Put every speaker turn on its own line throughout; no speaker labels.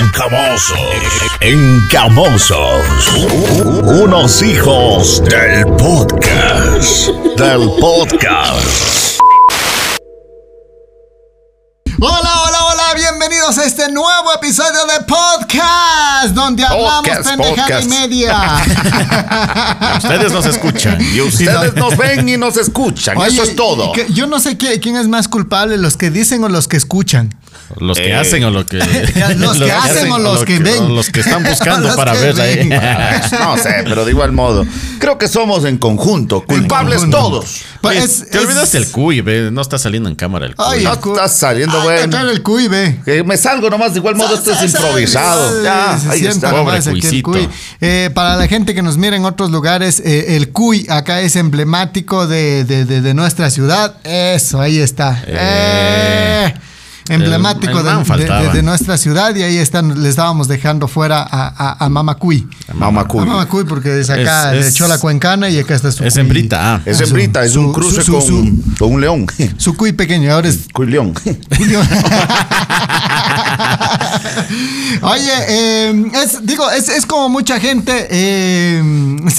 Encamosos. Encamosos. Unos hijos del podcast. Del podcast.
Hola, hola, hola, bienvenidos a este nuevo episodio de podcast donde hablamos
Podcast,
pendejada
podcast.
y media.
Ustedes nos escuchan y
Ustedes nos ven y nos escuchan.
Oye,
Eso es todo.
que- yo no sé qué- quién es más culpable, los que dicen o los que escuchan.
los que
Eh.
hacen o lo que
Los que hacen o los que ven.
o los que están
O
buscando
los
para
que
ver
ven.
ahí.
No sé, pero de igual modo. Creo que somos en conjunto, culpables
conjunto.
todos.
Pues
Oye,
es-
te
es-
olvidaste el cuy, ve, no está saliendo en cámara el cuy.
Ay,
No
el cu-
estás saliendo
Ay, te
bueno.
trae el cuy, ve.
Eh, me salgo nomás, de igual modo esto es improvisado. Ya,
Sí,
ahí
siempre
está.
Pobre
pasa que el
cuisito.
cuy. Eh, para la gente que nos mira en otros lugares, eh, el cuy acá es emblemático de, de- de- de nuestra ciudad. Eso, ahí está. Eh, emblemático
el
de-
man
de,
faltaba.
de- de nuestra ciudad y ahí están, le estábamos dejando fuera a, a, a Mama Cuy.
Mamá
A
Cuy.
Mama Cuy porque es acá
Es-
de
es-
Chola Cuencana y acá está su
Es
cuy.
hembrita. ah.
Es
su-
hembrita, es
su-
un cruce
su- su-
con, con un león.
Su cuy pequeño, ahora es
Cuy león.
Oye, eh, es, digo, es, es como mucha gente eh,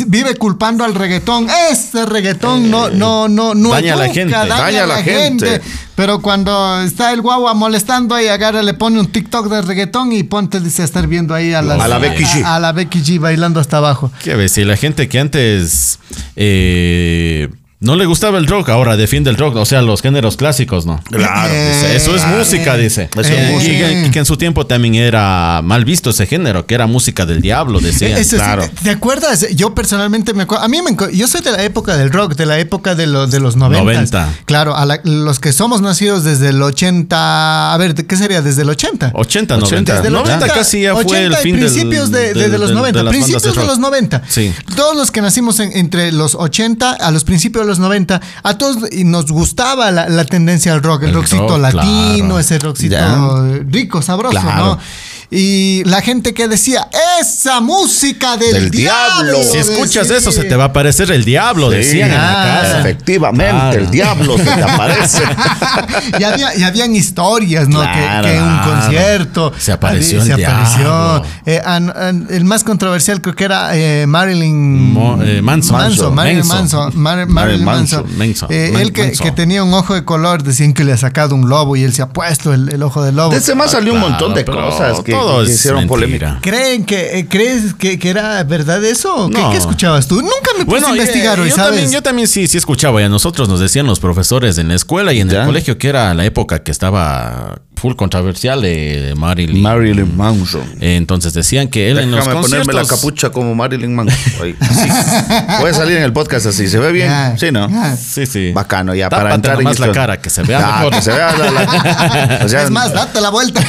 vive culpando al reggaetón. Este reggaetón no, no, no, no.
daña a la
educa,
gente.
Eh, Daña a la gente.
Pero cuando está el guagua molestando ahí, agarra, le pone un TikTok de reggaetón y ponte, dice, a estar viendo ahí a, las-
A la Becky G.
A, a la Becky G bailando hasta abajo.
Qué ves, y la gente que antes eh, no le gustaba el rock, ahora defiende el rock, o sea, los géneros clásicos, ¿no?
Claro.
Dice, eso
Eh,
es música, dice.
Eso es
Y-
música.
y, que- y que en su tiempo también era mal visto ese género, que era música del diablo, decían.
Eh, Eso sí,
claro.
¿te, te acuerdas? Yo personalmente me acuerdo. A mí me enco- Yo soy de la época del rock, de la época de, lo- de los 90.
90.
Claro, a la- los que somos nacidos desde el 80. A ver, ¿de ¿qué sería? Desde el 80.
80,
80,
90.
Desde el
90 casi ya fue el
80 y
fin del-
principios de, de-
del-
de los
del-
90.
las bandas
principios de,
rock.
los 90.
Sí.
Todos los que nacimos en- entre los 80 a los principios de los 90, a todos y nos gustaba la, la tendencia al rock, el,
El
rockcito
rock,
latino,
claro.
ese rockcito
Ya.
rico, sabroso,
Claro.
¿no? Y la gente que decía, esa música del,
Del
diablo.
diablo.
Si escuchas
decía.
eso, se te va a parecer el diablo, decían en la
Ah,
casa.
Efectivamente,
Claro.
el diablo se te aparece.
y, había, y habían historias, ¿no? Que-
Claro,
que, un
claro.
concierto.
Se apareció
eh,
el
se apareció.
diablo.
Eh, an- an- el más controversial creo que era eh, Marilyn
Mo- eh, Manson.
Manson.
Manson.
Marilyn
Manson.
Manson. Mar- Marilyn
Marilyn
Manson.
Manson. Manson.
Eh,
Man-
él que,
Manson.
que tenía un ojo de color, decían que le ha sacado un lobo y él se ha puesto el, el ojo del lobo.
De ese más salió un montón de
Claro,
cosas que,
todo
que
es
hicieron
mentira.
polémica.
¿Creen que, eh, ¿Crees que, que era verdad eso? ¿Qué,
No.
qué escuchabas tú? Nunca me puse a
eh,
investigar hoy,
yo
¿sabes?
También, yo también sí, sí escuchaba. Y a nosotros nos decían los profesores en la escuela y en
Ya.
el colegio que era la época que estaba full controversial de Marilyn.
Marilyn Manson.
Eh, Entonces decían que él en los
Déjame
conciertos.
ponerme la capucha como Marilyn Manson. Ahí, así. Voy a salir en el podcast así. ¿Se ve bien?
Ya,
Sí, ¿no?
ya.
Sí, sí.
Bacano, ya.
Tápate
para entrar en
nomás la
esto.
cara, que se vea
Ah,
mejor.
que se vea la- la-
Pues
o sea,
Es más, date la vuelta.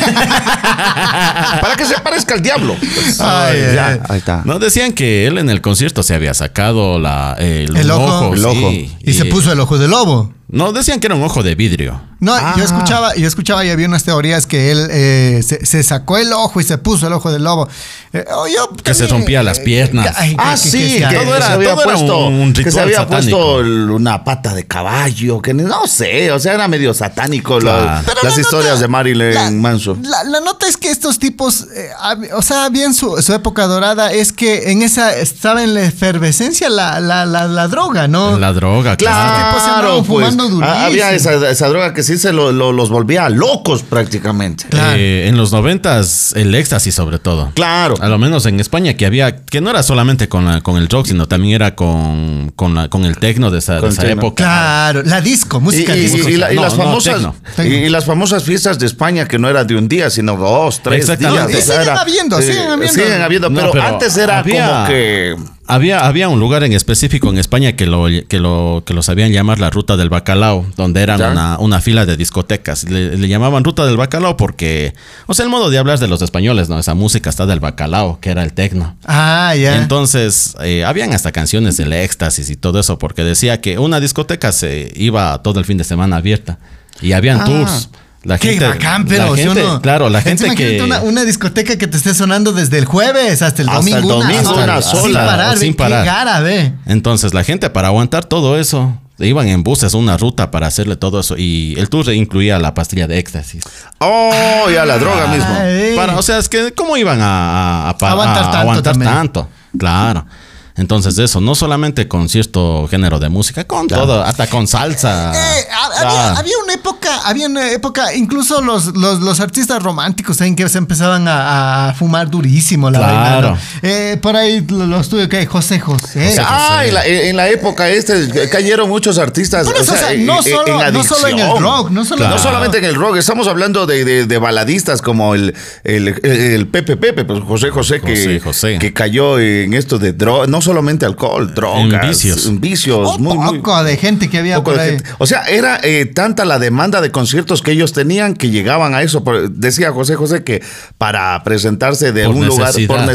Para que se parezca al diablo. Pues,
Ay,
ya,
ay.
ahí está.
No decían que él en el concierto se había sacado la, el,
El
un
ojo.
El ojo.
sí.
y se puso el ojo de lobo.
No, decían que era un ojo de vidrio.
No, yo
Ah.
escuchaba, yo escuchaba y había unas teorías que él eh, se, se sacó el ojo y se puso el ojo del lobo. Eh, oh, yo
Que se
también,
rompía las
eh,
piernas.
ay,
Ah,
que- que-
sí,
que-
que
todo
se
era-
había
todo era
puesto-
un- un
Que se
ritual
había
satánico.
puesto el- una pata de caballo, que ni- no sé, o sea, era medio satánico la-
Claro.
Pero
las
la
historias
nota-
de Marilyn
la-
Manson.
La, la nota es que estos tipos, eh, hab- o sea, bien su, su época dorada es que en esa estaba en la efervescencia la, la, la, la droga, ¿no?
La droga, claro.
Claro. tipos Este se andaban
Claro, pues,
fumando durísimo.
ah, había esa, esa droga que sí se lo- lo- los volvía locos prácticamente.
Claro.
Eh, en los noventas, el éxtasis sobre todo.
Claro.
A lo menos en España, que había, que no era solamente con, la- con el rock, sino también era con, con, la- con el tecno de esa, de
Con el
esa
tecno.
época.
Claro, la disco,
Y,
música
y-
disco.
y la- y
No,
las
no,
famosas,
tecno.
Tecno.
y- y las famosas fiestas de España que no eran de un día, sino dos, tres
Exactamente.
días.
Y
o sea,
siguen
era- eh,
habiendo, siguen habiendo.
siguen habiendo,
No,
pero, antes era
había-
como que...
Había, había un lugar en específico en España que lo, que lo, que lo sabían llamar la ruta del bacalao, donde eran
¿Ya?
una, una fila de discotecas. Le, le llamaban ruta del bacalao porque, o sea, el modo de hablar de los españoles, ¿no? Esa música está del bacalao, que era el tecno.
Ah, ya.
Entonces, eh, habían hasta canciones del éxtasis y todo eso, porque decía que una discoteca se iba todo el fin de semana abierta y habían
Ah.
tours. La
Qué
gente,
bacán, pero
la
¿sí o
gente-
no?
claro, la
Entonces,
gente
imagínate
que
Una, una discoteca que te esté sonando desde el jueves hasta el
Hasta el
domingo.
domingo,
una
Sin
sola,
parar, ve,
sin
Qué
parar.
cara, ve.
Entonces la gente para aguantar todo eso Iban en buses una ruta para hacerle todo eso. Y el tour incluía la pastilla de éxtasis.
Oh, ya la droga mismo.
Ay.
Para, o sea, es que ¿cómo iban a, a- a pa-
Aguantar
a- a
tanto
aguantar
también.
tanto? Claro. Entonces eso, no solamente con cierto género de música, con todo, hasta con salsa.
Eh, ha-
Claro.
había, había una época, había una época, incluso los, los, los artistas románticos ¿saben? que se empezaban a, a fumar durísimo la vaina,
Claro.
¿no? Eh, por ahí lo, lo estuve que José José.
Ah, en la, en la época este cayeron muchos artistas. eh,
Por eso, o sea, no solo- no solo en el
adicción.
rock, no solo
en el
solamente en el rock. Estamos hablando de, de- de baladistas como el, el, el Pepe Pepe, pues José José, que,
José José.
que cayó en esto de drogas, no solamente alcohol, drogas,
vicios.
vicios,
Un
muy, muy-
poco de gente que había
poco
por
de
ahí.
gente. O sea, era eh, tanta la demanda de conciertos que ellos tenían que llegaban a eso. Por- decía José José que para presentarse de
Por
un lugar por
necesidad.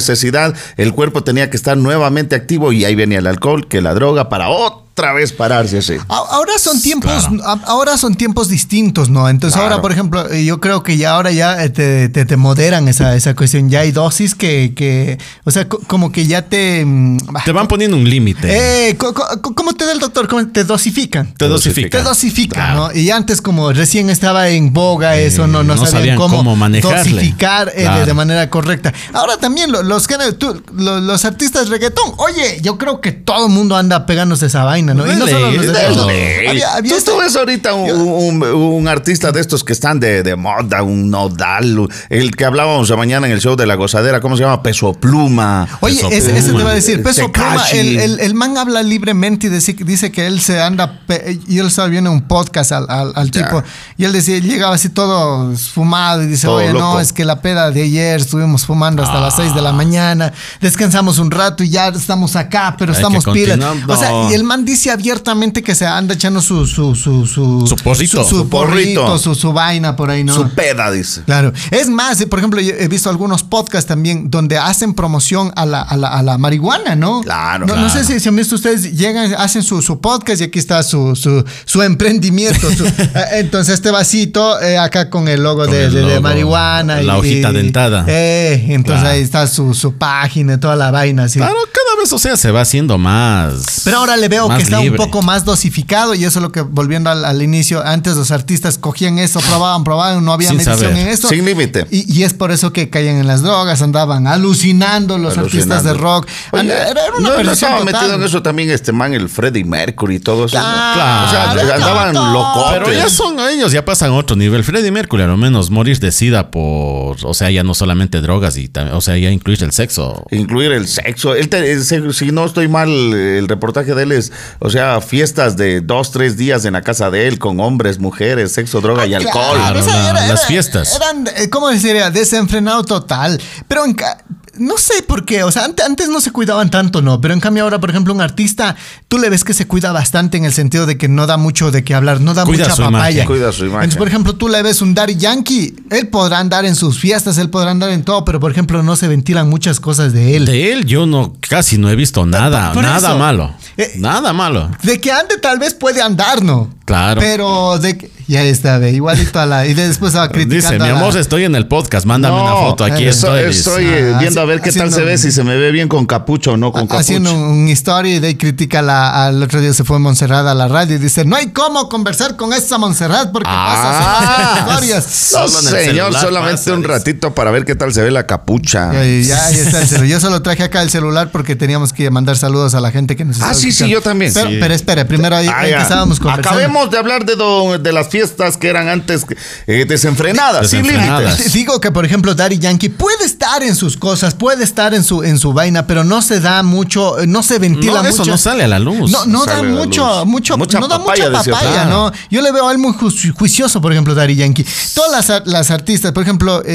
necesidad, el cuerpo tenía que estar nuevamente activo y ahí venía el alcohol, que la droga, para otra vez pararse así.
A- Ahora son tiempos,
Claro.
a- ahora son tiempos distintos, ¿no? Entonces
Claro.
ahora, por ejemplo, eh, yo creo que ya ahora ya eh, te, te, te moderan esa, esa cuestión. Ya hay dosis que, que o sea, co- como que ya te... mm, bah,
Te van poniendo un límite.
eh, co- co- co- ¿Cómo te da el doctor? ¿Cómo te dosifican?
te dosifica.
Te dosifica, ¿no? Y antes como recién estaba en boga eso, no, no,
Eh, no
sabían,
sabían
cómo,
cómo manejarle.
dosificar eh, de- de,
Claro.
manera correcta. Ahora también lo- los, géneros- tú- lo- los, artistas reggaetón, oye, yo creo que todo el mundo anda pegándose esa vaina, ¿no? Y no
Dale,
solo los de
dale.
reggaetón.
Ey,
Había- había
tú,
este-
tú ves ahorita un, un- un artista de estos que están de, de moda, un nodal, el que hablábamos la mañana en el show de la gozadera, ¿cómo se llama? Peso pluma.
Oye,
Peso
ese, ese te iba a decir,
Pluma.
Peso Pluma,
Tekashi.
el, el- el man habla libremente y dice, dice que él se anda, pe- y él estaba viendo un podcast al, al- al
Ya.
tipo, y él decía, llegaba así todo fumado y dice,
Todo
oye, no,
loco.
es que la peda de ayer estuvimos fumando hasta las 6 de la mañana, descansamos un rato y ya estamos acá, pero
Hay que
estamos pilas. O sea,
continuar.
y el man dice abiertamente que se anda echando su... Su, su, su,
Su porrito.
Su, su
Su porrito.
porrito, su, su vaina por ahí, ¿no?
Su peda, dice.
Claro. Es más, eh, por ejemplo, yo he visto algunos podcasts también donde hacen promoción a la, a la, a la marihuana, ¿no?
Claro,
No, no sé
claro.
si, si han visto ustedes, llegan, hacen su, su podcast y aquí está su, su, su emprendimiento. su- eh, entonces, este vasito eh, acá con el logo,
Con
de,
el
de- de
logo,
marihuana.
la hojita dentada.
Eh, entonces
Claro.
ahí está su, su página y toda la vaina, así.
Claro, cada vez, o sea, se va haciendo más.
Pero ahora le veo
más
que está
libre.
un poco más dosificado y eso es lo que, volviendo al, al inicio, antes los artistas cogían eso, probaban, probaban, no había
Sin
medición
saber.
en eso.
Sin límite.
Y, y es por eso que caían en las drogas, andaban alucinando los artistas
Alucinando.
de rock.
Oye,
Anda- era una
no, no
perdición
estaba
total.
metido en eso también este man, el Freddie Mercury y todo eso. ¿no?
Claro.
O sea,
Claro,
andaban
claro.
locos.
Pero ya son ellos, ya pasan a otro nivel. Freddie Mercury, a lo menos morir de sida por, o sea, ya no solamente drogas, y tam- o sea, ya incluir el sexo.
Incluir el sexo. Él te- eh, se- si no estoy mal, el reportaje de él es, o sea, fiestas de dos, tres días en la casa de él con hombres, mujeres, sexo, droga y alcohol.
Ah, Claro,
Claro,
o sea,
la- las fiestas.
Eran, eh, ¿cómo sería? Desenfrenado total. Pero en ca- no sé por qué. O sea, ante- antes no se cuidaban tanto, ¿no? Pero en cambio ahora, por ejemplo, un artista, tú le ves que se cuida bastante en el sentido de que no da mucho de qué hablar, no da
Cuida
mucha
su
papaya.
imagen.
Cuida su imagen.
Entonces, por ejemplo, tú le ves un Daddy Yankee, él podrá andar en sus fiestas, él podrá andar en todo, pero por ejemplo, no se ventilan muchas cosas de él.
De él yo no, casi no he visto nada,
por
nada
eso.
malo.
Eh,
nada malo.
De que ande tal vez puede andar, ¿no?
Claro.
Pero de que... Ya está, ve, igualito a la... Y después va criticando
Dice, mi
a la-
amor, estoy en el podcast, mándame
No,
una foto, aquí
eh,
Eso-
estoy. dice.
estoy eh,
Ah,
viendo a ver qué tal
haciendo-
se ve, si se me ve bien con capucho o no con
Ha-
capucho.
haciendo un, un story de ahí critica la, al otro día se fue Montserrat a la radio y dice no hay cómo conversar con esa Montserrat porque pasa
Ah,
sus historias
No,
Solo en el
señor,
celular
solamente
pasa,
un
dice.
ratito para ver qué tal se ve la capucha.
Y ya, ahí está el celular. Yo solo traje acá el celular porque teníamos que mandar saludos a la gente que nos
Ah,
estaba
sí, sí,
escuchando.
yo también.
Pero,
Sí.
pero espera, primero ahí,
Ah,
ahí
ya.
que estábamos conversando.
Acabemos de hablar de, don- de las fiestas que eran antes eh, desenfrenadas, sin
Desenfrenadas.
límites.
D- Digo que, por ejemplo, Daddy Yankee puede estar en sus cosas, puede estar en su, en su vaina, pero no se da mucho, eh, no se ventila
No,
mucho.
eso no sale a la luz.
No, no da
sale la
mucho,
luz.
mucho,
Mucha
no da
papaya,
mucha
decía,
papaya,
claro.
¿no? Yo le veo a él muy ju- juicioso, por ejemplo, Dari Yankee. Todas las, ar- las artistas, por ejemplo, eh,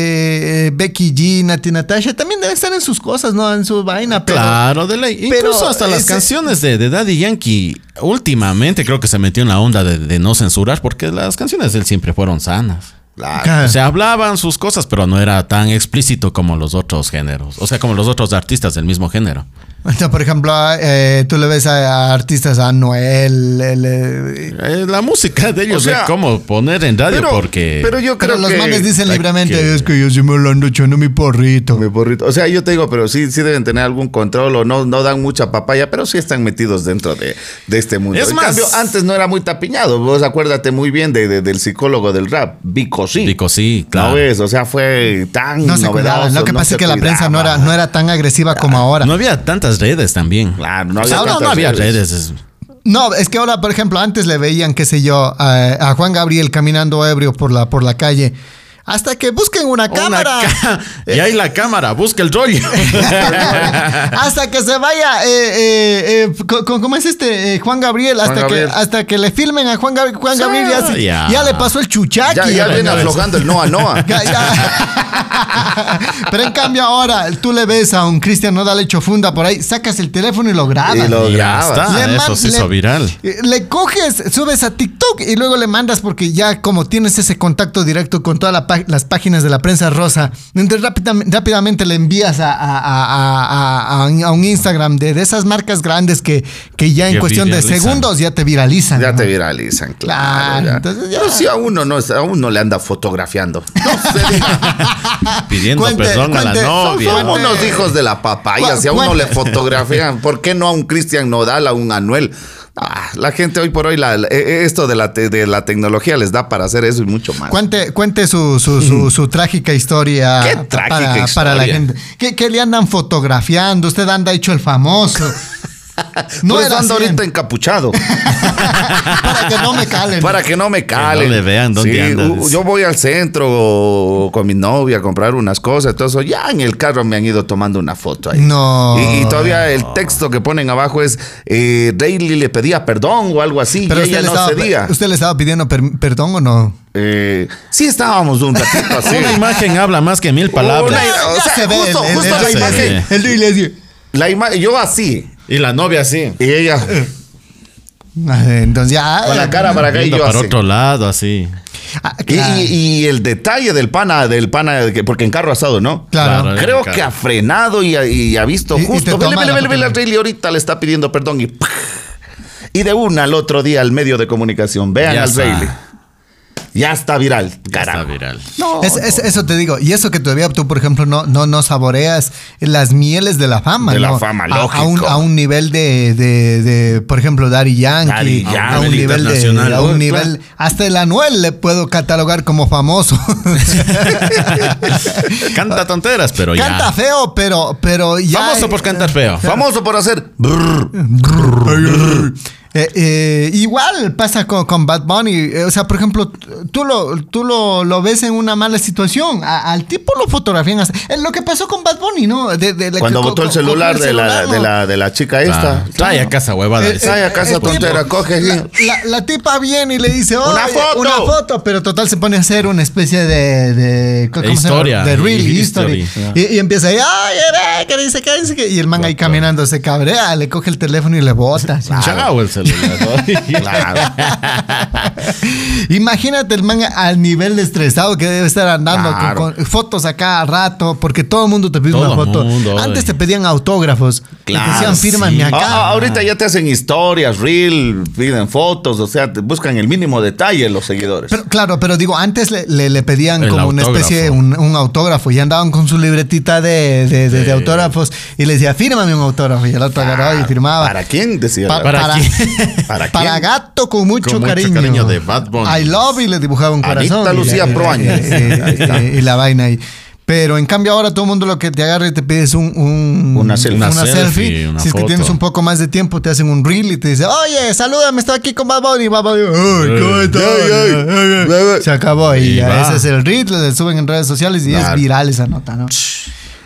eh, Becky G, Nati Natasha, también deben estar en sus cosas, ¿no? En su vaina, pero.
Claro, de ley.
pero
Incluso hasta las
ese-
canciones de, de Daddy Yankee, últimamente creo que se metió en la onda de, de no censurar, porque las canciones de él siempre fueron sanas.
Claro.
Claro.
Se hablaban sus cosas, pero no era tan explícito como los otros géneros. O sea, como los otros artistas del mismo género.
O sea, por ejemplo, eh, tú le ves a, a artistas a Noel, el, eh,
Eh, la música de ellos,
O sea,
de cómo poner en radio,
Pero,
porque.
pero yo creo
pero los
que.
manes dicen
la
libremente,
que-
es que yo sí me lo ando echando mi porrito.
Mi porrito. O sea, yo te digo, pero sí, sí deben tener algún control o no, no dan mucha papaya, pero sí están metidos dentro de, de este mundo.
Es
en
más-
cambio, antes no era muy tapiñado. Vos acuérdate muy bien de, de- del psicólogo del rap, Vico sí.
Dico, sí,
¿No
claro.
ves? O sea, fue tan
No
Mm,
se
novedoso,
cuidaban. Lo que
no
pasa
se
es que la
cuidaba. Ah.
prensa no era, no era tan agresiva como ahora.
No había tantas redes también.
Claro, no
Pues
O sea,
había
ahora no
tantas
había
redes.
redes. es-
No, es que ahora, por ejemplo, antes le veían, qué sé yo, a, a Juan Gabriel caminando ebrio por la, por la calle. Hasta que busquen una,
Una
cámara.
ca- y ahí la cámara, busca el rollo.
hasta que se vaya, eh, eh, eh, co- co- ¿cómo es este eh, Juan Gabriel? Hasta,
Gabriel.
Que, hasta que le filmen a Juan Gabriel. Juan Gabriel ya, se-
ya.
ya le pasó el chuchaqui.
Ya, ya
hermano.
viene aflojando el Noa Noa.
Ya, ya. Pero en cambio ahora tú le ves a un Cristian Nodal hecho funda por ahí, sacas el teléfono y lo grabas.
Y lo
Y ya
grabas.
está,
Le
eso
man-
se
le-
hizo viral.
Eh, Le coges, subes a TikTok y luego le mandas porque ya como tienes ese contacto directo con todas la pá- las páginas de la prensa rosa, entonces rápidam- rápidamente le envías a, a- a- a- a- a un- a un Instagram de, de esas marcas grandes que, que ya en
Que
cuestión de
viralizan.
segundos ya te viralizan.
Ya
¿no?
te viralizan, claro.
Claro,
ya.
Ah, entonces ya.
Pero si a uno no, es- a uno le anda fotografiando. No se diga.
Pidiendo
Cuente,
perdón a
cuente.
la novia.
Son-
Son
son-
unos hijos de la papaya.
Cu-
Si a uno
cuente.
le fotografían, ¿por qué no a un Cristian Nodal, a un Anuel? Ah, la gente hoy por hoy, la- la- eh, eh, esto de la, te- de la tecnología les da para hacer eso y mucho más.
Cuente, cuente su, su, su- su trágica historia
¿Qué
pa-
trágica
para, para
historia?
la gente. ¿Qué, qué le andan fotografiando? Usted anda hecho el famoso. No
Por eso
era
Pues ando
así,
ahorita encapuchado
para que no me calen.
para que no me calen.
no le vean dónde andas.
u- Yo voy al centro con mi novia a comprar unas cosas. Entonces, ya en el carro me han ido tomando una foto ahí.
No.
Y, y todavía el texto que ponen abajo es: eh, Rayleigh le pedía perdón o algo así.
Pero
y ella
usted, le
no
estaba,
cedía.
usted le estaba pidiendo per- perdón o no?
Eh, sí, estábamos un ratito así.
Una imagen habla más que mil palabras.
Una- o
Ya
sea,
se ve
justo-
el- el-
justo
el-
la
el-
imagen.
El Luis le dice,
La ima- yo así.
Y la novia así.
Y ella
"Ah, Entonces ya. eh,
con la cara para acá y
Viendo
yo
para
así.
otro lado, así.
Ah,
Y,
claro.
y- y el detalle del pana, del pana, que- porque en carro asado, ¿no?
Claro.
Claro.
Creo
Claro.
que ha frenado y ha, y ha visto
Y- y te
justo.
toma
Vele, vele,
la
vele, vele,
fotografía.
al Rayleigh ahorita le está pidiendo perdón y ¡pah! Y de una al otro día al medio de comunicación. Vean
Ya
al
está.
Rayleigh. Ya está viral,
Ya Está
carajo.
viral.
No,
Es- es- eso te digo, y eso que todavía tú, por ejemplo, no, no, no saboreas las mieles de la fama.
De la
¿no?
fama,
A- a, un,
lógico.
a un nivel de, de- de, por ejemplo, Daddy Yankee.
Daddy
a un
Yankee,
nivel de.
internacional.
A un
Claro.
nivel, hasta el Anuel le puedo catalogar como famoso.
Canta tonteras, pero ya.
Canta feo, pero, pero ya.
Famoso por cantar feo.
Famoso por hacer. brrr.
Eh, eh, igual pasa con, con Bad Bunny. Eh, o sea, por ejemplo, t- tú lo, tú lo, lo ves en una mala situación. A- al tipo lo fotografían. hasta- eh, lo que pasó con Bad Bunny, ¿no? De- de- de-
Cuando
co-
botó el
co- co-
celular
con el
de la,
celular,
de
¿no?
la, de la chica esta.
Claro. Ah, Trae a casa huevada. Pues,
Eh,
Trae a
eh,
casa
el tipo-
tontera, coge.
La, la- la tipa viene y le dice, "Oye,
¡Una foto!"
una foto", pero total se pone a hacer una especie de... de ¿cómo se llama?
historia.
De real
Y-
history.
history.
Y, y empieza ahí, ay, era, ¿qué dice? ¿Qué dice? ¿Qué?" Y el man ahí caminando se cabrea, le coge el teléfono y le bota.
Chao pues, el celular.
Claro.
Imagínate el man al nivel de estresado que debe estar andando con-
Claro.
con, fotos a cada rato, porque todo el mundo te pide
Todo
una foto.
mundo,
Antes
ay.
te pedían autógrafos. Claro, te
Claro,
decían, fírmame
sí. Ah,
acá.
A- a- Ah, ahorita ya te hacen historias, reel, piden fotos, o sea, te buscan el mínimo detalle los seguidores.
Pero, claro, pero digo, antes le, le- le pedían
El
como una
autógrafo.
especie, un, un autógrafo, y andaban con su libretita de, de- de- de autógrafos, y le decía, fírmame un autógrafo, y el otro agarraba y firmaba.
¿Para quién? Decía.
Pa-
la-
¿Para quién?
¿Para
para
quién?
gato con mucho
Con mucho
cariño.
cariño de Bad Bunny.
I love y le dibujaba un
Adicta
corazón. y-
Lucía
y-
Proaño.
y- y-
Ahí está.
y- y la vaina ahí. Pero en cambio ahora todo el mundo lo que te agarra y te pides un, un-
Una selfie.
Una
selfie.
selfie, una
si es que
foto.
tienes un poco más de tiempo, te hacen un reel y te dicen, oye, salúdame, estoy aquí con Bad Bunny. Y Bad Bunny, "Ay, ¿cómo estás?
Ay, ay,
Ay, ay".
ay, ay.
Se acabó. Y
Y
ya,
va.
ese es el reel, lo suben en redes sociales y es
Claro.
viral esa nota, ¿no?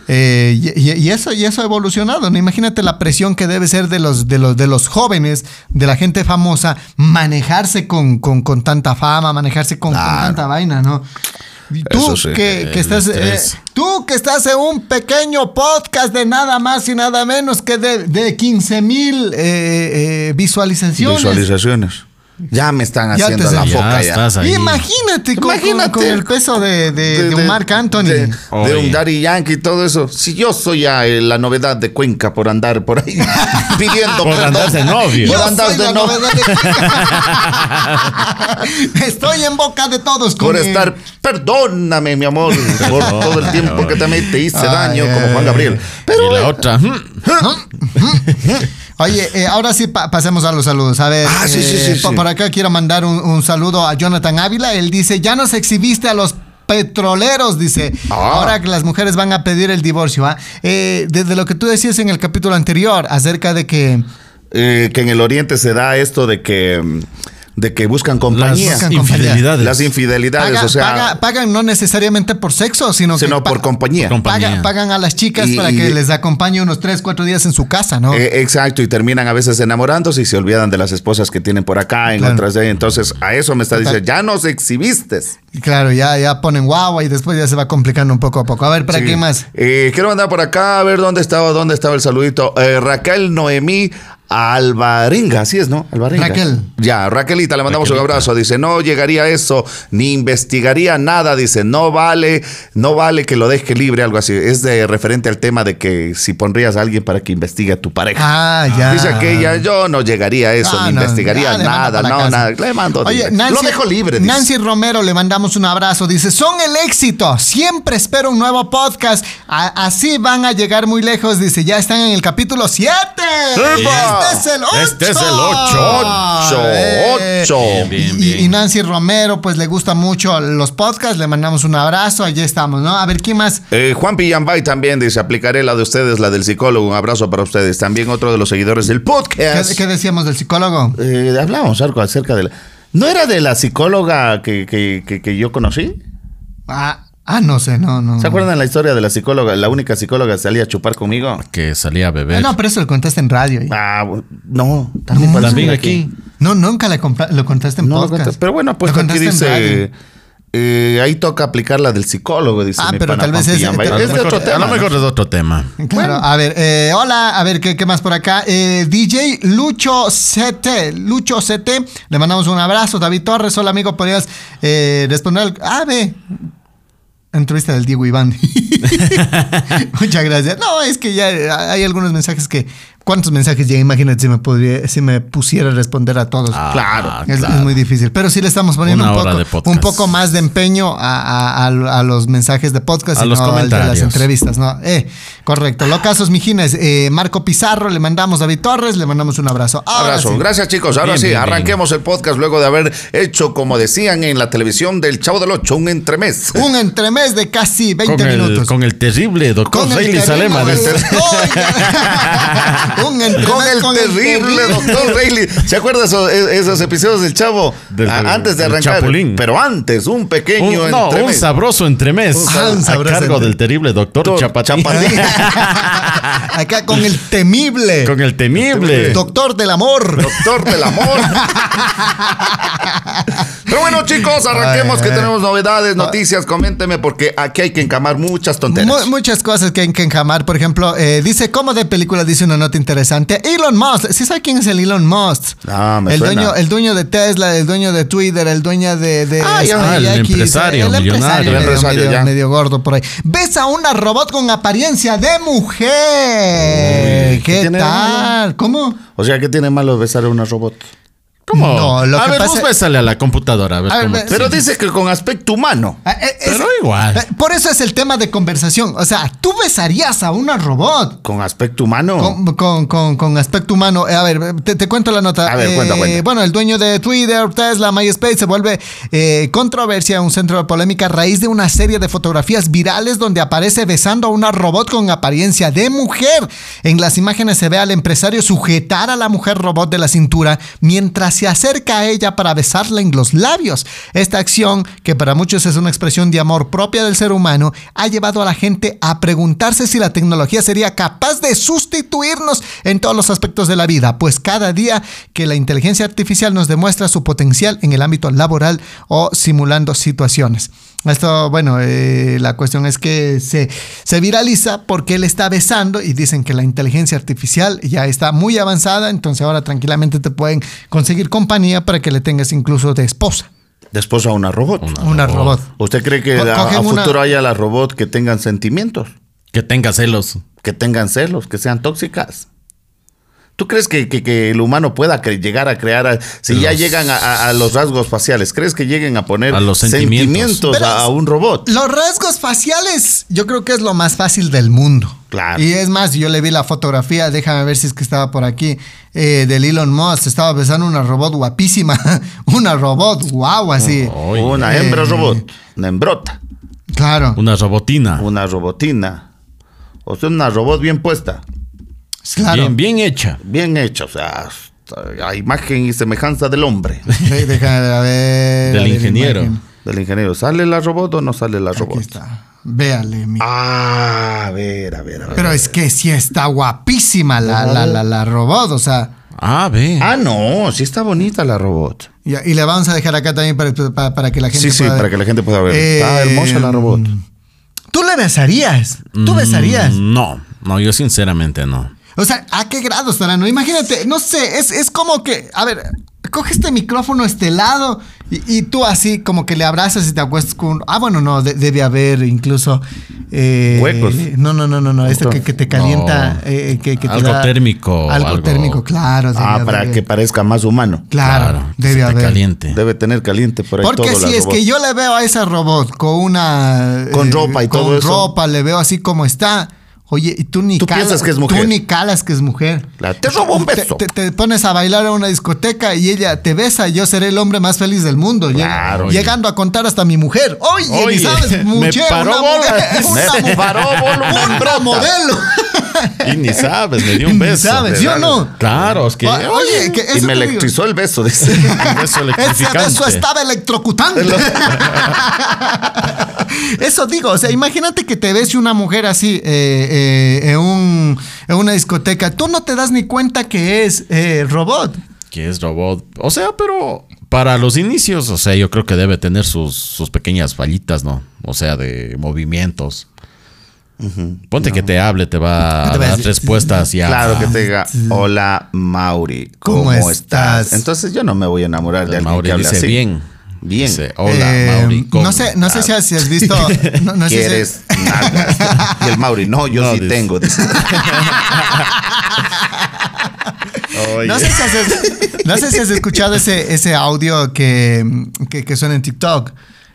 Eh, y, y- y eso, y eso ha evolucionado. ¿no? Imagínate la presión que debe ser de los, de los, de los jóvenes, de la gente famosa, manejarse con, con, con tanta fama, manejarse con, con
Claro.
tanta vaina, ¿no? Y Tú
Eso sí,
que, que
el
estás eh,
estrés.
tú que estás en un pequeño podcast de nada más y nada menos que de, de 15 mil eh, visualizaciones.
Visualizaciones. Ya me están
Ya
haciendo
te-
la
ya
foca ya.
estás ahí.
Imagínate, con-
Imagínate.
Con, con el peso de, de- de un Marc Anthony.
De, de
Oye.
un Daddy Yankee y todo eso. Si yo soy ya eh, la novedad de Cuenca por andar por ahí pidiendo
Por
perdón.
andarse novio.
Por
Yo
andar
soy
de
la
no-
novedad de- Estoy en boca de todos.
Por
Cune.
estar, perdóname, mi amor, por todo el tiempo que también te hice daño, como Juan Gabriel. Pero
y la
eh,
otra. mm.
Oye, eh, ahora sí pa- pasemos a los saludos. A ver,
Ah, sí, sí,
eh,
sí,
po-
sí.
por acá quiero mandar un, un saludo a Jonathan Ávila. Él dice, ya nos exhibiste a los petroleros, dice.
Ah.
Ahora que las mujeres van a pedir el divorcio. ¿ah? Eh, desde lo que tú decías en el capítulo anterior acerca de que...
eh, que en el Oriente se da esto de que mm, de que buscan compañía,
Las
Buscan
infidelidades.
las infidelidades,
paga-
o sea,
paga- pagan no necesariamente por sexo, sino, que
sino
pa-
por compañía.
Por compa-
paga-
compañía.
pagan a las chicas
Y-
para que
y-
les acompañe unos 3, 4 días en su casa, ¿no?
Eh, exacto, y terminan a veces enamorándose y se olvidan de las esposas que tienen por acá, en
Claro.
otras de ahí. Entonces, a eso me está
Total.
diciendo, ya nos exhibiste.
Y claro, ya, ya ponen guagua y después ya se va complicando un poco a poco. A ver, ¿para
Sí.
qué más?
Eh, quiero mandar por acá, a ver dónde estaba, dónde estaba el saludito. Eh, Raquel Noemí Alvarenga, así es, ¿no? Alvarenga.
Raquel.
Ya, Raquelita, le mandamos un
Raquelita.
abrazo. Dice, no llegaría a eso, ni investigaría nada. Dice, no vale, no vale que lo deje libre, algo así. Es de referente al tema de que si pondrías a alguien para que investigue a tu pareja.
Ah, ya.
Dice aquella, yo no llegaría a eso,
Ah,
ni
no,
investigaría
ya, le mando
nada,
pa' la
no,
casa.
nada. Le mando
Oye,
libre.
Nancy,
Lo dejo libre, dice.
Nancy Romero, le mandamos un abrazo. Dice, son el éxito. Siempre espero un nuevo podcast. A- así van a llegar muy lejos. Dice, ya están en el capítulo 7.
¡Epa!
Este es el Eh, 8.
Este es el ocho.
Ocho,
Ah,
ocho.
Bien, bien.
Y, y Nancy Romero, pues le gusta mucho los podcasts. Le mandamos un abrazo. Allí estamos, ¿no? A ver, ¿quién más?
Eh, Juan Pillambay también dice, aplicaré la de ustedes, la del psicólogo. Un abrazo para ustedes. También otro de los seguidores del
¿Qué,
podcast.
qué decíamos del psicólogo?
Eh, hablábamos algo acerca de la... ¿No era de la psicóloga que, que- que- que yo conocí?
Ah, ah, no sé, no, no.
¿Se acuerdan la historia de la psicóloga? La única psicóloga que salía a chupar conmigo.
Que salía a
Ah,
beber.
no, pero eso lo contaste en radio. ¿eh?
Ah, bu- no, también
No.
parece
También
que
aquí.
No, nunca le compra- lo contaste en
No, lo
podcast.
conté. pero bueno, pues
Lo
aquí
contaste en radio.
dice... eh, ahí toca aplicar la del psicólogo, dice
Ah,
mi
pero
pana
tal vez
Juan
es-
Pillambay.
tal-
Es de
A lo
otro
mejor-
tema,
a lo
¿no?
mejor es otro tema.
Claro, a ver, eh, hola, a ver, ¿qué, qué más por acá? Eh, DJ Lucho CT, Lucho CT, le mandamos un abrazo, David Torres, hola amigo, podrías eh, responder al... Ah, ve, entrevista del Diego Iván. Muchas gracias. No, es que ya eh, hay algunos mensajes que... ¿Cuántos mensajes ya? Imagínate si me, podría, si me pusiera a responder a todos.
Ah,
Claro,
Es,
claro.
es muy difícil, pero sí le estamos poniendo
Una
un
hora de
poco,
podcast.
un poco más de empeño a, a- a- a los mensajes de podcast
A
y
los
no al de las
comentarios.
entrevistas, ¿no? Eh, correcto. Locasos Mijines, eh, Marco Pizarro, le mandamos a David Torres, le mandamos un abrazo. Ahora
Abrazo.
sí.
Gracias, chicos. Ahora
Bien,
sí,
bien, bien.
arranquemos el podcast luego de haber hecho, como decían en la televisión del Chavo del Ocho, un entremés.
Un entremés de casi 20
Con el,
minutos.
con el terrible doctor Reilly
terrible
Salema. este.
doctor-
dice.
un entremés
Con el terrible doctor Reilly. ¿Se acuerdan esos, esos episodios del Chavo?
Del-
Ah,
del-
antes de
del
arrancar.
Chapulín.
Pero antes, un pequeño
Un, no, un
entremés.
sabroso entremés.
Un sabroso
a
entremés.
cargo del terrible doctor
Doctor
Chapatín.
Chapatín.
Acá con el temible
Con el temible.
doctor del amor.
Doctor del amor. Pero bueno, chicos, arranquemos que tenemos novedades, noticias. Coménteme, porque aquí hay que encamar muchas tonterías.
Mu- muchas cosas que hay que enjamar. Por ejemplo, eh, dice, ¿cómo de película? Dice una nota interesante. Elon Musk. ¿Sí sabe quién es el Elon Musk?
Ah, me
el
suena.
dueño, el dueño de Tesla, el dueño de Twitter, el dueño de... de
Ah, ya,
SpaceX,
el empresario,
el
millonario.
empresario,
El empresario,
medio,
ya.
medio gordo por ahí. Ves a una robot con apariencia de
¿qué
mujer. ¿Qué
tiene de
tal? ¿Cómo?
O sea, ¿qué tiene malo besar a una robot?
¿Cómo?
No, lo
a
que
ver,
pasa-
vos bésale a la computadora. A ver,
A ver,
cómo
ve-
te
Pero
sientes.
dice que con aspecto humano.
Ah, eh, es-
Pero igual.
eh, Por eso es el tema de conversación. O sea, ¿tú besarías a una robot?
¿Con aspecto humano?
Con, con- con- con aspecto humano. Eh, A ver, te, te cuento la nota. Eh,
A ver, cuenta, cuenta.
Bueno, el dueño de Twitter, Tesla, MySpace se vuelve eh, controversia, un centro de polémica a raíz de una serie de fotografías virales donde aparece besando a una robot con apariencia de mujer. En las imágenes se ve al empresario sujetar a la mujer robot de la cintura mientras se acerca a ella para besarla en los labios. Esta acción, que para muchos es una expresión de amor propia del ser humano, ha llevado a la gente a preguntarse si la tecnología sería capaz de sustituirnos en todos los aspectos de la vida, pues cada día que la inteligencia artificial nos demuestra su potencial en el ámbito laboral o simulando situaciones. Esto, bueno, eh, la cuestión es que se, se viraliza porque él está besando y dicen que la inteligencia artificial ya está muy avanzada, entonces ahora tranquilamente te pueden conseguir compañía para que le tengas incluso de esposa,
Después a una robot.
una robot.
¿Usted cree que
Co-
a, a
cogen una-
futuro haya las robots que tengan sentimientos?
Que tenga celos.
que tengan celos, que sean tóxicas. ¿Tú crees que, que- que el humano pueda cre- llegar a crear, a- si ya
Los-
llegan a, a- a los rasgos faciales, crees que lleguen a poner
A los sentimientos.
Pero-
a, a un robot?
Los rasgos faciales, yo creo que es lo más fácil del mundo.
Claro.
Y es más, yo le vi la fotografía, déjame ver si es que estaba por aquí, eh, del Elon Musk. Estaba besando una robot guapísima. una robot, guau, así.
Oy,
una
eh.
hembra robot, una hembrota,
Claro.
Una robotina.
una robotina. O sea, una robot bien puesta,
claro.
Bien, bien hecha.
bien hecha, o sea, a imagen y semejanza del hombre,
De- déjame ver, a ver. a
Del
ver,
ingeniero.
imagen.
del ingeniero. ¿Sale la robot o no sale la
Aquí
robot?
está. Véale, mi.
Ah, a ver, a ver, a ver.
Pero es que sí está guapísima la, la, la, la robot, o sea.
Ah, ve.
Ah, no, sí está bonita la robot.
Y, y le vamos a dejar acá también para, para, para que la
Sí,
gente
sí,
pueda ver.
para que la gente pueda ver.
Eh,
Está hermosa la robot. Mm.
Tú le besarías. Tú besarías.
Mm, No, no, yo sinceramente no.
O sea, ¿a qué grado estará? No, imagínate, no sé, es, es como que, a ver, coge este micrófono estelado y, y tú así como que le abrazas y te acuestas con... Ah, bueno, no, de- debe haber incluso... eh,
Huecos.
No, no, no, no, no, esto que, que te calienta...
No.
eh, que, que te
Algo
da-
térmico,
Algo,
algo-
térmico, claro.
Ah,
debe
para
haber.
que parezca más humano.
Claro,
que se
debe
te
haber.
caliente.
Debe tener caliente por ahí
Porque
todo la
si es
robot.
que yo le veo a esa robot con una... eh,
Con ropa y
con
todo eso.
ropa, le veo así como está. Oye, y tú ni
Tú piensas que es mujer.
Tú ni calas que es mujer.
La- te robó un beso.
Te, te- te pones a bailar a una discoteca y ella te besa y yo seré el hombre más feliz del mundo. Llega-
Claro,
oye.
llegando a contar hasta mi mujer. Oye, ni
Oye,
sabes,
me
mujer,
paró
una
bola.
mujer, una
Me
mu-
paró bola, una
una
hembrota.
modelo.
Y ni sabes, me dio
Ni
un beso.
sabes, ¿sí o no?
Claro, es que.
Oye, que
y
eso
me
te digo.
electrizó el beso. dice.
Un beso
Ah, Ese
electrificante.
beso estaba electrocutante. Eso digo, o sea, imagínate que te ves una mujer así eh, eh, en, un- en una discoteca. Tú no te das ni cuenta que es eh, robot.
Que es robot. O sea, pero para los inicios, o sea, yo creo que debe tener sus, sus pequeñas fallitas, ¿no? O sea, de movimientos. Ponte que te hable, te va
¿Qué
a
te va a
dar
decir?
respuestas ya.
Claro que te diga, hola Mauri, ¿cómo,
¿Cómo
estás?
estás?
Entonces yo no me voy a enamorar de alguien
Mauri
que hable
dice
así.
bien.
Bien.
Dice, hola,
Eh,
Mauri. ¿cómo
No sé, no sé si has, si has visto. No, no sé si-
¿Quieres nalgas? Y el Mauri, no, yo
No,
sí
dice.
tengo. dice. Oye.
No sé, si has, no sé si has escuchado ese, ese audio que, que, que suena en TikTok.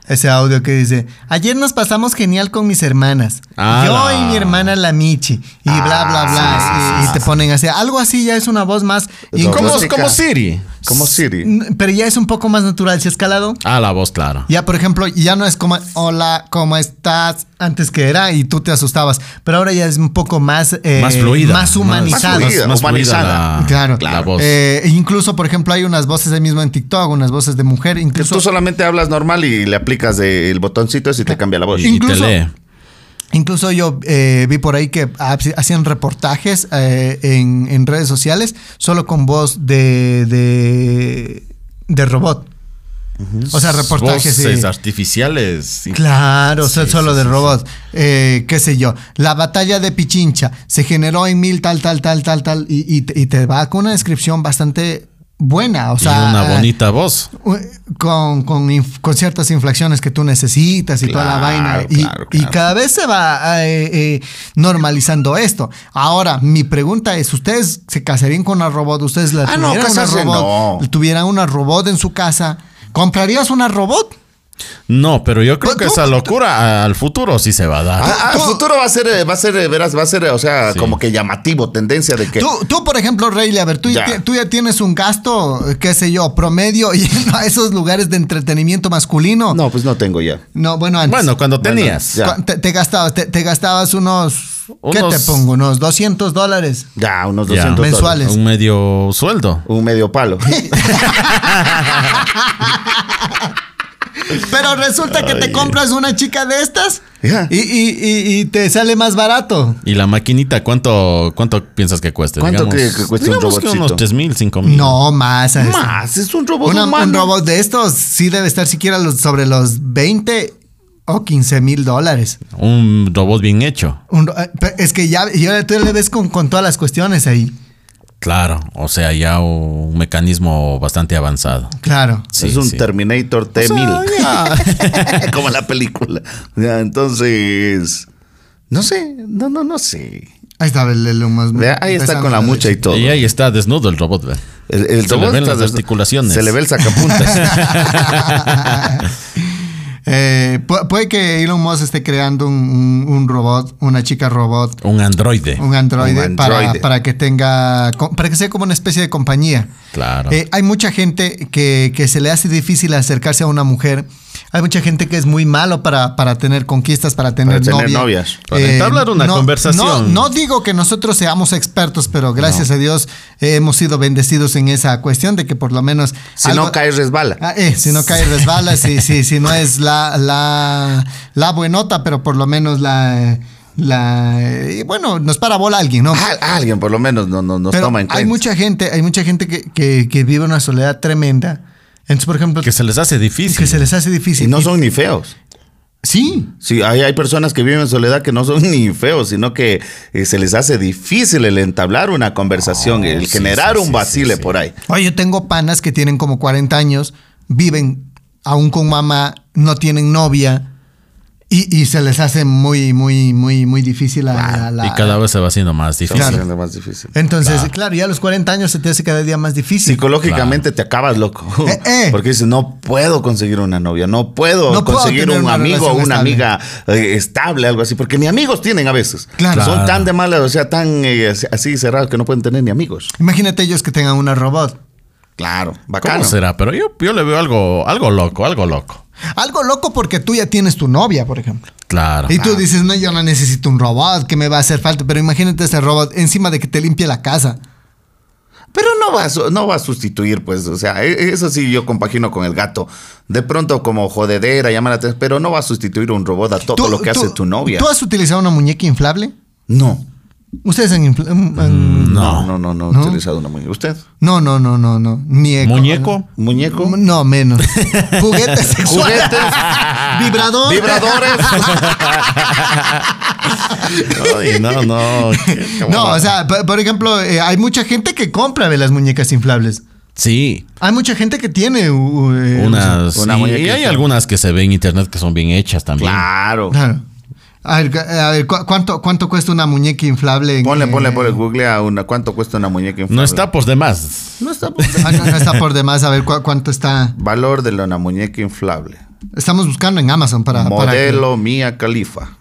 Ese audio que dice, ayer nos pasamos genial con mis hermanas.
Ah,
Yo
la-
y mi hermana la Michi. Y bla, bla, bla. y, y te ponen así. Algo así ya es una voz más...
Es
incluso-
¿Cómo,
Música.
como Siri.
¿Cómo Siri?
N- Pero ya es un poco más natural. Si escalado,
Ah, la voz, claro.
ya por ejemplo, ya no es como, hola, ¿cómo estás? Antes que era y tú te asustabas. Pero ahora ya es un poco más... eh,
más fluida.
Más humanizada.
Más fluida. humanizada.
la-
Claro,
La voz.
Eh, incluso, por ejemplo, hay unas voces ahí mismo en TikTok, unas voces de mujer,
Que
incluso,
tú solamente hablas normal y le aplicas eh, el botoncito ese y te cambia la voz.
y, y te
incluso-
lee.
incluso yo eh, vi por ahí que ha- hacían reportajes eh, en, en redes sociales solo con voz de, de, de robot. O sea, reportajes.
Voces
sí.
artificiales.
Claro, o sea,
Sí,
solo
sí,
de
sí,
robot. Eh, qué sé yo. La batalla de Pichincha se generó en mil tal, tal, tal, tal, tal. Y, y te- y te va con una descripción bastante buena. O
Y
sea,
una
ah,
bonita voz.
con, con, inf- con ciertas inflacciones que tú necesitas y toda la
Claro,
vaina. Y,
claro, claro.
y cada vez se va eh, eh, normalizando esto. Ahora, mi pregunta es, ¿ustedes se casarían con una robot? ¿Ustedes la
Ah, no,
tuvieran una
casarse,
robot?
no.
¿Tuvieran una robot en su casa? ¿Comprarías una robot?
No, pero yo creo
Pues
que
tú-
esa locura al futuro sí se va a dar.
Ah, ah,
Tú-
futuro va a ser, eh, va a ser, eh, verás, va a ser, eh, o sea,
Sí.
como que llamativo, tendencia de que.
Tú, tú, por ejemplo, Rey, a ver, tú ya.
Ya.
ti- tú ya tienes un gasto, eh, qué sé yo, promedio yendo a esos lugares de entretenimiento masculino.
No, pues no tengo ya.
No, bueno, antes.
bueno, cuando
Bueno,
tenías.
ya.
Cu- Te, te gastabas, te, te gastabas unos, ¿Qué
Unos-
te pongo? Unos 200 dólares.
Ya, unos
Ya.
200 dólares.
Mensuales. ¿Cuáles?
Un medio sueldo.
Un medio palo.
Pero resulta que te compras una chica de estas
Ya.
y, y- y- y te sale más barato.
¿Y la maquinita cuánto, cuánto piensas que cueste?
¿Cuánto cree que cueste un
digamos que
robotcito?
unos 3 mil, 5 mil.
No, más. ¿sabes?
Más, es un robot
Una- un
humano.
robot de estos sí debe estar siquiera los- sobre los 20. o 15 mil dólares.
Un robot bien hecho.
Un ro- eh, pe- es que ya, y ahora tú le ves con, con todas las cuestiones ahí.
Claro, o sea, ya un mecanismo bastante avanzado.
Claro.
Sí,
es un
sí.
Terminator T-1000. como la película. Ya, entonces, no sé, no, no, no sé.
Ahí está el, el Elon Musk
Vea, ahí está
empezando
con la
a-
mucha y todo.
Y ahí está desnudo el robot. ¿ve?
El, el
Se le
robot
ven
está
las
des-
articulaciones.
Se le ve el sacapuntas.
Eh, pu- puede que Elon Musk esté creando un, un- un robot, una chica robot,
Un androide.
un androide,
Un
para,
androide.
para que tenga, co- para que sea como una especie de compañía.
Claro.
Eh, hay mucha gente que, que se le hace difícil acercarse a una mujer. Hay mucha gente que es muy malo para, para tener conquistas, para tener,
tener
novia.
novias,
para entablar una conversación.
No, no digo que nosotros seamos expertos, pero gracias a Dios eh, hemos sido bendecidos en esa cuestión de que por lo menos...
si
algo-
no cae, resbala.
Ah, eh, si no cae resbala, si, si, si no es la, la, la buenota, pero por lo menos la... la eh, bueno, nos para bola alguien, ¿no?
Al- alguien, por lo menos, no, no, nos
Pero
toma en cuenta.
Hay mucha gente, hay mucha gente que, que- que vive una soledad tremenda. Entonces, por ejemplo,
que
que,
se les hace difícil.
se les hace
Y
difícil.
no son ni feos.
Sí.
Sí, hay, hay personas que viven en soledad que no son ni feos, sino que eh, se les hace difícil el entablar una conversación, el
sí,
generar
sí,
un
sí,
vacile
sí, sí.
por ahí.
Oye, yo tengo panas que tienen como 40 años, viven aún con mamá, no tienen novia. Y, y se les hace muy, muy, muy, muy difícil la... la- la-
Y cada vez se va haciendo más difícil.
Claro.
Es lo más difícil.
Entonces, claro. ya a los 40 años se te hace cada día más difícil.
Psicológicamente te acabas loco.
Eh, eh.
Porque dices, no puedo conseguir una novia, no puedo
No puedo
conseguir
tener
un
una
amigo o
relación
una
estable.
amiga eh, estable, algo así. Porque ni amigos tienen a veces.
Claro.
Son
Claro.
tan de malas, o sea, tan eh, así cerrados que no pueden tener ni amigos.
Imagínate ellos que tengan una robot.
Claro,
¿Cómo
bacano.
será? Pero yo, yo le veo algo, algo loco, algo loco.
Algo loco porque tú ya tienes tu novia, por ejemplo.
Claro.
Y tú dices, no, yo no necesito un robot, que me va a hacer falta. Pero imagínate ese robot encima de que te limpie la casa.
Pero no va, a, su- no va a sustituir, pues, o sea, e- eso sí yo compagino con el gato. De pronto como jodedera, llama la atención, pero no va a sustituir un robot a todo lo que
tú-
hace tu novia.
¿Tú has utilizado una muñeca inflable?
No.
¿Ustedes han infla- han- han-
No, no, no, no, he
¿No?
utilizado una muñeca. ¿Usted?
No, no, no, no, no. Ni he-
¿Muñeco?
¿Muñeco?
No, menos. Mm, Juguetes sexuales.
¿Juguetes?
Vibrador.
¿Vibradores?
Ay, no, no. qué- qué
No,
bobada.
o sea, por, por ejemplo, eh, hay mucha gente que compra ve, las muñecas inflables.
Sí.
Hay mucha gente que tiene u- u- eh,
Unas.
una
y-
muñeca
y, hay
inflable.
algunas que se ven en internet que son bien hechas también.
Claro.
Claro. A ver, a ver, ¿cu- ¿cuánto, ¿cuánto cuesta una muñeca inflable? en-
Ponle, ponle,
eh,
ponle, google a una, cuánto cuesta una muñeca inflable.
No está por demás.
No está.
Ah, no, no está por demás, a ver ¿cu- cuánto está.
Valor de la una muñeca inflable.
Estamos buscando en Amazon para. para que-
Modelo Mía Califa.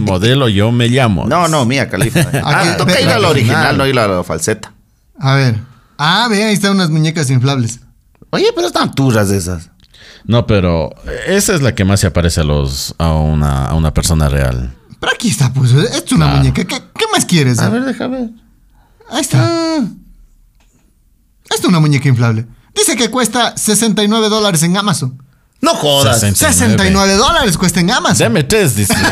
Modelo, yo me llamo.
No, no, Mía Califa. ah,
Aquí-
toca ir a
ve-
la original, no ir a la falseta.
a ver. Ah, ve, ahí están unas muñecas inflables.
Oye, pero están turras esas.
No, pero eh, esa es la que más se aparece a los a una, a una persona real.
Pero aquí está, pues. Es una
Claro.
muñeca. ¿Qué, qué más quieres?
A ver, déjame ver.
Ahí está. Esta es una muñeca inflable. Dice que cuesta 69 dólares en Amazon.
No jodas.
69 dólares cuesta en Amazon.
Dame tres, dice.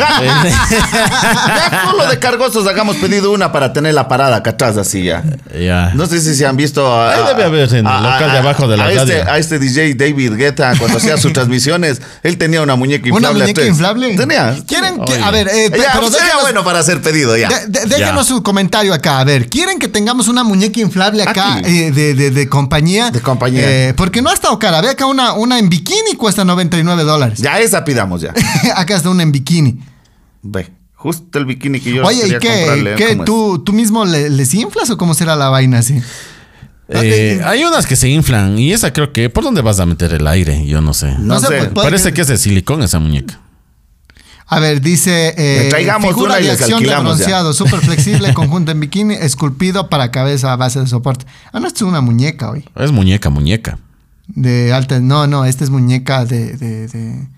Ya solo de cargosos hagamos pedido una para tener la parada acá atrás así ya.
ya.
No sé si se han visto a,
Ahí debe haber en el local de abajo de la
a este,
radio.
a este DJ David Guetta cuando hacía sus transmisiones, él tenía una muñeca inflable.
Una muñeca
atrás.
inflable.
Tenía.
¿Quieren que.?
Oye.
A ver, eh, pe-
Ya,
pero
sería
déjenos-
bueno para hacer pedido ya.
De- de- déjenos
Ya.
su comentario acá. A ver, ¿quieren que tengamos una muñeca inflable acá
Aquí.
eh, de, de- de compañía?
De compañía.
Eh, porque no ha estado cara. Ve acá una, una en bikini cuesta 99 dólares.
Ya esa pidamos ya.
acá está una en bikini.
Ve, justo el bikini que yo
Oye, ¿y
quería
qué?
comprarle,
qué?
¿cómo es?
¿Tú, ¿Tú mismo le- les inflas o cómo será la vaina así?
Eh, hay unas que se inflan y esa creo que. ¿Por dónde vas a meter el aire? Yo no sé.
No sé,
pues, puede
Parece que es de silicón esa muñeca.
A ver, dice. Eh,
Le traigamos
figura
una y
de
les
acción de
alquilamos ya.
bronceado, súper flexible, conjunto en bikini, esculpido para cabeza a base de soporte. Ah, no, esto es una muñeca hoy.
Es muñeca, muñeca.
De alta. No, no, esta es muñeca de. de- de-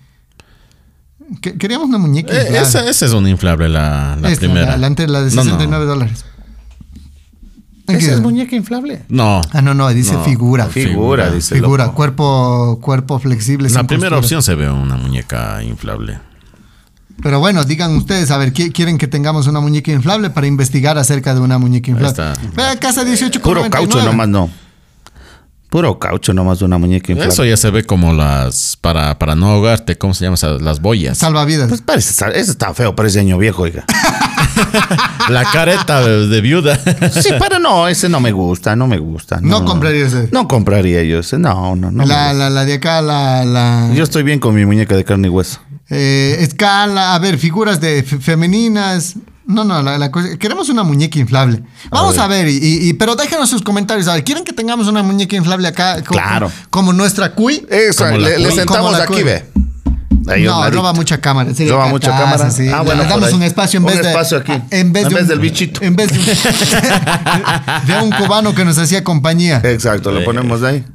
Que- Queríamos una muñeca.
Eh,
inflable.
esa, esa es una inflable, la, la
Esta,
primera.
La, la ante- la de
No, no.
69 dólares.
Esa es
Aquí.
muñeca inflable.
No.
Ah, no, no, dice
No,
figura.
Figura,
Figura.
dice.
Figura,
loco.
cuerpo, cuerpo flexible.
La
sin
primera
costuras.
opción se ve una muñeca inflable.
Pero bueno, digan ustedes, a ver, ¿qui- ¿quieren que tengamos una muñeca inflable para investigar acerca de una muñeca inflable?
está.
Ve a casa 18
Puro caucho nomás no. Puro caucho nomás de una muñeca inflable.
Eso ya se ve como las. Para, para no ahogarte, ¿cómo se llama? esas? Las boyas.
Salvavidas.
Pues parece, estar- eso está feo, parece año viejo, oiga.
La careta de, de viuda.
Sí, para no, ese no me gusta, no me gusta.
No compraría ese.
No compraría yo ese, no, no, no. me
la, la, la de acá, la. la
gusta. Yo estoy bien con mi muñeca de carne y hueso.
eh, escala, a ver, figuras de fe- femeninas. No, no, la, la cosa- queremos una muñeca inflable. Vamos a ver, y- y, y- pero déjenos sus comentarios. A ver, ¿quieren que tengamos una muñeca inflable acá? co-
Claro. Eh,
Como, nuestra cuy.
Eso,
Como la
le, le
cuy. Como
sentamos
la
aquí,
cuy.
ve. Ahí a un
no,
ladito.
roba mucha cámara. sí,
Roba
acá
mucha
atrás,
cámara.
así.
Ah, bueno,
Le
por
damos
ahí.
un espacio en
Un
vez de.
espacio aquí.
En vez,
En
de
vez
un-
del bichito.
En vez de un, de un cubano que nos hacía compañía.
Exacto, lo ponemos de ahí.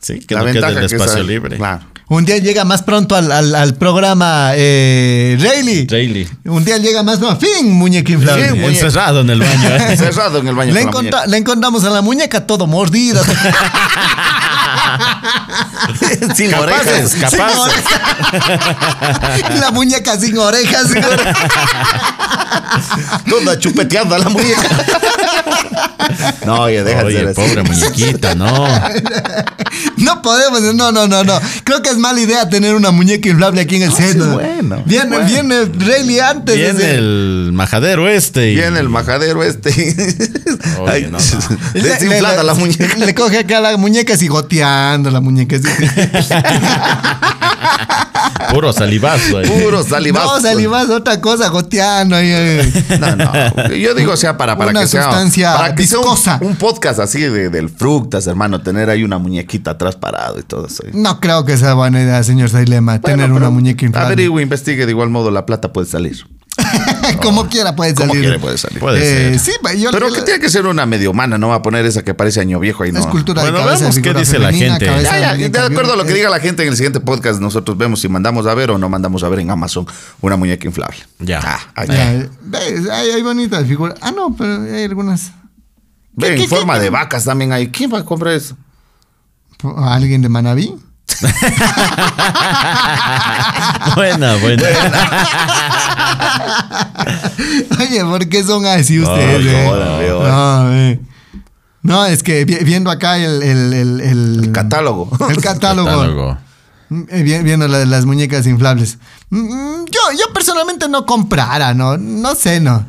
Sí, Eh, que no quede el
que es
espacio
ahí.
libre.
Claro.
Un día llega más pronto al, al- al programa eh, Rayleigh.
Rayleigh.
Un día llega más pronto. Fin, muñeca inflable.
Fin, muñeca.
Encerrado en el baño. ¿eh?
Cerrado en el baño.
Le,
con la
encontra-
muñeca.
le encontramos a la muñeca todo mordida.
Sin
Capaces,
orejas.
Sin
capaces.
orejas. la muñeca sin orejas. sin orejas.
Toda chupeteando a la muñeca. No, oye, deja de
Oye,
ser así.
pobre muñequita, no.
No podemos. No, no, no, no. Creo que es mala idea tener una muñeca inflable aquí en el centro.
bueno,
Viene, viene Rayleigh antes. así.
Viene el majadero este. y-
Viene el majadero este.
Oye,
Ay,
no, no.
Le-
Desinflada
le-
la muñeca.
Le coge acá la muñeca así goteando la muñeca. así.
Puro salivazo. eh.
Puro salivazo.
No, salivas otra cosa, goteando. ahí, ahí.
No, no. Yo digo, o sea, para, para
Una
que sea.
sustancia
para que sea un-
viscosa.
un, podcast así de, del fructas, hermano. Tener ahí una muñequita atrás parado y todo eso.
No creo que sea buena idea, señor Sailema, tener una muñeca inflable.
Averigüe, investigue. De igual modo, la plata puede salir.
Como quiera puede
Como
salir.
quiere puede salir.
Puede
Eh, sí,
ser.
pa- yo
Pero
yo-
que tiene que ser una medio humana, no va a poner esa que parece año viejo ahí, ¿no?
es cultura
Bueno,
de cabeza.
veamos qué
figura
dice la
femenina,
gente.
cabeza
Ya, ya,
muñeca,
de acuerdo a lo que
viola.
diga la gente en el siguiente podcast, nosotros vemos si mandamos a ver o no mandamos a ver en Amazon una muñeca inflable.
Ya.
Ah, ahí.
Ya, eh, ves, Hay, hay bonitas figuras. Ah, no, pero hay algunas.
Ve,
¿Qué,
en
qué,
forma
qué?
de vacas también hay. ¿Quién va a comprar eso?
¿Alguien de Manaví?
Buena, buena.
Oye, ¿por qué son así ustedes?
Ay,
eh?
ahora veo.
No, eh. No, es que vi- viendo acá el... El, el- el-
Catálogo.
el catálogo.
Catálogo.
Mm, eh, vi- Viendo la- las muñecas inflables. Mm, Yo, yo personalmente no comprara, ¿no? No sé, ¿no?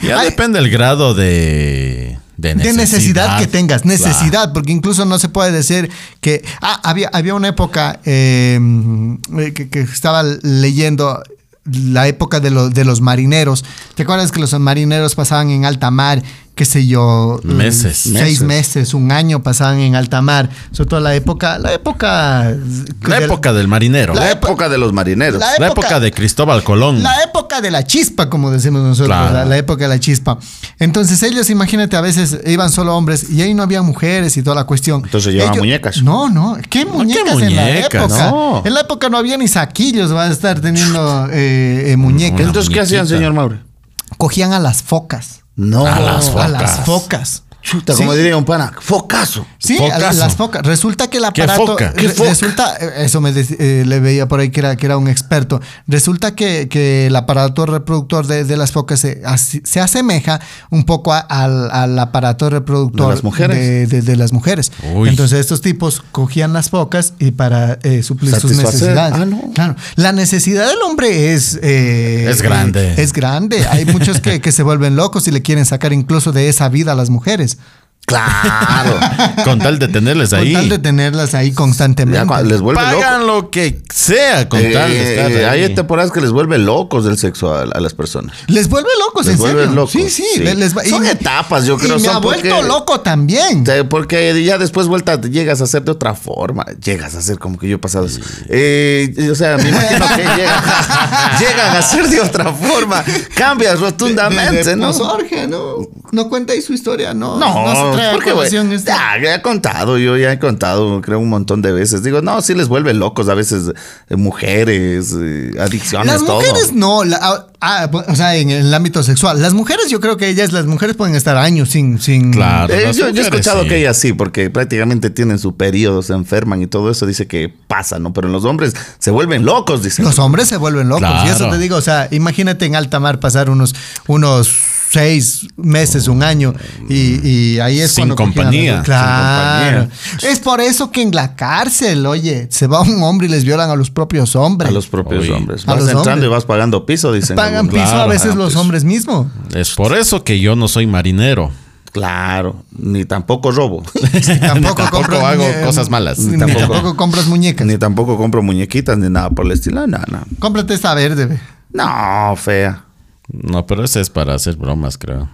Ya
Ay.
depende el grado de, de
De
necesidad.
necesidad que tengas,
Claro.
necesidad, porque incluso no se puede decir que... Ah, había, había una época eh, eh, que, que estaba leyendo la época de, lo- de los marineros. ¿Te acuerdas que los marineros pasaban en alta mar, qué sé yo? eh,
Meses.
Seis
Meses.
meses, un año pasaban en alta mar. Sobre todo la época... La época...
La época del marinero.
La,
La,
época de los marineros.
La- época
época de Cristóbal Colón.
La época de la chispa, como decimos nosotros,
Mm. Claro.
la, la época de la chispa. Entonces ellos, imagínate, a veces iban solo hombres y ahí no había mujeres y toda la cuestión.
Entonces llevaban
Ellos-
muñecas.
No, no, ¿qué muñecas,
muñecas?
en la época?
No.
En la época no había ni saquillos, van a estar teniendo eh, eh, muñecas.
Una
Entonces, ¿qué hacían,
muñequita.
señor Mauro?
Cogían a las focas.
No.
A las
A las
focas.
focas.
Chuta,
Sí.
como diría un pana, focazo.
Sí, a la-
Focazo.
las focas. Resulta que el
¿Qué
aparato.
foca?
re-
¿Qué foca?
Resulta, eh, eso me dec- eh, le veía por ahí que era, que era un experto. Resulta que, que el aparato reproductor de, de las focas se, as- se asemeja un poco a- al, al aparato reproductor
¿De las mujeres?
De, de- de las mujeres.
Uy.
Entonces estos tipos cogían las focas y para eh, suplir sus
Satisfacer.
necesidades.
Ah, no.
Claro. La necesidad del hombre es. eh,
Es grande.
Es grande. Hay muchos que, que se vuelven locos y le quieren sacar incluso de esa vida a las mujeres.
Claro.
Con tal de tenerles
Con
ahí.
tal de tenerlas ahí
Pues Ya
constantemente.
cua- les vuelve
Pagan
locos.
lo que sea con tal de estar
Eh,
ahí.
hay temporadas que les vuelve locos del sexo a, a las personas.
Les vuelve locos,
Les
en
vuelve
serio.
locos,
sí, sí.
sí.
le- les va-
Son etapas, yo creo,
Y me
son
ha vuelto
porque-
loco también.
Te- Porque ya después vuelta te llegas a ser de otra forma. Llegas a ser como que yo he pasado. eso. Eh, o sea, me imagino que llegan, llegan a ser de otra forma. Cambias rotundamente, ¿no?
pues, Jorge, ¿no? No cuenta ahí su historia, ¿no?
No,
se trae a
porque güey,
colación esto.
ya, ya he contado, yo ya he contado, creo, un montón de veces. Digo, no, sí les vuelve locos a veces eh, mujeres, eh, adicciones,
Las
todo.
mujeres no, la- ah, ah, o sea, en el ámbito sexual. Las mujeres, yo creo que ellas, las mujeres pueden estar años sin. sin
Claro.
Eh,
las
yo, yo he
mujeres,
escuchado
sí.
que ellas sí, porque prácticamente tienen su periodo, se enferman y todo eso, dice que pasa, ¿no? Pero en los hombres se vuelven locos, dicen.
Los hombres se vuelven locos. Y eso
Claro.
te digo, o sea, imagínate en alta mar pasar unos, unos seis meses, un año. Y, y ahí es
Sin
cuando cogían a
compañía,
los-
sin
Claro.
compañía.
Es por eso que en la cárcel, oye, se va un hombre y les violan a los propios hombres.
A los propios
Oye.
hombres.
A
Vas
los
entrando
hombres.
y vas pagando piso, dicen.
Pagan
algunos. pues,
piso a
Claro,
veces
pagan
los
piso.
hombres mismos.
Es por eso que yo no soy marinero.
Claro, ni tampoco robo.
Tampoco,
Tampoco
compras
hago
muñe-
cosas malas.
Ni tampoco,
Tampoco.
compras muñecas.
ni tampoco compro muñequitas ni nada por el estilo. No, no.
Cómprate esta verde. ve.
No, fea.
No, pero ese es para hacer bromas, creo.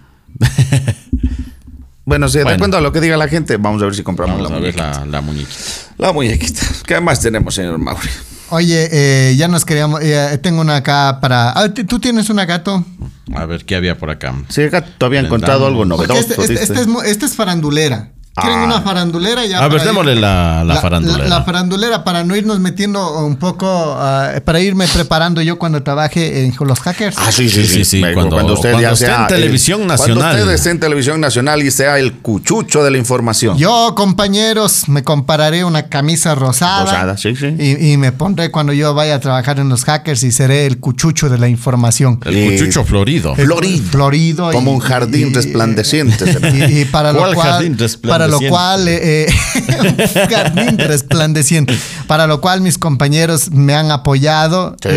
Bueno, sí,
Bueno.
de cuento a lo que diga la gente, vamos a ver si compramos
Vamos
la
a ver
muñequita.
la, la muñeca.
La... muñequita. ¿Qué más tenemos, señor Mauri?
Oye, eh, ya nos queríamos. eh, tengo una acá para. Ah, t- ¿Tú tienes una gato?
A ver qué había por acá.
Sí, acá todavía he encontrado algo
Porque
novedoso.
este, este-
dice.
este es, mu- este es farandulera. ¿Quieren
Ah.
una farandulera? Ya
A ver,
para ir-
démosle la, la farandulera.
La, la farandulera, para no irnos metiendo un poco, ah, para irme preparando yo cuando trabaje en los hackers.
Ah, sí, sí,
Sí,
sí.
sí, sí,
Me-
cuando- cuando esté en televisión nacional.
Cuando usted esté en televisión nacional y sea el cuchucho de la información.
Yo, compañeros, me compararé una camisa rosada.
Rosada, sí, sí.
Y, y me pondré cuando yo vaya a trabajar en los hackers y seré el cuchucho de la información.
El
Eh,
cuchucho florido.
Florido.
Florido. y-
Como un jardín
y-
resplandeciente. será.
Y, y para, lo
¿Cuál
cual,
jardín
para lo
resplandeciente?
cual, eh, eh, un jardín resplandeciente, para lo cual mis compañeros me han apoyado
Sí.
eh,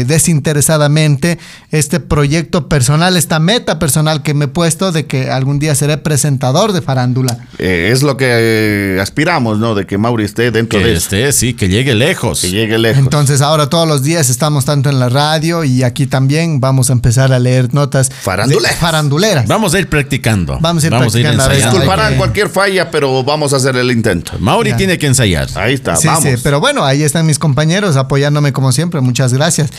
eh, desinteresadamente este proyecto personal, esta meta personal que me he puesto de que algún día seré presentador de farándula.
Eh, es lo que eh, aspiramos, ¿no? De que Mauri esté dentro
Que
de esto.
esté, sí, que llegue lejos.
Que llegue lejos.
Entonces ahora todos los días estamos tanto en la radio y aquí también vamos a empezar a leer notas de-
Faranduleras.
faranduleras.
Vamos a ir practicando.
Vamos a ir practicando, a ver,
ensayando.
disculpa.
Disculparán
que-
cualquier falla, pero vamos a hacer el intento.
Mauri tiene que ensayar.
Ahí está,
Sí,
vamos.
sí, pero bueno, ahí están mis compañeros apoyándome como siempre, muchas gracias.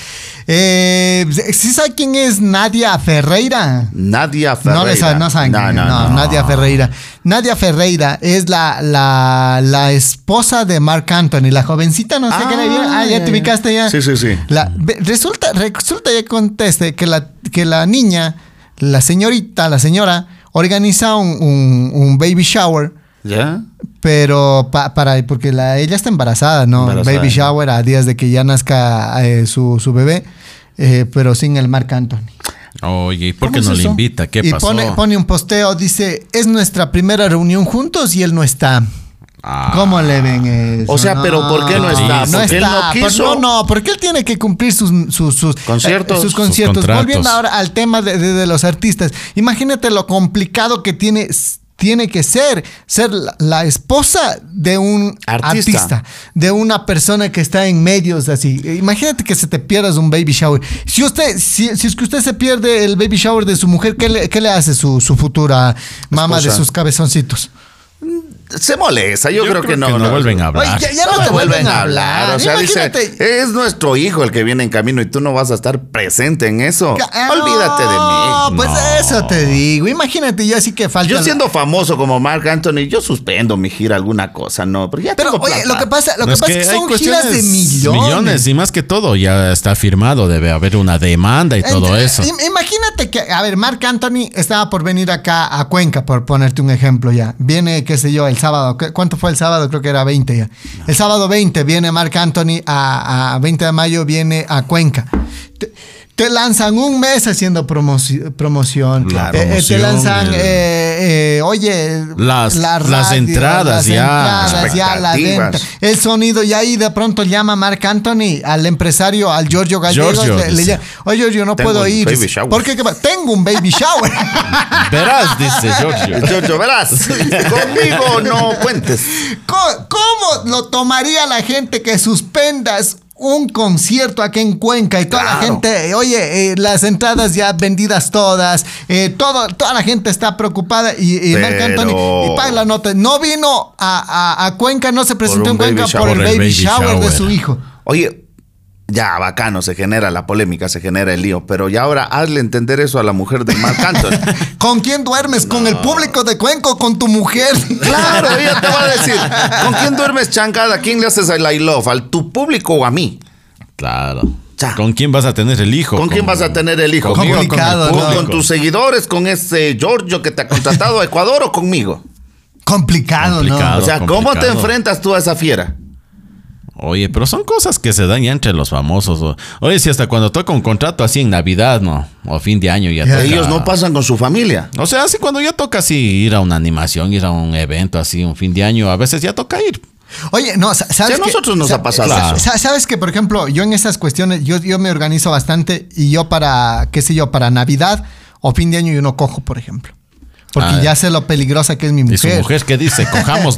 Eh, ¿Sí sabe quién es Nadia Ferreira?
Nadia Ferreira.
No, le saben, no saben.
No,
quién
no,
es, no,
no.
Nadia Ferreira. Nadia Ferreira es la, la, la esposa de Mark Anthony, la jovencita, no sé
Ah,
qué le vieron. Ah, ya,
ya,
te
ya.
ubicaste ya.
Sí, sí, sí.
La- ve- resulta, resulta ya conteste que la, que la niña, la señorita, la señora, organiza un, un- un baby shower.
¿Ya?
Pero pa- para, porque la, ella está embarazada, ¿no?
Embarazada.
Baby shower a días de que ya nazca eh, su, su bebé, eh, pero sin el Marc Anthony.
Oye, ¿y por
¿Cómo
qué
es
no le
eso?
invita? ¿Qué
y
pasó?
Pone, pone un posteo, dice, es nuestra primera reunión juntos y él no está.
Ah.
¿Cómo le ven eso?
O sea, pero ¿por qué no
está?
No
¿Porque él
está.
no
por-
quiso?
no, no, porque él tiene que cumplir sus, sus, sus
Conciertos.
eh, sus
Sus
conciertos.
contratos.
Volviendo ahora al tema de, de- de los artistas. Imagínate lo complicado que tiene, tiene que ser ser la, la esposa de un artista.
Artista.
de una persona que está en medios así. Eh, Imagínate que se te pierdas un baby shower. Si usted, si, si es que usted se pierde el baby shower de su mujer, ¿qué le, qué le hace su, su futura mamá de
Esposa.
sus cabezoncitos?
Se molesta, yo, creo, que no.
vuelven a hablar.
Oye, ya, ya no, te vuelven a hablar.
O sea, dice, "Eh,
Imagínate.
es nuestro hijo el que viene en camino y tú no vas a estar presente en eso.
Ah,
Olvídate de mí.
No, pues
No.
eso te digo. Imagínate, yo así que falta.
Yo siendo famoso como Mark Anthony, yo suspendo mi gira alguna cosa, no, pero ya
Pero
tengo
oye,
plata.
lo que pasa, lo
No,
que pasa es que
hay
son giras de
cuestiones-
millones.
Millones, y más que todo, ya está firmado, debe haber una demanda y todo
Ent-
eso.
im- Imagínate que, a ver, Marc Anthony estaba por venir acá a Cuenca, por ponerte un ejemplo ya. Viene, qué sé yo, el sábado. ¿Qué- ¿Cuánto fue el sábado? Creo que era 20 ya. El sábado 20 viene Marc Anthony a, a 20 de mayo, viene a Cuenca. Te, te lanzan un mes haciendo promoci- promoción.
La
Eh, eh, te
promoción,
lanzan,
el-
eh, eh, oye,
Las-
la
las
radio,
entradas
las
ya.
entradas ya, la
Expectativas.
venta, el sonido. Y ahí de pronto llama Marc Anthony al empresario, al Giorgio Gallegos.
Giorgio,
le- le
dice.
llama, Oye, Giorgio, no
Tengo
puedo
un
ir.
baby
Dice,
shower.
¿Por qué? ¿Qué pasa? Tengo un baby shower.
Verás, dice Giorgio.
Chocho, verás, conmigo no cuentes.
¿Cómo, cómo lo tomaría la gente que suspendas un concierto aquí en Cuenca y toda la
Claro.
gente, oye, eh, las entradas ya vendidas todas, eh, todo, toda la gente está preocupada y, y Marc
Pero-
Anthony y paga la nota. No vino a, a- a Cuenca, no se presentó
un
en Cuenca
baby
por el
shower.
baby,
Por el baby
shower, de
shower.
su hijo.
Oye, ya bacano, se genera la polémica, se genera el lío, pero ya ahora hazle entender eso a la mujer de Mark Anthony.
¿Con quién duermes? ¿Con el público de Cuenca o con tu mujer?
Claro, ella te va a decir, ¿con quién duermes chancada? ¿A quién le haces el I love? ¿Al tu público o a mí?
Claro.
Ya.
¿Con quién vas a tener el hijo?
¿Con, quién vas a tener el hijo?
conmigo,
¿Conmigo,
Complicado,
con,
¿no?
con tus seguidores, con ese Giorgio que te ha contratado a Ecuador o conmigo?
Complicado, ¿no?
Complicado.
o sea, ¿cómo te
complicado.
enfrentas tú a esa fiera?
Oye, pero son cosas que se dan ya entre los famosos. o- Oye, si hasta cuando toca un contrato así en Navidad, ¿no? O fin de año ya
Ya,
toca-
Ellos no pasan con su familia.
O sea, así cuando ya toca así ir a una animación, ir a un evento así, un fin de año, a veces ya toca ir.
Oye, no, sa-
Sí,
¿sabes?
a
que-
nosotros nos
sa-
ha pasado
claro.
eso.
Sa- Sabes que, por ejemplo, yo en esas cuestiones, yo, yo me organizo bastante y yo para, qué sé yo, para Navidad o fin de año yo no cojo, por ejemplo. Porque
Ah.
ya sé lo peligrosa que es mi
Y su
mujer.
mujer que dice, cojamos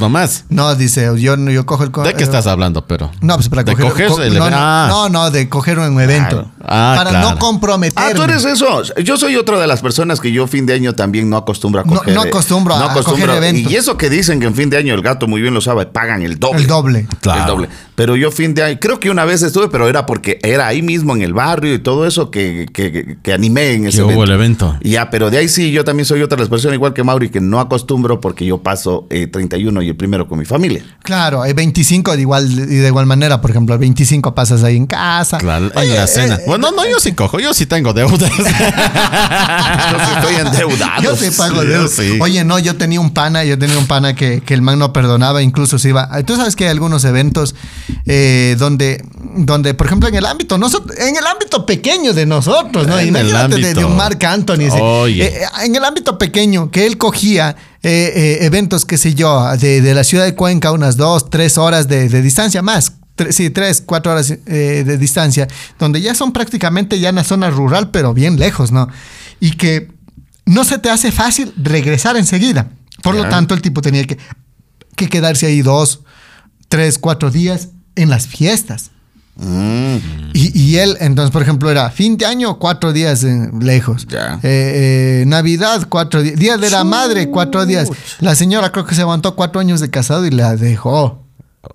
nomás.
No, dice, yo, no- yo cojo el... co- eh,
¿De qué estás hablando, pero?
No, pues para
¿De
coger...
coger
co-
el
no,
evento? Ah.
no, no, de coger un evento.
Claro. Ah,
para no
claro.
comprometerme.
Ah, tú eres eso. Yo soy otra de las personas que yo fin de año también no acostumbro a
No-
coger.
no
eh,
acostumbro a- a coger eventos.
Y eso que dicen que en fin de año el gato muy bien lo sabe, pagan el doble.
El doble.
Claro.
El doble. Pero yo fin de año, creo que una vez estuve, pero era porque era ahí mismo en el barrio y todo eso que, que- que- que animé en ese
Que hubo
evento.
el evento.
Ya, pero de ahí sí, yo también soy otra de las personas, igual que Mauri, que no acostumbro porque yo paso eh, 31 y el primero con mi familia.
Claro, el 25 de igual, y de igual manera, por ejemplo, el 25 pasas ahí en casa.
Claro, en
Oye,
la cena.
eh,
bueno, no, yo sí cojo, yo sí tengo deudas.
Yo sí estoy endeudado.
Yo te pago
Sí,
de-
yo sí.
Oye, no, yo tenía un pana, yo tenía un pana que, que el man no perdonaba, incluso se iba. Tú sabes que hay algunos eventos eh, donde, donde, por ejemplo, en el ámbito, nosotros, en el ámbito pequeño de nosotros, ¿no?
En el
Imagínate de, de
ámbito.
un Marc Anthony. sí.
Oye.
Eh, eh, en el ámbito pequeño, que él cogía eh, eh, eventos, qué sé yo, de, de la ciudad de Cuenca, unas dos, tres horas de, de distancia más. Tre- Sí, tres, cuatro horas eh, de distancia, donde ya son prácticamente ya en la zona rural, pero bien lejos, ¿no? Y que no se te hace fácil regresar enseguida. Por lo tanto, el tipo tenía que, que quedarse ahí dos, tres, cuatro días en las fiestas. Mm. Y, y él, entonces, por ejemplo, era fin de año, cuatro días eh, lejos.
Ya.
Eh, eh, Navidad, cuatro días. Día de la madre, cuatro días. La señora creo que se aguantó cuatro años de casado y la dejó.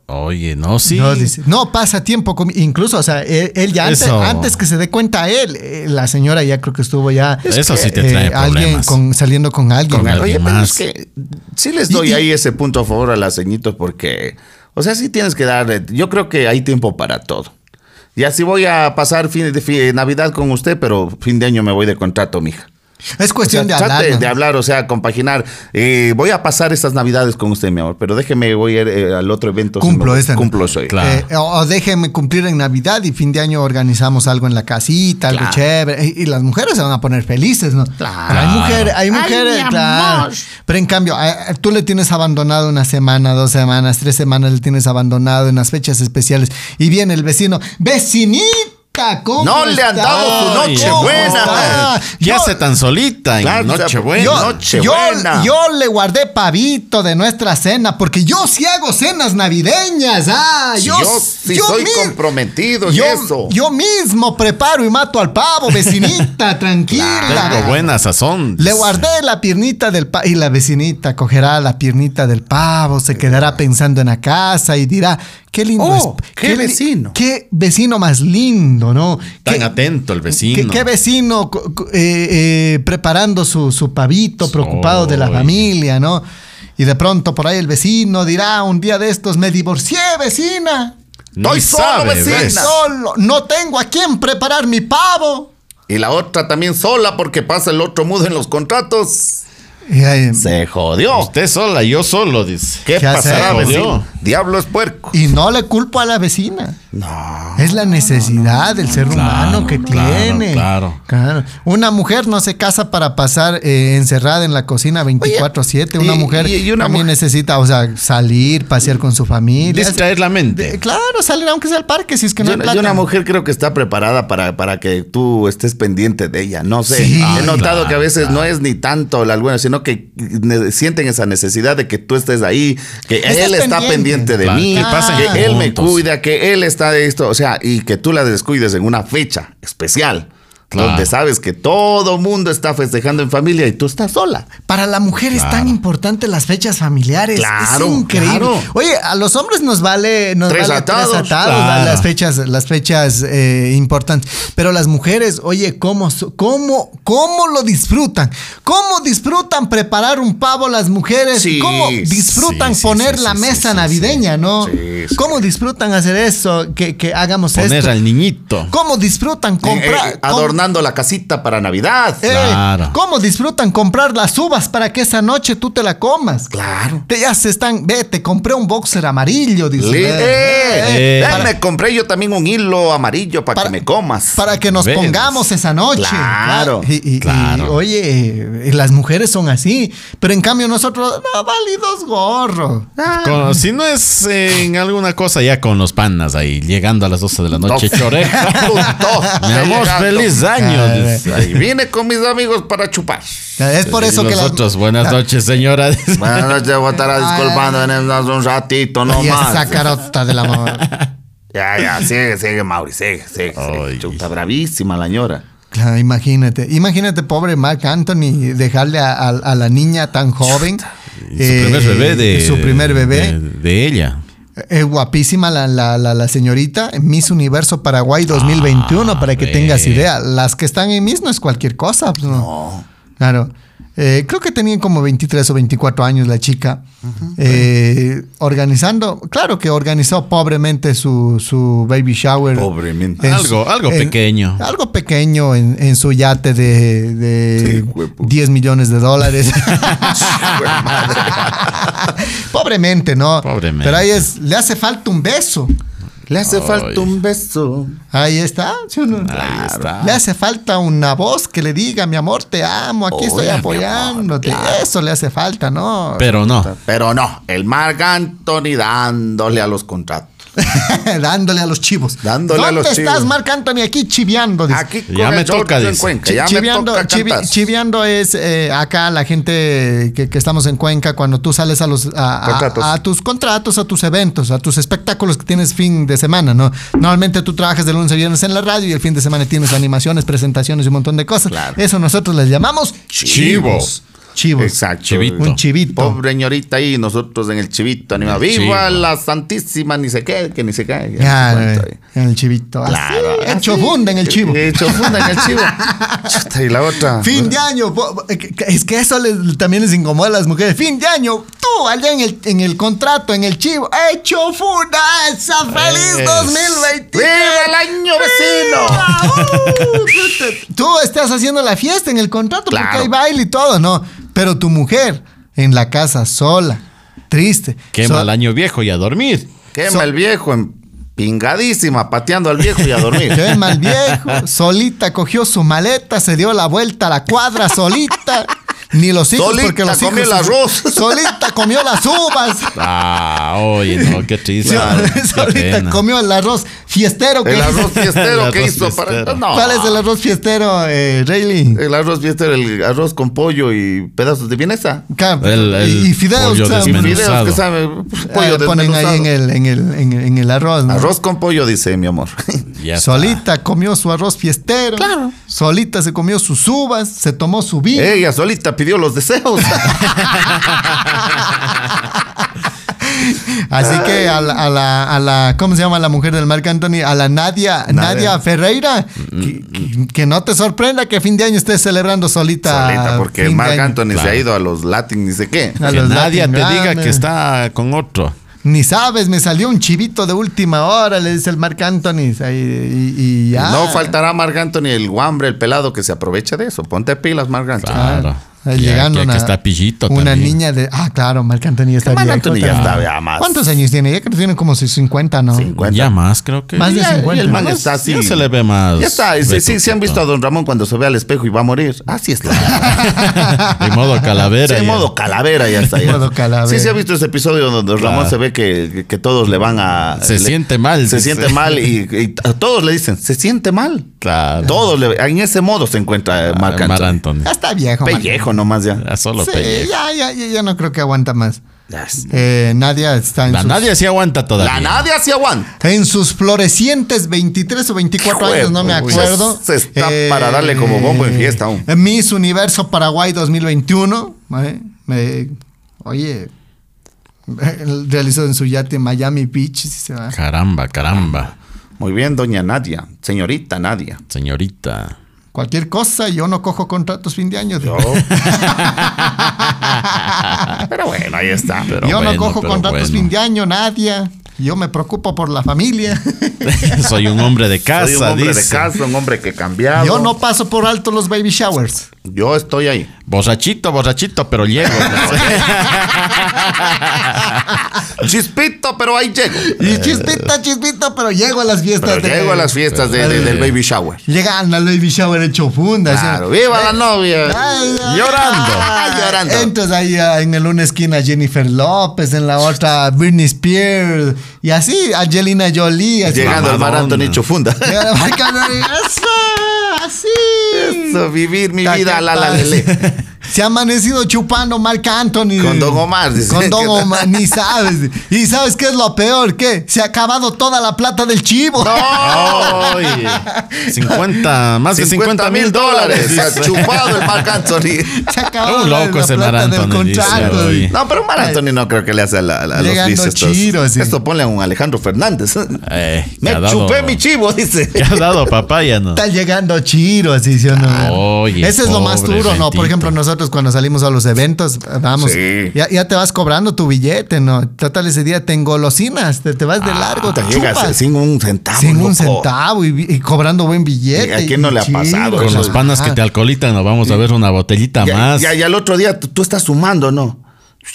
Oye, no, sí.
No, dice, no, pasa tiempo con- Incluso, o sea, él, él ya antes,
Eso.
antes que se dé cuenta él, eh, la señora ya creo que estuvo ya... eh,
Eso sí te trae
alguien
problemas.
con, saliendo con alguien.
Con alguien.
Oye, pero
más.
es que sí les doy
Y- y-
ahí ese punto a favor a las ceñitos porque, o sea, sí tienes que dar, yo creo que hay tiempo para todo. Y así voy a pasar fin de fi- Navidad con usted, pero fin de año me voy de contrato, mija.
Es
O sea,
cuestión de
trate
hablar. ¿no?
de hablar, o sea, compaginar. Eh, voy a pasar estas Navidades con usted, mi amor, pero déjeme, voy a ir eh, al otro evento.
Cumplo
Sí,
esta, ¿no?
Cumplo soy.
Claro.
Eh, o, o déjenme cumplir en Navidad y fin de año organizamos algo en la casita, algo
Claro.
chévere. Y, y las mujeres se van a poner felices, ¿no?
Claro.
Hay mujeres, hay
Ay,
mujeres,
mi
claro.
amor.
Pero en cambio, a- a- tú le tienes abandonado una semana, dos semanas, tres semanas, le tienes abandonado en las fechas especiales. Y viene el vecino, vecinita, ¿cómo
No le han
está?
dado tu noche
¿Cómo
buena".
está?
¿Qué
Yo-
hace tan solita en
Claro, o sea,
Nochebuena?
yo-
No-
Nochebuena.
Yo, yo le guardé pavito de nuestra cena, porque yo sí hago cenas navideñas. Ah,
Si
yo,
yo, sí
yo
soy
mi-
comprometido en
yo,
eso.
yo mismo preparo y mato al pavo, vecinita, tranquila.
Tengo buena sazón.
Le guardé la piernita del pavo y la vecinita cogerá la piernita del pavo, se quedará pensando en la casa y dirá, qué lindo
Eh. Oh,
es-
qué
li-
vecino.
Qué vecino más lindo, ¿no?
Tan
Qué-
atento el
¿Qué,
vecino.
qué vecino co- co- eh, eh, preparando su, su pavito, preocupado de la
Soy.
familia, ¿no? Y de pronto por ahí el vecino dirá un día de estos, me divorcié, vecina.
Ni
Estoy solo,
sabe,
vecina.
¿ves?
Solo, no tengo a quién preparar mi pavo.
Y la otra también sola porque pasa el otro mudo en los contratos.
Y ahí-
Se jodió.
Usted sola, yo solo, dice.
¿Qué
¿Qué
pasará,
hacer?
vecino?
Jodió.
Diablo es puerco.
Y no le culpo a la vecina. No. Es la necesidad del ser humano que
claro,
tiene.
claro.
Claro. Una mujer no se casa para pasar eh, encerrada en la cocina 24/7. Una
y-
mujer
y- y una
también
mujer-
necesita, o sea, salir, pasear con su familia.
Distraer la
De-
mente.
claro, salir aunque sea al parque si es que no
Yo,
hay
yo
plata.
una mujer creo que está preparada para, para que tú estés pendiente de ella. No sé.
Sí.
He notado
claro,
que a veces no es ni tanto la alguna, sino que ne- sienten esa necesidad de que tú estés ahí, que
Estás
él está
pendiente.
pendiente de
Claro,
mí,
que pasen
que él me
juntos.
cuida, que él está de esto. O sea, y que tú la descuides en una fecha especial.
Claro.
Donde sabes que todo mundo está festejando en familia y tú estás sola.
Para la mujer es tan importante las fechas familiares.
Claro,
es increíble.
claro.
Oye, a los hombres nos vale, nos
Tres
vale
atados,
tres atados la-
claro.
las fechas, las fechas eh, importantes. Pero las mujeres, oye, cómo, su- cómo, cómo lo disfrutan, cómo disfrutan preparar un pavo las mujeres,
Sí,
cómo disfrutan
sí, sí,
poner
sí,
la
sí,
mesa
sí, sí,
navideña, ¿no?
Sí, sí.
Cómo disfrutan hacer eso, que, que hagamos
Poner
esto.
al niñito.
Cómo disfrutan comprar,
Eh, eh, adornar adornando la casita para Navidad.
Eh,
Claro.
¿Cómo disfrutan comprar las uvas para que esa noche tú te la comas?
Claro.
Te, ya se están, ve, te compré un boxer amarillo, dice.
Le- eh,
eh,
ya
para-
me compré yo también un hilo amarillo para,
Para-
que me comas.
Para que nos
¿Ves?
pongamos esa noche.
Claro,
Y, y- y,
claro.
oye, eh, las mujeres son así. Pero en cambio nosotros, no, válidos gorro.
Con- si no es eh, en alguna cosa ya con los panas ahí, llegando a las 12 de la noche, choreja.
Punto.
Mi amor,
Llegando.
feliz año.
Caray.
dice.
Ahí vine con mis amigos para chupar.
Es por eso
Y
que las...
nosotros, buenas noches, señora. dice.
Buenas noches, voy a estar disculpando en el- un ratito
Y
nomás.
esa carota de la mamá.
Ya, ya, sigue, sigue, Mauri, sigue, sigue. sigue.
Ay.
Chuta, bravísima la ñora.
Claro, imagínate. Imagínate, pobre Mark Anthony, dejarle a, a- a la niña tan joven.
Y su primer
eh,
bebé de.
Su primer bebé.
De, de ella.
Eh, Es guapísima la, la- la- la señorita. Miss Universo Paraguay 2021, para que
ve.
tengas idea. Las que están en Miss no es cualquier cosa. pues, no. Claro. Eh, creo que tenían como 23 o 24 años la chica. Eh, organizando, claro que organizó pobremente su, su baby shower.
Pobremente.
En
Algo- algo pequeño.
Algo pequeño en, en su yate de, de
Sí, pues. hueputa.
10 millones de dólares. Pobremente, ¿no?
Pobremente.
Pero ahí es, le hace falta un beso.
Le hace
Ay.
falta un beso.
Ahí está. ¿sí o no?
Ahí está.
Le hace falta una voz que le diga, mi amor, te amo, aquí
Oye,
estoy
mi amor,
apoyándote. Eso le hace falta,
Oh,
¿no?
Pero no.
Pero no, el Marc Anthony dándole a los contratos.
dándole a los chivos.
Dándole a
¿Dónde
los
estás,
chivos.
Marc Anthony? Aquí chiviando. dice.
Aquí
Ya
con
me
el show
toca,
en
dice.
Cuenca,
Chi-
ya
chiveando,
me toca
chivi-
cantar.
chiveando es eh, acá la gente que, que estamos en Cuenca cuando tú sales a los a, a-
Contratos.
a tus contratos, a tus eventos, a tus espectáculos que tienes fin de semana, ¿no? Normalmente tú trabajas de lunes a viernes en la radio y el fin de semana tienes animaciones, presentaciones y un montón de cosas.
Claro.
Eso nosotros les llamamos chivos.
Chivos.
Exacto.
Chivito.
Un chivito.
Pobre ñorita ahí, nosotros en el chivito. animado.
El
Viva
chivo.
la Santísima, ni se cae, que ni se Ah, cae.
Ya,
Ya,
eh, en el chivito. Así,
Claro, así.
hecho funda en el chivo.
Hecho funda en el chivo. Chuta, y la otra.
Fin de año, po- po- es que eso les- también les incomoda a las mujeres. Fin de año, tú allá en el, en el contrato, en el chivo, hecho funa, esa feliz
Es.
2020.
¡Viva el año vecino!
uh, Tú estás haciendo la fiesta en el contrato porque
Claro.
hay baile y todo, ¿no? Pero tu mujer en la casa sola, triste.
Quema
So-
el año viejo y a dormir.
Quema
So-
el viejo, en- pingadísima, pateando al viejo y a dormir.
Qué mal viejo. Solita cogió su maleta, se dio la vuelta a la cuadra solita. Ni los hijos,
Solita
porque los hijos.
comió el arroz.
Solita comió las uvas.
Ah, oye, no, qué triste. Qué
solita
pena.
comió el arroz fiestero. que-
El arroz ah. fiestero
El
que
arroz
hizo para.
fiestero.
No.
¿Cuál es el arroz fiestero, eh, Rayleigh?
El arroz fiestero, el arroz con pollo y pedazos de vienesa.
Ca-
El- el
y fideos.
pollo
o sea,
Y
desmenuzado.
fideos que sabe. pues,
ah,
Pollo
ponen ahí en
desmenuzado.
el, en el, en el- en el arroz. ¿no?
Arroz con pollo, dice mi amor.
Ya está.
Solita comió su arroz fiestero. Claro. Solita se comió sus uvas, se tomó su vino.
Ella solita pidió los deseos.
Así que a la, a la- a la- ¿cómo se llama la mujer del Marc Anthony? A la Nadia, Nadia,
Nadia. Mm,
Ferreira. Que, que- que no te sorprenda que fin de año estés celebrando solita.
solita, porque
fin de
Marc
año.
Anthony se
Claro.
ha ido a los Latin, ni sé qué.
A
Que
los
nadie
Latin
te diga
Grammy.
que está con otro.
Ni sabes, me salió un chivito de última hora, le dice el Marc Anthony. ahí, Y, y ya.
No faltará Marc Anthony, el guambre, el pelado que se aprovecha de eso. Ponte pilas, Marc Anthony.
Claro.
Ahí
Ya-
llegando
ya que
una,
está pillito
una
también.
niña de. Ah, claro, Marc Anthony ya está
Marc
viejo
Anthony ya
también.
está, ya más.
¿Cuántos años tiene? Ya creo que tiene como 50, ¿no?
Cincuenta.
Ya más, creo que.
Más de
Ya-
50.
Y el man
Más-
está así.
ya se le ve más
Ya está. Sí, sí, sí han visto
retuquito.
a Don Ramón cuando se ve al espejo y va a morir. Así está.
De modo
Sí,
calavera.
en
ya.
modo calavera ya está. ya.
Modo calavera.
Sí, se ha visto ese episodio donde Don Ramón se ve que, que todos le van a...
Se
le-
siente mal,
Se
dice.
siente mal y, y a todos le dicen, se siente mal.
Claro.
Todos le... En ese modo se encuentra eh, Marc
Ah, Mar
Anthony.
Anthony.
Ya está viejo. Marc
Pellejo nomás ya.
Ah, solo
Sí,
pellejo.
ya, ya, ya, ya no creo que aguanta más.
Ya es-
Eh, Nadia está en,
La
sus,
nadie se aguanta todavía.
La nadie se aguanta.
en sus florecientes 23 o 24
Hijo de
años, no me
puta.
acuerdo. Eh,
Se está para darle como bombo en fiesta aún.
Miss Universo Paraguay 2021. ¿eh? Eh, oye, realizó en su yate en Miami Beach. si se va.
Caramba, caramba.
Muy bien, doña Nadia. Señorita Nadia.
Señorita.
Cualquier cosa, yo no cojo contratos fin de año. Yo,
Pero bueno, ahí está.
Pero
no
bueno,
cojo
pero
contratos
bueno.
fin de año, Nadia. Yo me preocupo por la familia.
Soy un hombre de casa,
Soy un hombre de
dice.
casa, un hombre que he cambiado.
Yo no paso por alto los baby showers.
Yo estoy ahí.
Borrachito, borrachito, pero llego.
Chispito, pero ahí llego.
Y chispita, chispita, pero llego a las fiestas.
Eh. Pero
de-
llego a las fiestas de- de- del baby shower.
Llegan al baby shower hecho funda. así.
Claro, viva la novia.
Ay, ay,
Llorando.
ay,
Llorando.
Entonces ahí ah, en el una esquina Jennifer López, en la otra Britney Spears y así Angelina Jolie. Así,
Llegando al mar
Mamadona.
Anthony Chufunda.
Llega la marca, eso, así.
Eso, vivir mi
Ta-
vida, la la lele.
Se ha amanecido chupando marca Anthony.
Con Don Omar, dice.
Con Don Omar, ni sabes. ¿Y sabes qué es lo peor? ¿Qué? Se ha acabado toda la plata del chivo.
Ay, 50, más de 50 mil dólares.
Se ha
dice.
chupado el Marc Anthony.
Se ha acabado
Un
la-
loco
la
ese
plata
Mar
del
Anthony, dice,
contrato.
oye.
No, pero Marc Anthony no creo que le hace a, la- a los
Llegando
bichos estos.
chiro, sí.
Esto ponle a un Alejandro Fernández.
Eh, que
Me
ha dado-
chupé mi chivo, dice.
que ha dado papaya, no?
Está llegando chiro, así, ¿sí o no?
Ah, Oye,
Ese es lo más
pobre
duro, ¿no?
gentito.
Por ejemplo, nosotros cuando salimos a los eventos, vamos,
Sí.
ya, ya te vas cobrando tu billete, ¿no? Total, ese día te engolosinas, te, te vas de largo, te
Puta, Ah, llegas
Ah, chupas.
sin un centavo.
sin un
loco.
centavo y, y cobrando buen billete.
¿A quién no le ha
y chiro,
pasado?
Con
Ajá.
los panas
Ah.
que te alcoholitan, no vamos a ver una botellita
Ya,
más.
ya- ya el otro día tú, tú estás sumando, ¿no?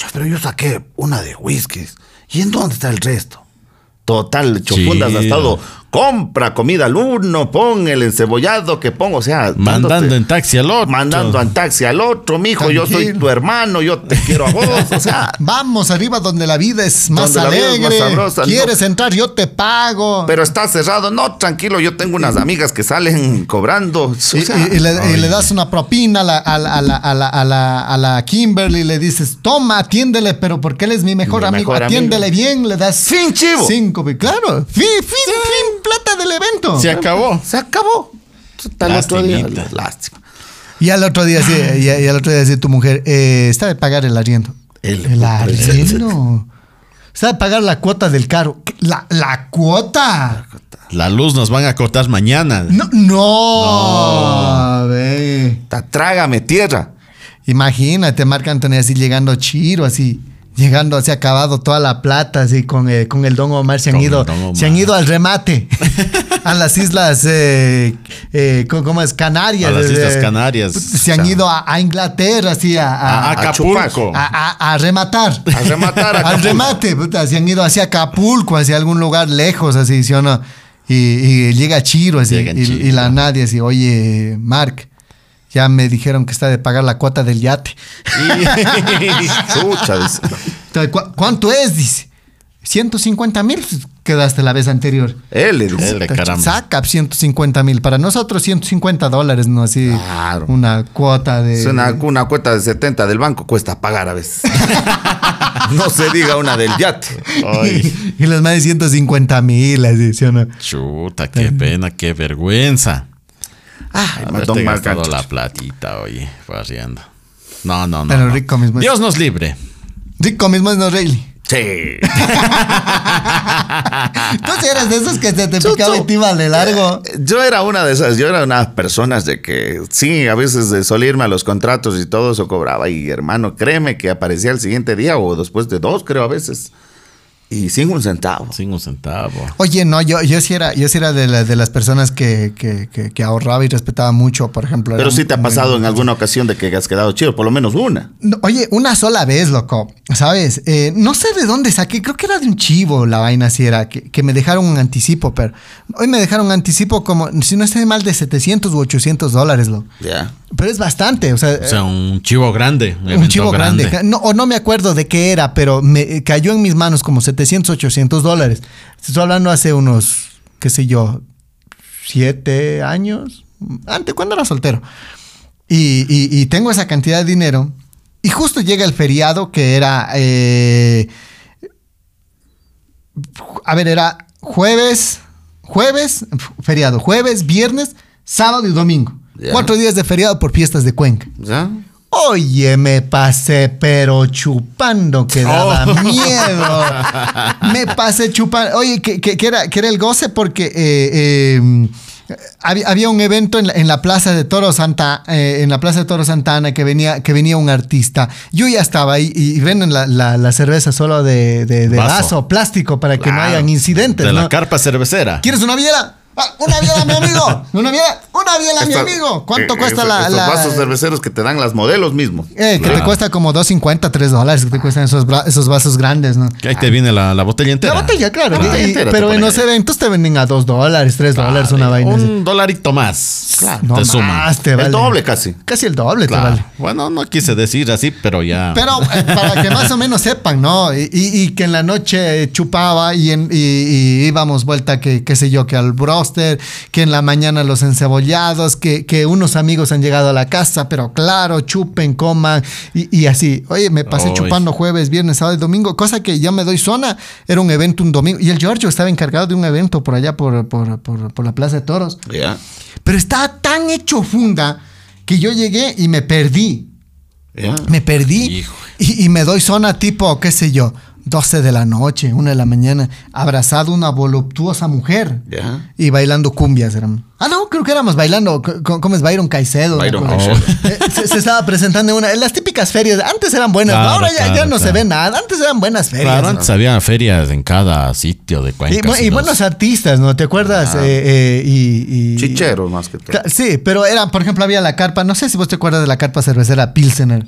Ya, Pero yo saqué una de whiskies. ¿Y en dónde está el resto? Total, chofundas
Chido.
ha estado. Compra comida al uno, pon el encebollado que pongo, o sea,
mandando
dándote-
en taxi al otro.
mandando en taxi al otro, mijo, yo soy
Tranquilo.
tu hermano, yo te quiero a vos, o sea,
Vamos arriba donde la vida es más
Donde la vida es más
alegre.
sabrosa, ¿no?
¿Quieres entrar? Yo te pago.
pero está cerrado, no, tranquilo, yo tengo unas amigas que salen cobrando, o
Y,
sea,
y- y le, y le das una propina a la, a la- a la- a la- a la- a la Kimberly y le dices, toma, atiéndele, pero porque él es mi mejor
Mi
amigo,
mejor amigo.
atiéndele bien, le das
Fin chivo.
cinco, pi- claro, fin, fin, fin, plata del evento.
Se acabó.
se acabó. Hasta el otro día,
Lastimita.
lástima.
Y al otro día, sí, y, y al otro día, sí, tu mujer, eh, está de pagar el arriendo.
El-
arriendo. Está de pagar la cuota del carro. ¿Qué? La, la cuota.
La luz nos van a cortar mañana.
No, no. A ver.
Ta- Trágame tierra.
Imagínate, Marc Anthony así llegando chiro, así. Llegando así acabado toda la plata, así con, eh, con el Don Omar se han
Con el
ido,
Don Omar.
se han ido al remate. a las islas, eh, eh, ¿cómo- ¿cómo es? Canarias.
A las
eh,
Islas
eh,
Canarias. Ah,
Se han ido a, a Inglaterra, así a, a-
A
a
Acapulco.
a- a- a rematar.
A rematar,
Al
Acapulco.
remate, puta, se han ido hacia Acapulco, hacia algún lugar lejos, así, ¿sí o no? Y, y llega Chiro, así,
Llega
y,
Chiro.
y la nadie, así, oye, Mark, ya me dijeron que está de pagar la cuota del yate.
Chucha, dice.
Entonces, "¿Cu- ¿Cuánto es? Dice, 150 mil pues, quedaste la vez anterior.
Él le dice.
Él le- Caramba.
Saca 150 mil. Para nosotros 150 dólares, ¿no? Así
Claro.
una cuota de...
Es una, una cuenta de 70 del banco, cuesta pagar a veces. no se diga una del yate.
Ay,
y los más de 150 mil, así, ¿sí o no?
chuta, qué pena, qué vergüenza.
Ah,
Haberte
don Marc
gastado
Anthony.
la platita, oye, barriendo. No, no, no.
Pero
no.
rico pues. mismo es.
Dios nos libre.
Rico mismo es no Reilly.
Sí.
Tú sí eres de esos que se te
Chucho.
picaba y te iba de largo.
Yo era una de esas, yo era una de las personas de que sí, a veces de solirme a los contratos y todo eso cobraba. Y hermano, créeme que aparecía el siguiente día o después de dos, creo a veces. Y sin un centavo.
Sin un centavo.
Oye, no, yo, yo sí era, yo sí era de, la- de las personas que, que- que- que ahorraba y respetaba mucho, por ejemplo.
Pero
era
sí te ha
muy-
pasado en alguna ocasión de que has quedado chido, por lo menos una.
No, Oye, una sola vez, loco, ¿sabes? Eh, no sé de dónde saqué, creo que era de un chivo la vaina, si era, que, que me dejaron un anticipo, pero hoy me dejaron un anticipo como, si no estoy mal, de 700 u 800 dólares, loco.
Ya.
Pero es bastante, o sea...
O sea, un chivo grande. Un,
Eh, un
evento
chivo grande. No, o no me acuerdo de qué era, pero me eh, cayó en mis manos como 700, 800 dólares. Estoy hablando hace unos, qué sé yo, siete años. Antes, cuando era soltero. Y, y- y tengo esa cantidad de dinero. Y justo llega el feriado que era... eh, a ver, era jueves, jueves, feriado, jueves, viernes, sábado y domingo.
Ya.
Cuatro días de feriado por fiestas de Cuenca.
¿Ya?
Oye, me pasé, pero chupando que daba miedo. Me pasé chupando. Oye, que, que- que era, que era el goce porque eh, eh, Había, había un evento en la, en la Plaza de Toro Santa, eh, en la Plaza de Toro Santa Ana que venía, que venía un artista. Yo ya estaba ahí y, y venden la, la- la cerveza solo de, de- de
Vaso.
vaso. plástico para que no
Claro.
hayan incidentes.
De la
¿no?
carpa cervecera.
¿Quieres una biela? Ah, una biela, mi amigo. Una biela, una biela, mi
Esta-
amigo. ¿Cuánto
eh,
cuesta
estos-
la,
Estos
la-
vasos cerveceros que te dan las modelos mismo.
Eh, que te
Claro.
cuesta como 2.50, 3 dólares que te cuestan esos, bra- esos vasos grandes, ¿no?
Que ahí te viene la, la botella entera. Ah,
La botella, claro.
La botella
y- y-
entera te
pero en
ponen
los
ahí.
eventos te venden a 2 dólares, 3 dólares, una vaina.
Un
así.
dolarito más.
Claro.
Te
No
suma.
más, te
El
vale.
doble casi.
Casi el doble
Claro.
te vale.
Bueno, no quise decir así, pero ya.
Pero eh, para que más o menos sepan, ¿no? Y, y- y que en la noche eh, chupaba y, en- y- y íbamos vuelta, que qué sé yo, que al broster, que en la mañana los encebollados, que, que unos amigos han llegado a la casa, pero claro, chupen, coman y, y así. Oye, me pasé
Oy.
chupando jueves, viernes, sábado y domingo, cosa que ya me doy zona. Era un evento un domingo. Y el Giorgio estaba encargado de un evento por allá, por, por- por- por la Plaza de Toros.
Ya.
Pero estaba tan hecho funda que yo llegué y me perdí.
Ya.
Me perdí
Hijo.
y, y me doy zona tipo, qué sé yo, 12 de la noche, 1 de la mañana, abrazado una voluptuosa mujer
Ya.
y bailando cumbias. éramos. Ah, no, creo que éramos bailando, co- co- ¿cómo es? Byron Caicedo.
Byron
una cosa. Eh, se, se estaba presentando en una, en las típicas ferias, antes eran buenas,
Claro,
ahora ya, ya
claro,
no se
claro.
ve nada, antes eran buenas ferias.
Claro,
¿no?
antes había ferias en cada sitio de
Y,
Cuenca.
bu- y
si no-
buenos artistas, ¿no? ¿Te acuerdas? Eh, eh, y, y-
Chicheros más que todo.
Ca- Sí, pero era, por ejemplo, había la carpa, no sé si vos te acuerdas de la carpa cervecera Pilsener,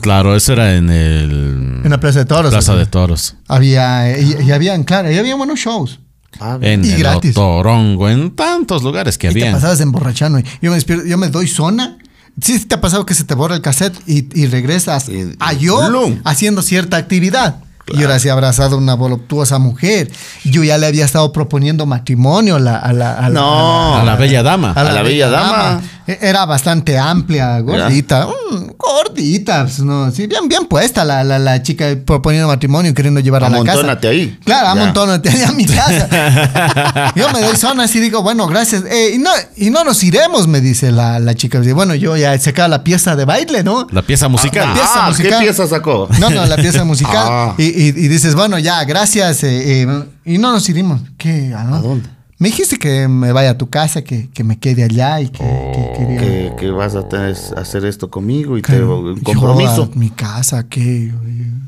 Claro, eso era en el.
en la Plaza de Toros.
Plaza
¿no?
de Toros.
Había, eh, y, y habían, claro, y había buenos shows.
Ah, bien.
En
Y
el
gratis.
Otorongo, en tantos lugares que
Y te
había.
pasabas emborrachando. y Yo me despierto, yo me doy zona. Sí, sí te ha pasado que se te borra el cassette y, y regresas
Y- y-
a yo
¡Lum!
haciendo cierta actividad. Y ahora sí abrazado a una voluptuosa mujer. Yo ya le había estado proponiendo matrimonio a la... A la, a la-
No.
A la bella dama.
a la,
la
bella
bella
dama.
dama.
E- Era bastante amplia, gordita. Mm, gordita, pues, no, sí, bien, bien puesta la, la, la chica proponiendo matrimonio y queriendo llevar a la casa.
Amontónate ahí.
Claro,
Ya.
amontónate ahí a mi casa. yo me doy zonas y digo, bueno, gracias. Eh, y, no, y no nos iremos, me dice la, la chica. Dice, Bueno, yo ya se acaba la pieza de baile, ¿no?
La pieza musical.
pieza
Ah, ¿qué
musical.
pieza sacó?
No, no, la pieza musical.
Ah.
y, y- y dices, bueno, ya, gracias. eh, eh, y no nos irimos. ¿Qué? ¿A dónde?
dónde?
Me dijiste que me vaya a tu casa, que, que me quede allá y que,
Oh,
que quería-
que, que vas a tener- hacer esto conmigo y
que-
te un compromiso.
Yo ah, a mi casa, que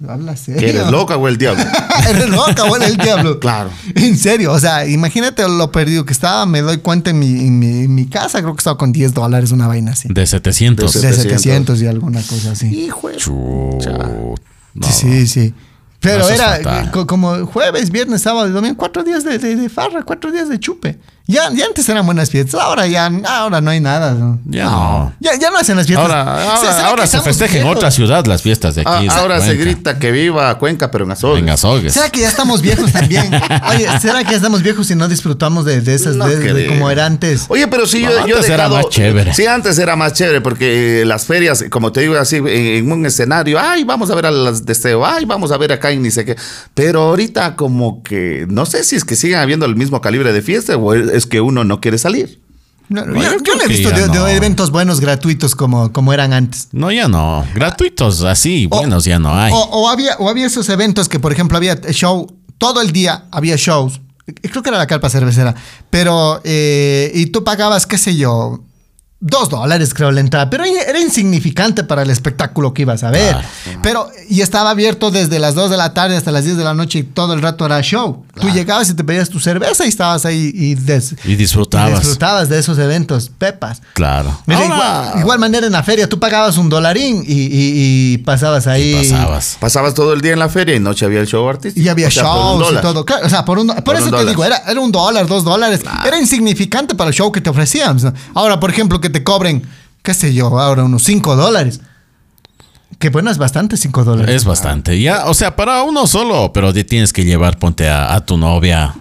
habla serio.
Que eres loca o el diablo.
Eres loca, bueno, el diablo.
Claro.
En serio, o sea, imagínate lo perdido que estaba. Me doy cuenta en mi, en mi, en mi casa, creo que estaba con 10 dólares, una vaina así.
De 700.
De
700.
700 y alguna cosa así.
Hijo. de-
Chu- no.
Sí, sí, sí. Pero
No, eso
era
es fatal.
eh, co- como jueves, viernes, sábado y domingo, cuatro días de, de- de farra, cuatro días de chupe. Ya, ya antes eran buenas fiestas, ahora ya ahora no hay nada. ¿no?
Ya no.
Ya, ya no hacen las fiestas.
Ahora,
¿Se-
ahora,
será
ahora
que
se
estamos
festeja en
viejos?
otra ciudad las fiestas de
Ah,
aquí. de
ahora se
Cuenca.
grita que viva Cuenca, pero en Azogues.
En Azogues.
¿Será que ya estamos viejos también? Oye, ¿será que ya estamos viejos y no disfrutamos de, de esas
No
de- de
creo.
como era antes?
Oye, pero sí, yo,
No,
yo he
antes era
dejado-
más chévere.
Sí, antes era más chévere, porque eh, las ferias, como te digo así, en, en un escenario, ay, vamos a ver a las deseo, ay, vamos a ver acá y ni sé qué. Pero ahorita, como que no sé si es que sigan habiendo el mismo calibre de fiesta o es que uno no quiere salir.
No, yo, yo
yo creo
no he
que
visto
ya
de, de
no.
eventos buenos gratuitos como, como eran antes.
No, ya no. Gratuitos así,
O-
buenos ya no hay.
O, o había, o había esos eventos que, por ejemplo, había show, todo el día había shows. Eh, Creo que era la carpa cervecera. Pero, eh, y tú pagabas, qué sé yo, dos dólares, creo, la entrada. Pero era insignificante para el espectáculo que ibas a ver.
Claro.
Pero, y estaba abierto desde las 2 de la tarde hasta las 10 de la noche y todo el rato era show. Tú llegabas y te pedías tu cerveza y estabas ahí y, des-
Y disfrutabas.
disfrutabas de esos eventos, pepas.
Claro.
Mira,
Ahora-
igual, igual manera en la feria, tú pagabas un dolarín y, y- y pasabas ahí.
pasabas.
Pasabas todo el día en la feria y noche había el show artístico.
Y había
O sea, por un
shows y
dólar.
todo. Claro, o sea, por, un, por,
Por
eso
un
te
dólar.
digo, era, era un dólar, dos dólares. Era insignificante para el show que te ofrecíamos. ¿no? Ahora, por ejemplo, que te cobren, qué sé yo, ahora unos cinco dólares. Que bueno, es bastante cinco dólares.
Es bastante. Ya, o sea, para uno solo, pero te tienes que llevar, ponte a, a tu novia.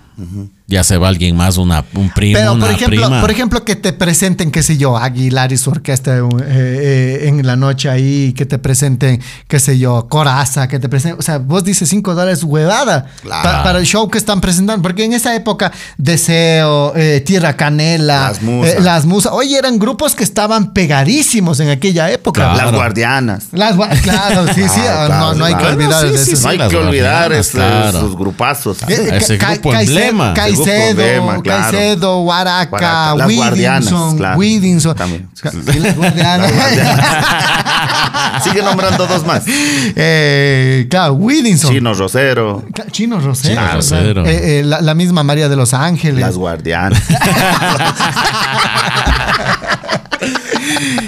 Ya se va alguien más, una, un primo,
Pero,
una
por ejemplo,
prima.
por ejemplo, que te presenten, qué sé yo, Aguilar y su orquesta eh, eh, en la noche ahí, que te presenten, qué sé yo, Coraza, que te presenten. O sea, vos dices 5 dólares huevada
Claro.
pa- para el show que están presentando. Porque en esa época, Deseo, eh, Tierra Canela,
Las Musas.
eh, Las Musas. Oye, eran grupos que estaban pegadísimos en aquella época.
Claro.
Las guardianas.
Las gua- claro, sí, sí,
Ah,
no, no hay que
claro.
olvidar
Bueno, sí,
de
sí,
eso.
sí.
No hay
las
que olvidar
guardianas,
este,
claro.
sus grupazos.
Eh,
Ese
Ca-
grupo
Caicedo-
emblema.
Caicedo,
Caicedo, Caicedo,
Dema, claro.
Caicedo, Huaraca,
Huaraca, las guardianas,
Whittington,
claro.
Whittington.
También.
Ca- sí, las guardianas.
Sigue nombrando dos más.
Eh, claro, Whittington.
Chino Rosero,
Ca- Chino Rosero.
Chino
Claro.
Rosero.
Eh, eh, la, la misma María de los Ángeles.
las guardianas.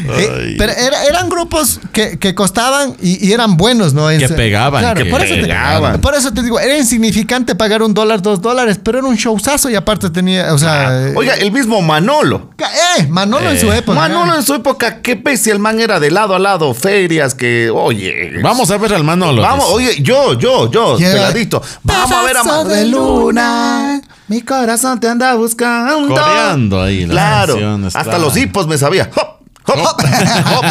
Eh, pero era- eran grupos que, que costaban y, y eran buenos, ¿no? En-
Que pegaban,
Claro,
que
por, eso te,
pegaban.
por eso te digo, era insignificante pagar un dólar, dos dólares, pero era un showzazo y aparte tenía, o sea... eh,
Ah, Oiga, el mismo Manolo.
eh, Manolo en su época.
Manolo en su época, qué pese el man era de lado a lado, ferias, que, oye.
Vamos a ver al Manolo.
Vamos,
dice.
oye, yo, yo, yo,
Yeah.
peladito. Vamos a ver a
Pedazo
Manolo.
de luna,
mi corazón te anda buscando.
Coreando ahí las
Claro,
canciones,
hasta
claro.
los hipos me sabía. Hop, hop, hop, hop.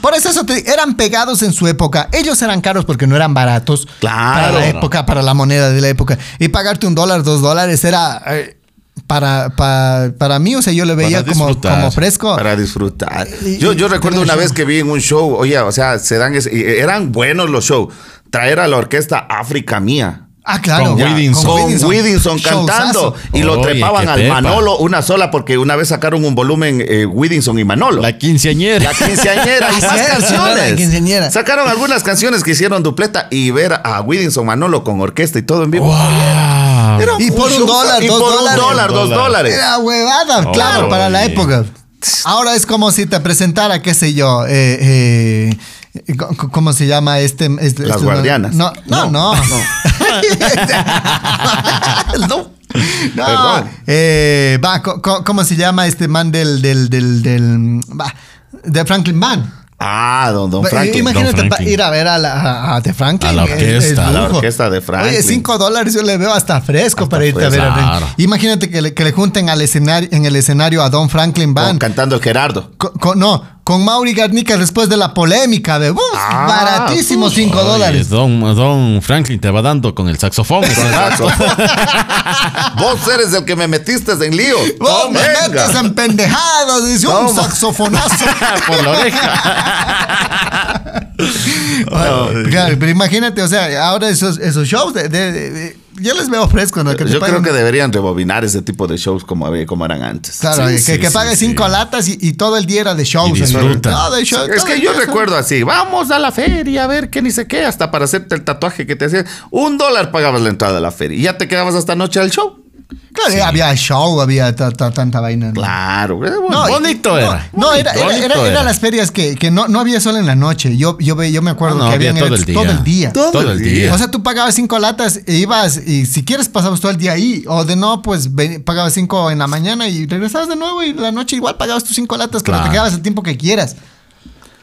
Por eso, eso te- eran pegados en su época. Ellos eran caros porque no eran baratos.
Claro.
Para la época, para la moneda de la época. Y pagarte un dólar, dos dólares era. eh, para, para, para mí, o sea, yo le veía como,
disfrutar.
como fresco.
Para disfrutar.
Y-
Yo, yo
y-
recuerdo
pero
una
yo-
vez que vi en un show, oye, o sea, se dan ese- y eran buenos los shows. Traer a la orquesta África Mía.
ah, claro.
Con
ya,
Whittington.
Con
Whittington.
Whittington
Showzazo.
cantando. Y lo
Oye,
trepaban
qué
al
tepa.
Manolo una sola, porque una vez sacaron un volumen eh, Whittington y Manolo.
La quinceañera.
La quinceañera y
Así
más
era,
canciones.
la quinceañera.
Sacaron algunas canciones que hicieron dupleta y ver a Whittington Manolo con orquesta y todo en vivo.
Ah,
Era
Oh, Y por un
show-
dólar,
y
dos
por un
dólares.
dólar, dos
Dólar.
dólares. Oh,
Era huevada, claro, para la
oye.
época. Ahora es como si te presentara, qué sé yo, eh, eh, co- co- ¿cómo se llama este? este-
Las
este-
guardianas.
No, no, no. No. No,
Perdón.
eh, va, co- co- ¿cómo se llama este man del, del, del, del, va, de Franklin Mann?
Ah, don, don
Pero,
Franklin.
Imagínate
Don
pa-
Franklin.
ir a ver a, la, a- a The Franklin. eh,
A la
es-
orquesta.
es
A la
lujo.
orquesta de Franklin.
Oye, 5 dólares yo le veo hasta fresco para irte a ver.
fresco.
a ver.
Claro.
Imagínate que le, que le junten al escenario, en el escenario a Don Franklin
Con-
Van.
cantando el Gerardo.
Co- con- no, con Mauri Garnica después de la polémica de ¡Uf!
Ah,
baratísimo 5
oye,
dólares.
Don, don Franklin te va dando con el saxofón.
Exacto. Vos eres el que me metiste en lío.
¡Vos Oh, me
Venga.
metes en pendejadas! Dice un
Toma.
saxofonazo.
por la oreja.
Claro, pero imagínate, o sea, ahora esos, esos shows, de, de- de- de- yo les veo fresco, ¿no? Que te
Yo creo
paguen-
que deberían rebobinar ese tipo de shows como, había- como eran antes.
Claro,
Sí,
que,
sí,
que
sí,
pague
sí.
cinco latas y, y todo el día era de shows.
Y disfruta.
señor. Todo el show,
Es
todo
que
el
yo
día.
recuerdo así, vamos a la feria a ver qué ni sé qué, hasta para hacerte el tatuaje que te hacían. Un dólar pagabas la entrada a la feria y ya te quedabas hasta noche al show.
Claro, había show, había ta- ta- tanta vaina. ¿no?
Claro, eh,
No,
bueno.
y-
Bonito
no,
era.
No, era, era,
Bonito
era-
era.
eran las ferias que, que no, no había sol en la noche. Yo, yo, ve- yo me acuerdo
No,
que
había
habían
todo
eventos
el día.
todo el día.
Todo
Todo el
el
día.
O sea, tú pagabas cinco latas e ibas y si quieres pasabas todo el día ahí. O de no, pues ven- pagabas cinco en la mañana y regresabas de nuevo y la noche igual pagabas tus cinco latas, pero te
Claro.
quedabas el tiempo que quieras.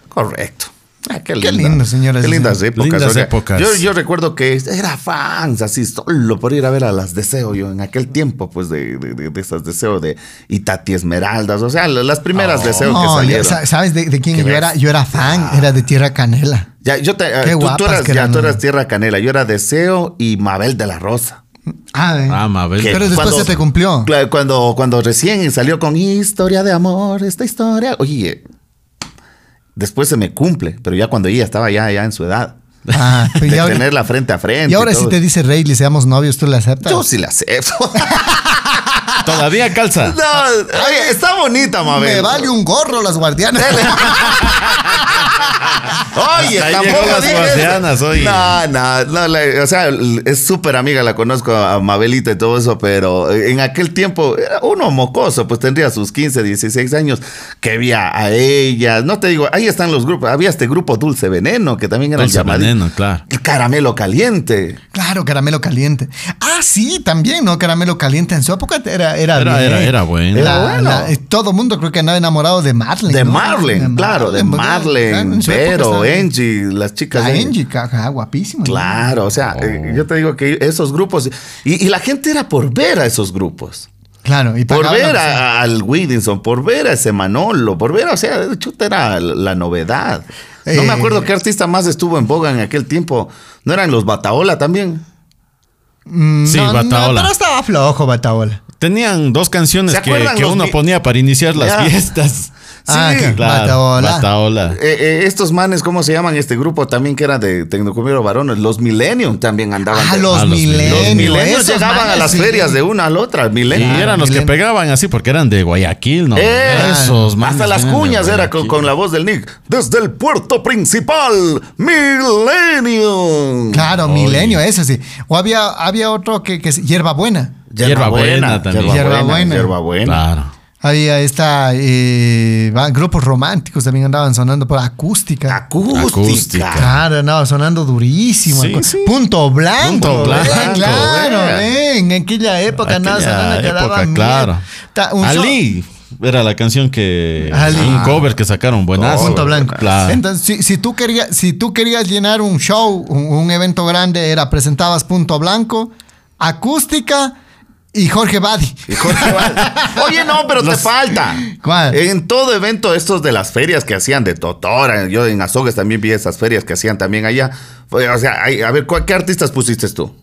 Correcto. Ah, qué,
Qué
linda.
lindo, señores.
Qué lindas épocas.
Lindas
oiga.
épocas.
Yo, yo recuerdo que era fans así, solo por ir a ver a las Deseo. Yo en aquel tiempo, pues, de, de, de- de esas Deseo de Itati Esmeraldas. O sea, la- las primeras Deseo que
No, ya
salieron.
sa- ¿sabes de, de quién
Qué
yo era?
bestia.
Yo era fan, era
Ah.
de Tierra Canela.
Ya, yo te, eh,
Qué
tú, tú
guapas
eras,
que
ya,
eran,
tú
¿no?
eras Tierra Canela. Yo era Deseo y Mabel de la Rosa.
Ah, eh.
Ah, Mabel.
Que
Pero después
cuando-
se te cumplió.
Claro, Cuando, cuando recién salió con Historia de Amor, esta historia. Oye, eh, después se me cumple, pero ya cuando ella estaba ya, ya en su edad.
Ah, pues
de
ya ahora-
tenerla frente a frente.
y ahora
todo.
si te dice Rayleigh, seamos novios, ¿tú la aceptas?
Yo sí la acepto.
Todavía calza.
no, oye, está bonita, Mabel.
Me vale un gorro las guardianas.
Oye,
Hasta ahí
tampoco
llegó las
dije eso.
guardianas, oye.
No, no, no, la- o sea, l- es súper amiga, la conozco a Mabelita y todo eso, pero en aquel tiempo era uno mocoso, pues tendría sus 15, 16 años, que había a ellas, no te digo, ahí están los grupos, había este grupo Dulce Veneno, que también era el
Dulce
llamadi-
Veneno, claro.
Caramelo Caliente.
Claro, caramelo caliente. Ah, sí, también, ¿no? Caramelo caliente. En su época era Era,
Era-
bien.
era- era bueno.
La-
Era bueno.
la- eh, todo mundo creo que andaba enamorado de Marlene.
De
¿no?
Marlene, claro, de
porque, claro,
Marlene,
en su época
Vero,
estaba-
Angie, las chicas.
La
de-
Angie, caja, guapísima. ¿no?
Claro, o sea, eh, yo te digo que esos grupos, y, y la gente era por ver a esos grupos,
Claro, y
por
pagaba lo
ver
que sea.
a- al Whittington, por ver a ese Manolo, por ver, o sea, chuta era la- la novedad. No
Eh.
me acuerdo qué artista más estuvo en boga en aquel tiempo. ¿No eran los Bataola también?
Mm,
Sí, Bataola.
pero estaba flojo Bataola.
Tenían dos canciones
¿Se
que,
acuerdan
que
los
uno
vi-
ponía para iniciar las
Ya.
fiestas.
Ah, que-
Claro,
Bataola.
Bataola.
Eh, eh, estos manes, ¿cómo se llaman? Este grupo también que era de Tecnocumiro Varones, los Millennium también andaban.
Ah,
de-
los,
Ah, los
milenios.
milenios.
los Millennium
esos
llegaban a
manes,
las
sí.
ferias de una a la otra,
Y
Millennium.
eran los que
Milenio.
pegaban así porque eran de Guayaquil, ¿no?
Eh,
Esos, manes
Hasta las
eran de
cuñas era con,
Guayaquil.
con la voz del Nick. Desde el puerto principal, Millennium.
Claro,
Oye.
milenio, ese sí. O había, había otro que, que es hierbabuena.
Hierbabuena también.
Hierbabuena.
Hierbabuena.
Claro.
Había esta eh, va- grupos románticos también andaban sonando por acústica.
Ah.
Acústica.
Acústica.
Claro, no, sonando durísimo.
Sí,
Con-
sí.
Punto blanco.
Punto
ven,
blanco,
claro,
ven.
ven. En aquella época nada,
Aquella
sonando que daba
época,
miedo.
claro.
Ta- un so-
Ali era la canción que
Ali.
un cover que sacaron buenazo.
Ah, Punto blanco.
Oh, Claro.
Entonces, si, si tú querías, si tú querías llenar un show, un, un evento grande, era presentabas punto blanco, acústica y Jorge Badi.
Y Jorge Val- Oye, no, pero te falta.
¿Cuál?
En todo evento, estos de las ferias que hacían de Totora, yo en Azogues también vi esas ferias que hacían también allá. Fue, O sea, hay- a ver, ¿cuál- ¿qué artistas pusiste tú?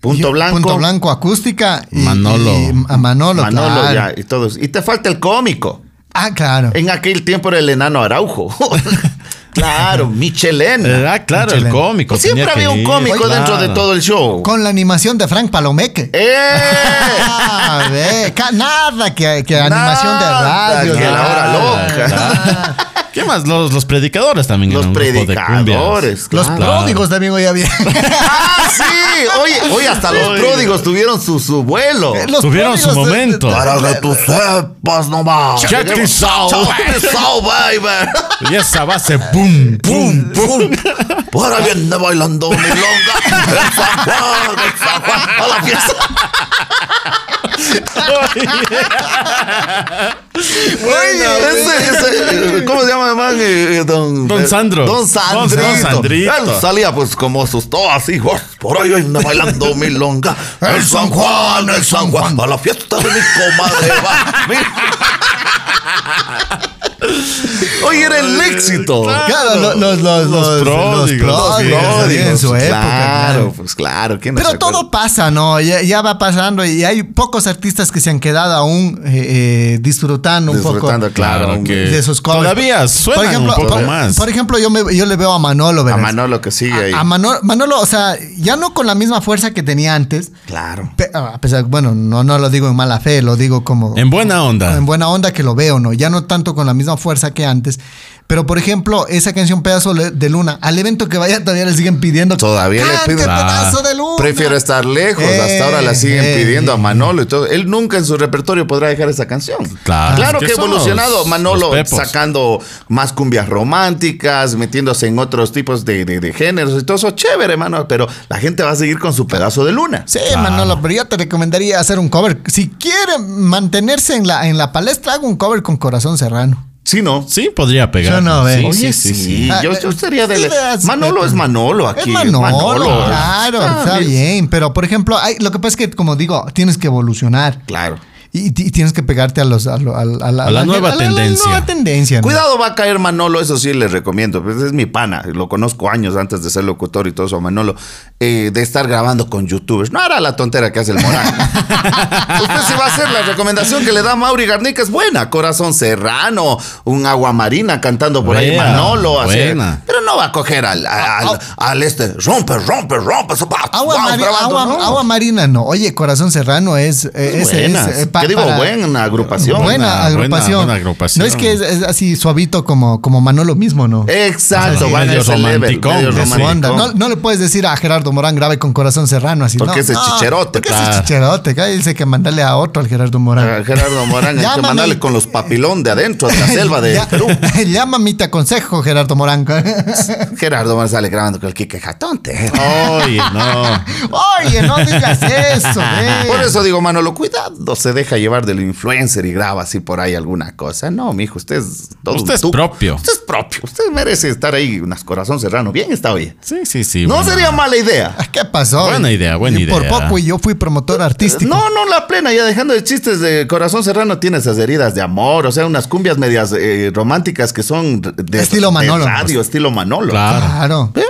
Punto
Yo-
Blanco.
Punto blanco, acústica y,
Manolo.
y- a Manolo,
Manolo,
claro.
ya, Eh. y todos. Y te falta el cómico.
Ah, claro.
En aquel tiempo era el enano Araujo. claro, Michelena.
Ah, claro, el cómico.
Pues Siempre
tenía que
había un
ir,
cómico
claro.
dentro de todo el show.
Con la animación de Frank Palomeque.
¡Eh!
Ah, ve, ca- nada que, que animación de
Nada
radio.
que la hora
nada.
loca.
¿Qué más? Los, los predicadores también.
Los
eran un grupo de cumbias.
predicadores.
Los
claro.
pródigos también hoy había.
¡Ah, sí! Hoy, hoy hasta los
Oye.
pródigos tuvieron su, su vuelo.
Los
Tuvieron su
pródigos de-
momento.
que tú sepas nomás.
Check this out.
Check this out, baby.
Y esa base, boom, boom, boom.
Ahora viene bailando milonga. El San Juan, el San Juan, a la fiesta. Oye, ese- ese- ¿Cómo se llama, man? Eh, eh, don,
Don
eh,
Sandro.
Don Sandrito.
Don Sandrito.
Él salía, pues, como asustó así. "Oh, Por ahí viene bailando milonga. El San Juan, el San Juan. A la fiesta de mi comadre. va". Mi- Oye, era el éxito.
Claro, lo- los, los, los, los
pródigos, los
pródigos
Pródigos,
en su época.
Claro,
claro.
pues claro. ¿quién no se
Pero
acuerda?
todo pasa, ¿no? Ya, ya va pasando y hay pocos artistas que se han quedado aún eh, eh, disfrutando un poco.
Disfrutando, claro.
Claro
hombre.
que-
de sus covers.
Eh, Todavía suenan un poco
por,
más.
Por ejemplo, yo, me- yo le veo a Manolo,
A
¿verdad?
Manolo que sigue ahí.
A Manolo, Manolo, o sea, ya no con la misma fuerza que tenía antes.
Claro.
pe- A pesar, bueno, no, no lo digo en mala fe, lo digo como
En ah. buena onda.
en buena onda que lo veo, ¿no? Ya no tanto con la misma fuerza que antes. Pero, por ejemplo, esa canción Pedazo le- de Luna, al evento que vaya todavía le siguen pidiendo.
Todavía le
"Cante
piden.
Pedazo de Luna.
Prefiero estar lejos.
Eh,
Hasta ahora la siguen
eh,
pidiendo a
eh.
Manolo y todo. Él nunca en su repertorio podrá dejar esa canción.
Claro.
claro
¿Qué
que ha
son
evolucionado
los-
Manolo
los pepos?
sacando más cumbias románticas, metiéndose en otros tipos de, de- de géneros y todo eso. Chévere, hermano. Pero la gente va a seguir con su pedazo de luna.
Sí, Manolo, pero yo te recomendaría hacer un cover. Si quiere mantenerse en la, en la palestra, haga un cover con Corazón Serrano.
Sí, no.
Sí, podría pegar.
Yo no veo.
Sí,
Oye,
sí, sí,
Sí,
sí.
Ah,
yo,
eh,
yo estaría de.
sí, verás,
Manolo
eh,
es Manolo Ah, aquí.
es Manolo, claro, está bien. Pero, por ejemplo, hay- lo que pasa es que, como digo, tienes que evolucionar.
Claro.
Y, y tienes que pegarte a, los, a, lo- a- la,
A la nueva tendencia.
nueva tendencia, ¿no?
Cuidado, va a caer Manolo, eso sí les recomiendo. Pues es mi pana, lo conozco años antes de ser locutor y todo eso, Manolo, eh, de estar grabando con youtubers. No hará la tontera que hace el Morán. Usted se va a hacer la recomendación que le da Mauri Garnica, es buena. Corazón Serrano, un aguamarina cantando por ahí,
Buena,
Manolo. así.
buena.
Pero no va a coger al, al, al- al este, rompe, rompe, rompe, sopa,
Agua,
wow,
mari-
grabando,
agua-
no.
agua marina, no. Oye, Corazón Serrano es. eh, es,
buena.
es, eh, pa-
¿Qué digo?
para-
Buena agrupación.
Buena,
Buena,
agrupación.
buena agrupación.
No es que es, es así suavito como, como Manolo mismo, ¿no?
Exacto,
Sí,
van a
medio
ese level,
romanticón,
medio
de su
Su onda.
romanticón.
No, no le puedes decir a Gerardo Morán grabe con Corazón Serrano así.
Porque
no,
ese es
no,
chicherote, Ah,
Porque ese es
claro.
chicherote. acá Dice que mandarle a otro al Gerardo Morán.
A Gerardo Morán, hay que
Llámame.
mandarle con los papilón de adentro, de la selva de
Ya-
Perú.
Llámame y te aconsejo, Gerardo Morán.
Gerardo Morán sale grabando con el Quique Jatonte.
Ah.
Oye, no.
Oye, no digas eso. eh. ve.
Por eso digo, Manolo, cuidado, se deja llevar del influencer y graba así por ahí alguna cosa. No, mijo, usted es todo un
Usted es
tuco.
propio.
Usted es propio. Usted merece estar ahí, unas corazón serrano. Bien está hoy.
Sí, sí, sí.
No
bueno.
sería mala idea.
Ah, ¿Qué pasó?
Buena idea, buena
Y Por
idea.
poco y yo fui promotor artístico.
No, no, la plena, ya dejando de chistes de corazón serrano, tiene esas heridas de amor, o sea, unas cumbias medias eh, románticas que son de,
Estilo
de
Manolo.
radio, estilo Manolo.
Claro.
Claro.
¿Eh?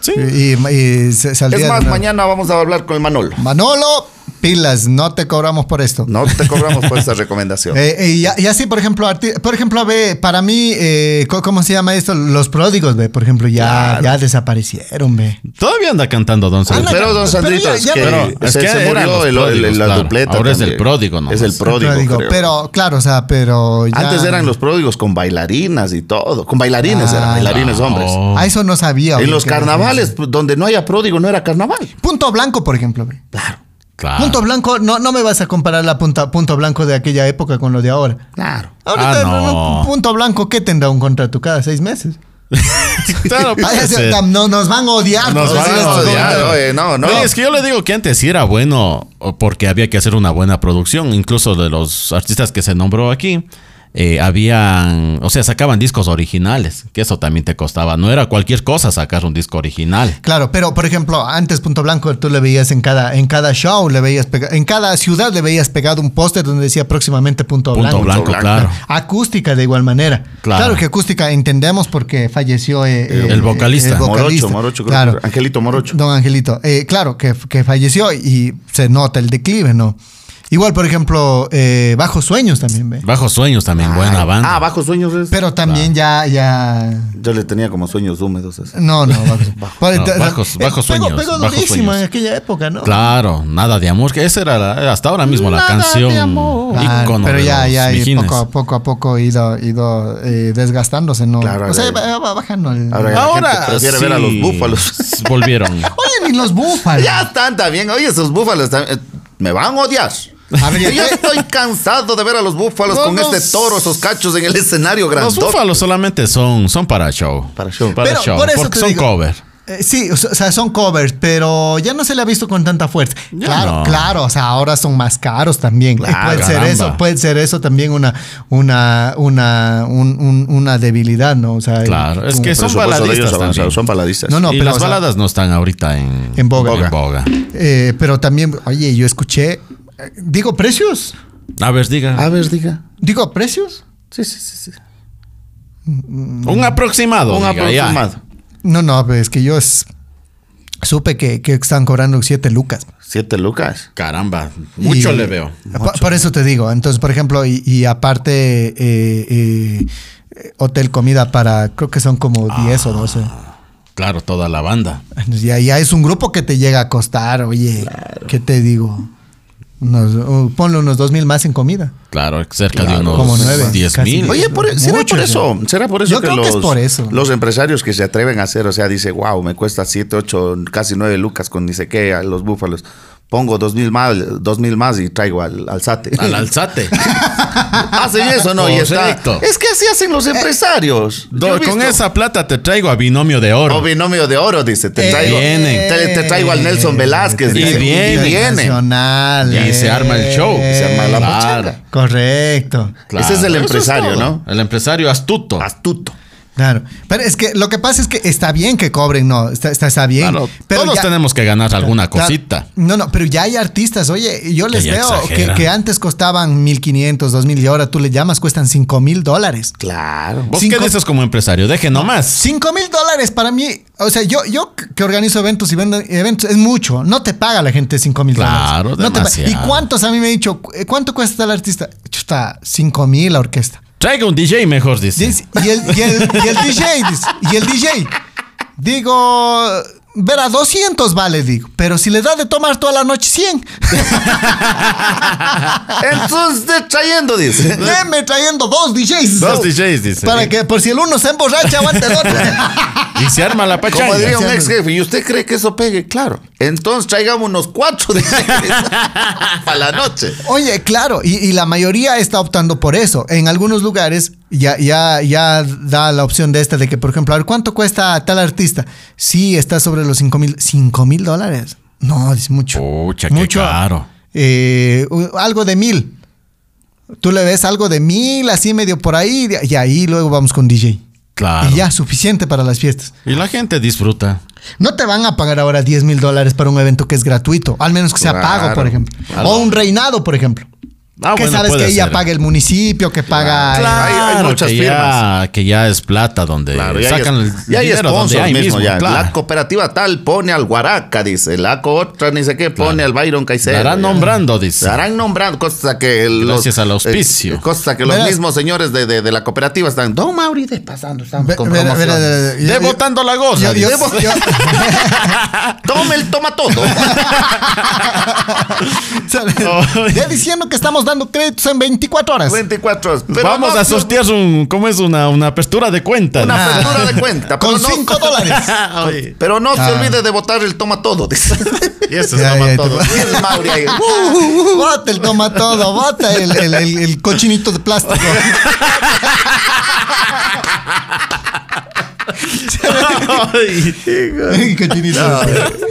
Sí.
Y, y- y se- saldría
Es
de
más,
nuevo.
mañana vamos a hablar con el Manolo.
Manolo, Pilas, no te cobramos por esto.
No te cobramos por esta recomendación.
Eh, eh, y, a- y así, por ejemplo, arti- por ejemplo, ve, para mí, eh, co- ¿cómo se llama esto? Los pródigos, ve, por ejemplo, ya,
Claro.
ya desaparecieron, ve.
Todavía anda cantando Don Sandrito.
Pero
Pero
don Sandrito,
ya-
es
ya-
que,
Pero
es
se,
que
se
eran
murió
los
el, el-
pródigos,
la
claro.
dupleta.
Ahora es
también.
del pródigo nomás.
Es el pródigo. creo.
Pero, claro, o sea, pero ya.
Antes eran los pródigos con bailarinas y todo. Con bailarines eran,
Ah,
bailarines hombres.
no.
A eso no sabía. oye,
En los
que-
carnavales, pues, donde no haya pródigo, no era carnaval.
Punto blanco, por ejemplo, ve.
Claro.
Punto blanco, no, no me vas a comparar la punta, punto blanco de aquella época con lo de ahora.
Claro.
Ahorita,
Ah, no.
no, punto blanco, ¿qué tendrá un contrato cada seis meses?
Claro,
Ay,
puede
o sea,
ser.
cam- Ah, no, nos van a odiar.
Nos
por
van
decir
a
esto.
odiar,
oye, no, no.
Oye, es que yo le digo que antes sí era bueno o porque había que hacer una buena producción. Incluso de los artistas que se nombró aquí, eh, habían, o sea, sacaban discos originales, que eso también te costaba. No era cualquier cosa sacar un disco original.
Claro, pero por ejemplo, antes Punto Blanco tú le veías en cada, en cada show, le veías pega- en cada ciudad le veías pegado un póster donde decía próximamente Punto,
Punto
Blanco.
blanco,
Blanco.
claro.
Acústica de igual manera.
Claro.
Claro, que acústica entendemos porque falleció eh, eh,
El vocalista.
Morocho, Morocho, creo
claro.
que- Angelito Morocho.
Don Angelito. Eh, claro, que, que falleció y se nota el declive, ¿no? Igual, por ejemplo, eh, Bajos Sueños también, ¿ve?
Bajo Sueños también, buena banda.
Ah, Bajos Sueños es.
Pero también ya, ya...
Yo le tenía como sueños húmedos. ese.
No, no, bajos, eh,
no, bajos- bajos
pegó-
sueños,
Pegó
bajos
durísimo
sueños.
en aquella época, ¿no?
Claro, nada de amor, que esa era la- hasta ahora mismo la canción
Claro,
ícono
pero
de
ya,
los
ya, y
Mijines.
poco, a poco a poco ido, ido eh, desgastándose, ¿no?
Claro,
o sea,
ahora ya-
va, va bajando el...
ahora ya-
Ahora
La gente prefiere ver a los búfalos.
Volvieron.
Oye, ni los búfalos.
Ya están también. Oye, esos búfalos también, eh, me van a odiar.
A ver, ¿y
yo
qué?
estoy cansado de ver a los búfalos
No,
con
no.
este toro, esos cachos en el escenario
Los
grandote.
búfalos solamente son, son para show.
Para show.
Para
Pero
show,
por eso
porque
te
son
digo-
cover.
Eh, sí, o sea, son covers, pero ya no se le ha visto con tanta fuerza.
Ya
claro,
no.
claro, o sea, ahora son más caros también. Y
Claro,
puede ser
caramba.
eso, puede ser eso también una, una, una, un- un- una debilidad, ¿no? O sea,
Claro, es
un-
que
El
son
presupuesto de ellos
baladistas
avanzado,
también.
Son baladistas.
No, no,
y
pero,
las
o sea,
baladas no están ahorita en,
En boga.
en boga.
eh, pero también, oye, yo escuché, eh, digo precios,
A ver, diga.
Ah,
A ver, diga.
digo precios.
Sí, sí, sí. sí.
un aproximado.
Un
diga, ya.
aproximado.
No, no, pero es que yo es- supe que, que están cobrando 7 lucas.
Siete lucas.
Caramba, mucho
Y-
le veo.
Pa- Por, eso te digo. Entonces, por ejemplo, y, y aparte, eh, eh, eh, hotel comida para, creo que son como
Ah.
10 o 12.
Claro, toda la banda.
Ya, ya es un grupo que te llega a costar, oye, ¿qué te digo? Unos- uh, ponle unos dos mil más en comida.
Claro, cerca
Claro,
de
como nueve,
unos 10
casi.
mil.
Oye, por, e-, ¿será
Mucho,
por
sí.
eso? ¿Será por eso
Yo
que,
creo que
los,
es por eso.
los empresarios que se atreven a hacer, o sea, dice, wow, me cuesta 7, 8, casi 9 lucas con ni sé qué a los búfalos. Pongo dos mil más, dos mil más y traigo al alzate.
Al alzate.
Hacen eso, ¿no? Y está.
Correcto.
Es que así hacen
Eh,
los empresarios.
Do-
Yo he
con
visto-
esa plata te traigo a binomio de oro.
O binomio de oro, dice. Te
Eh,
traigo,
vienen.
te, te traigo al Nelson Velázquez.
Te
Y
dice,
traigo
viene.
un
Y viene.
internacional,
Y se arma el show.
eh.
Se arma la
Claro.
pachanga.
Correcto.
Claro.
Ese es el
Eso
empresario,
todo.
¿no?
El empresario astuto.
Astuto.
Claro. Pero es que lo que pasa es que está bien que cobren, no, está, está, está bien.
Claro,
pero
todos
ya-
tenemos que ganar alguna cosita.
No, no, pero ya hay artistas, oye, yo les
ya
veo que,
exageran.
que antes costaban 1500, 2000 y ahora tú le llamas cuestan 5000 dólares.
Claro.
¿Vos
Cinco-
qué dices como empresario? Deje nomás.
5000 dólares para mí, o sea, yo, yo que organizo eventos y vendo eventos, es mucho, no te paga la gente 5000
Claro,
dólares. No te paga. ¿Y
demasiado.
cuántos a mí me han dicho, "¿Cu- cuánto cuesta el artista? Chuta, 5000 la orquesta.
Traiga un DJ mejor,
Y
dice.
el, y el, y el- y el DJ, dice, y el DJ. Digo, verá, 200 vale, digo. Pero si le da de tomar toda la noche 100,
Entonces, trayendo, dice.
deme trayendo dos DJs.
Dos DJs, dice.
Para que por si el uno se emborracha, aguante el otro.
Y se arma la
Como
pachanga.
diría un ex jefe, ¿y usted cree que eso pegue? Claro. Entonces traigamos unos cuatro de para la noche.
Oye, claro, y, y la mayoría está optando por eso. En algunos lugares ya, ya, ya da la opción de esta de que, por ejemplo, a ver, ¿cuánto cuesta tal artista? Sí, está sobre los 5 mil. ¿5 mil dólares? No, es mucho.
Pucha, qué caro.
Eh, u- algo de mil. Tú le ves algo de mil, así medio por ahí, y ahí luego vamos con DJ.
Claro.
Y ya, suficiente para las fiestas.
Y la gente disfruta.
No te van a pagar ahora 10 mil dólares para un evento que es gratuito, al menos que sea
Claro.
pago, por ejemplo. O un reinado, por ejemplo.
Ah,
que
bueno,
sabes que
puede
ella
ser.
paga el municipio, que paga. eh,
Claro. Hay- hay
Claro,
muchas
que Ya, que ya es plata donde
Claro, ya
sacan
hay,
el
ya hay
dinero donde
sponsors
hay
mismo,
mismo,
ya.
claro.
La cooperativa tal pone al Guaraca, dice. La co- otra ni sé qué pone
Claro.
al Byron Caicedo.
Estarán
ya.
nombrando, dice.
Estarán nombrando, cosa que el- los,
Gracias al auspicio.
eh, cosa que los
Verás.
mismos señores de, de- de la cooperativa están. Don Mauri, de pasando, estamos
Ve-
con
ve- ve-
promociones".
ve- ve-
De botando la
yo-
goza.
yo-
dice.
yo-
Tome el toma todo.
ya diciendo que estamos dando créditos en 24 horas.
24 horas. Pero
Vamos
no-
a sortear un, ¿cómo es? Una, una apertura de cuenta.
Una
dice.
apertura de cuenta.
Con
pero no-
5 dólares.
Oye,
Pero no se
Ah.
olvide de votar el toma todo. dice.
y eso es
Ya,
nomás
ya,
todo.
te-
Y el Mauri ahí, "Uh,
Bota el toma todo, bota el, el- el- el cochinito de plástico. El cochinito de plástico.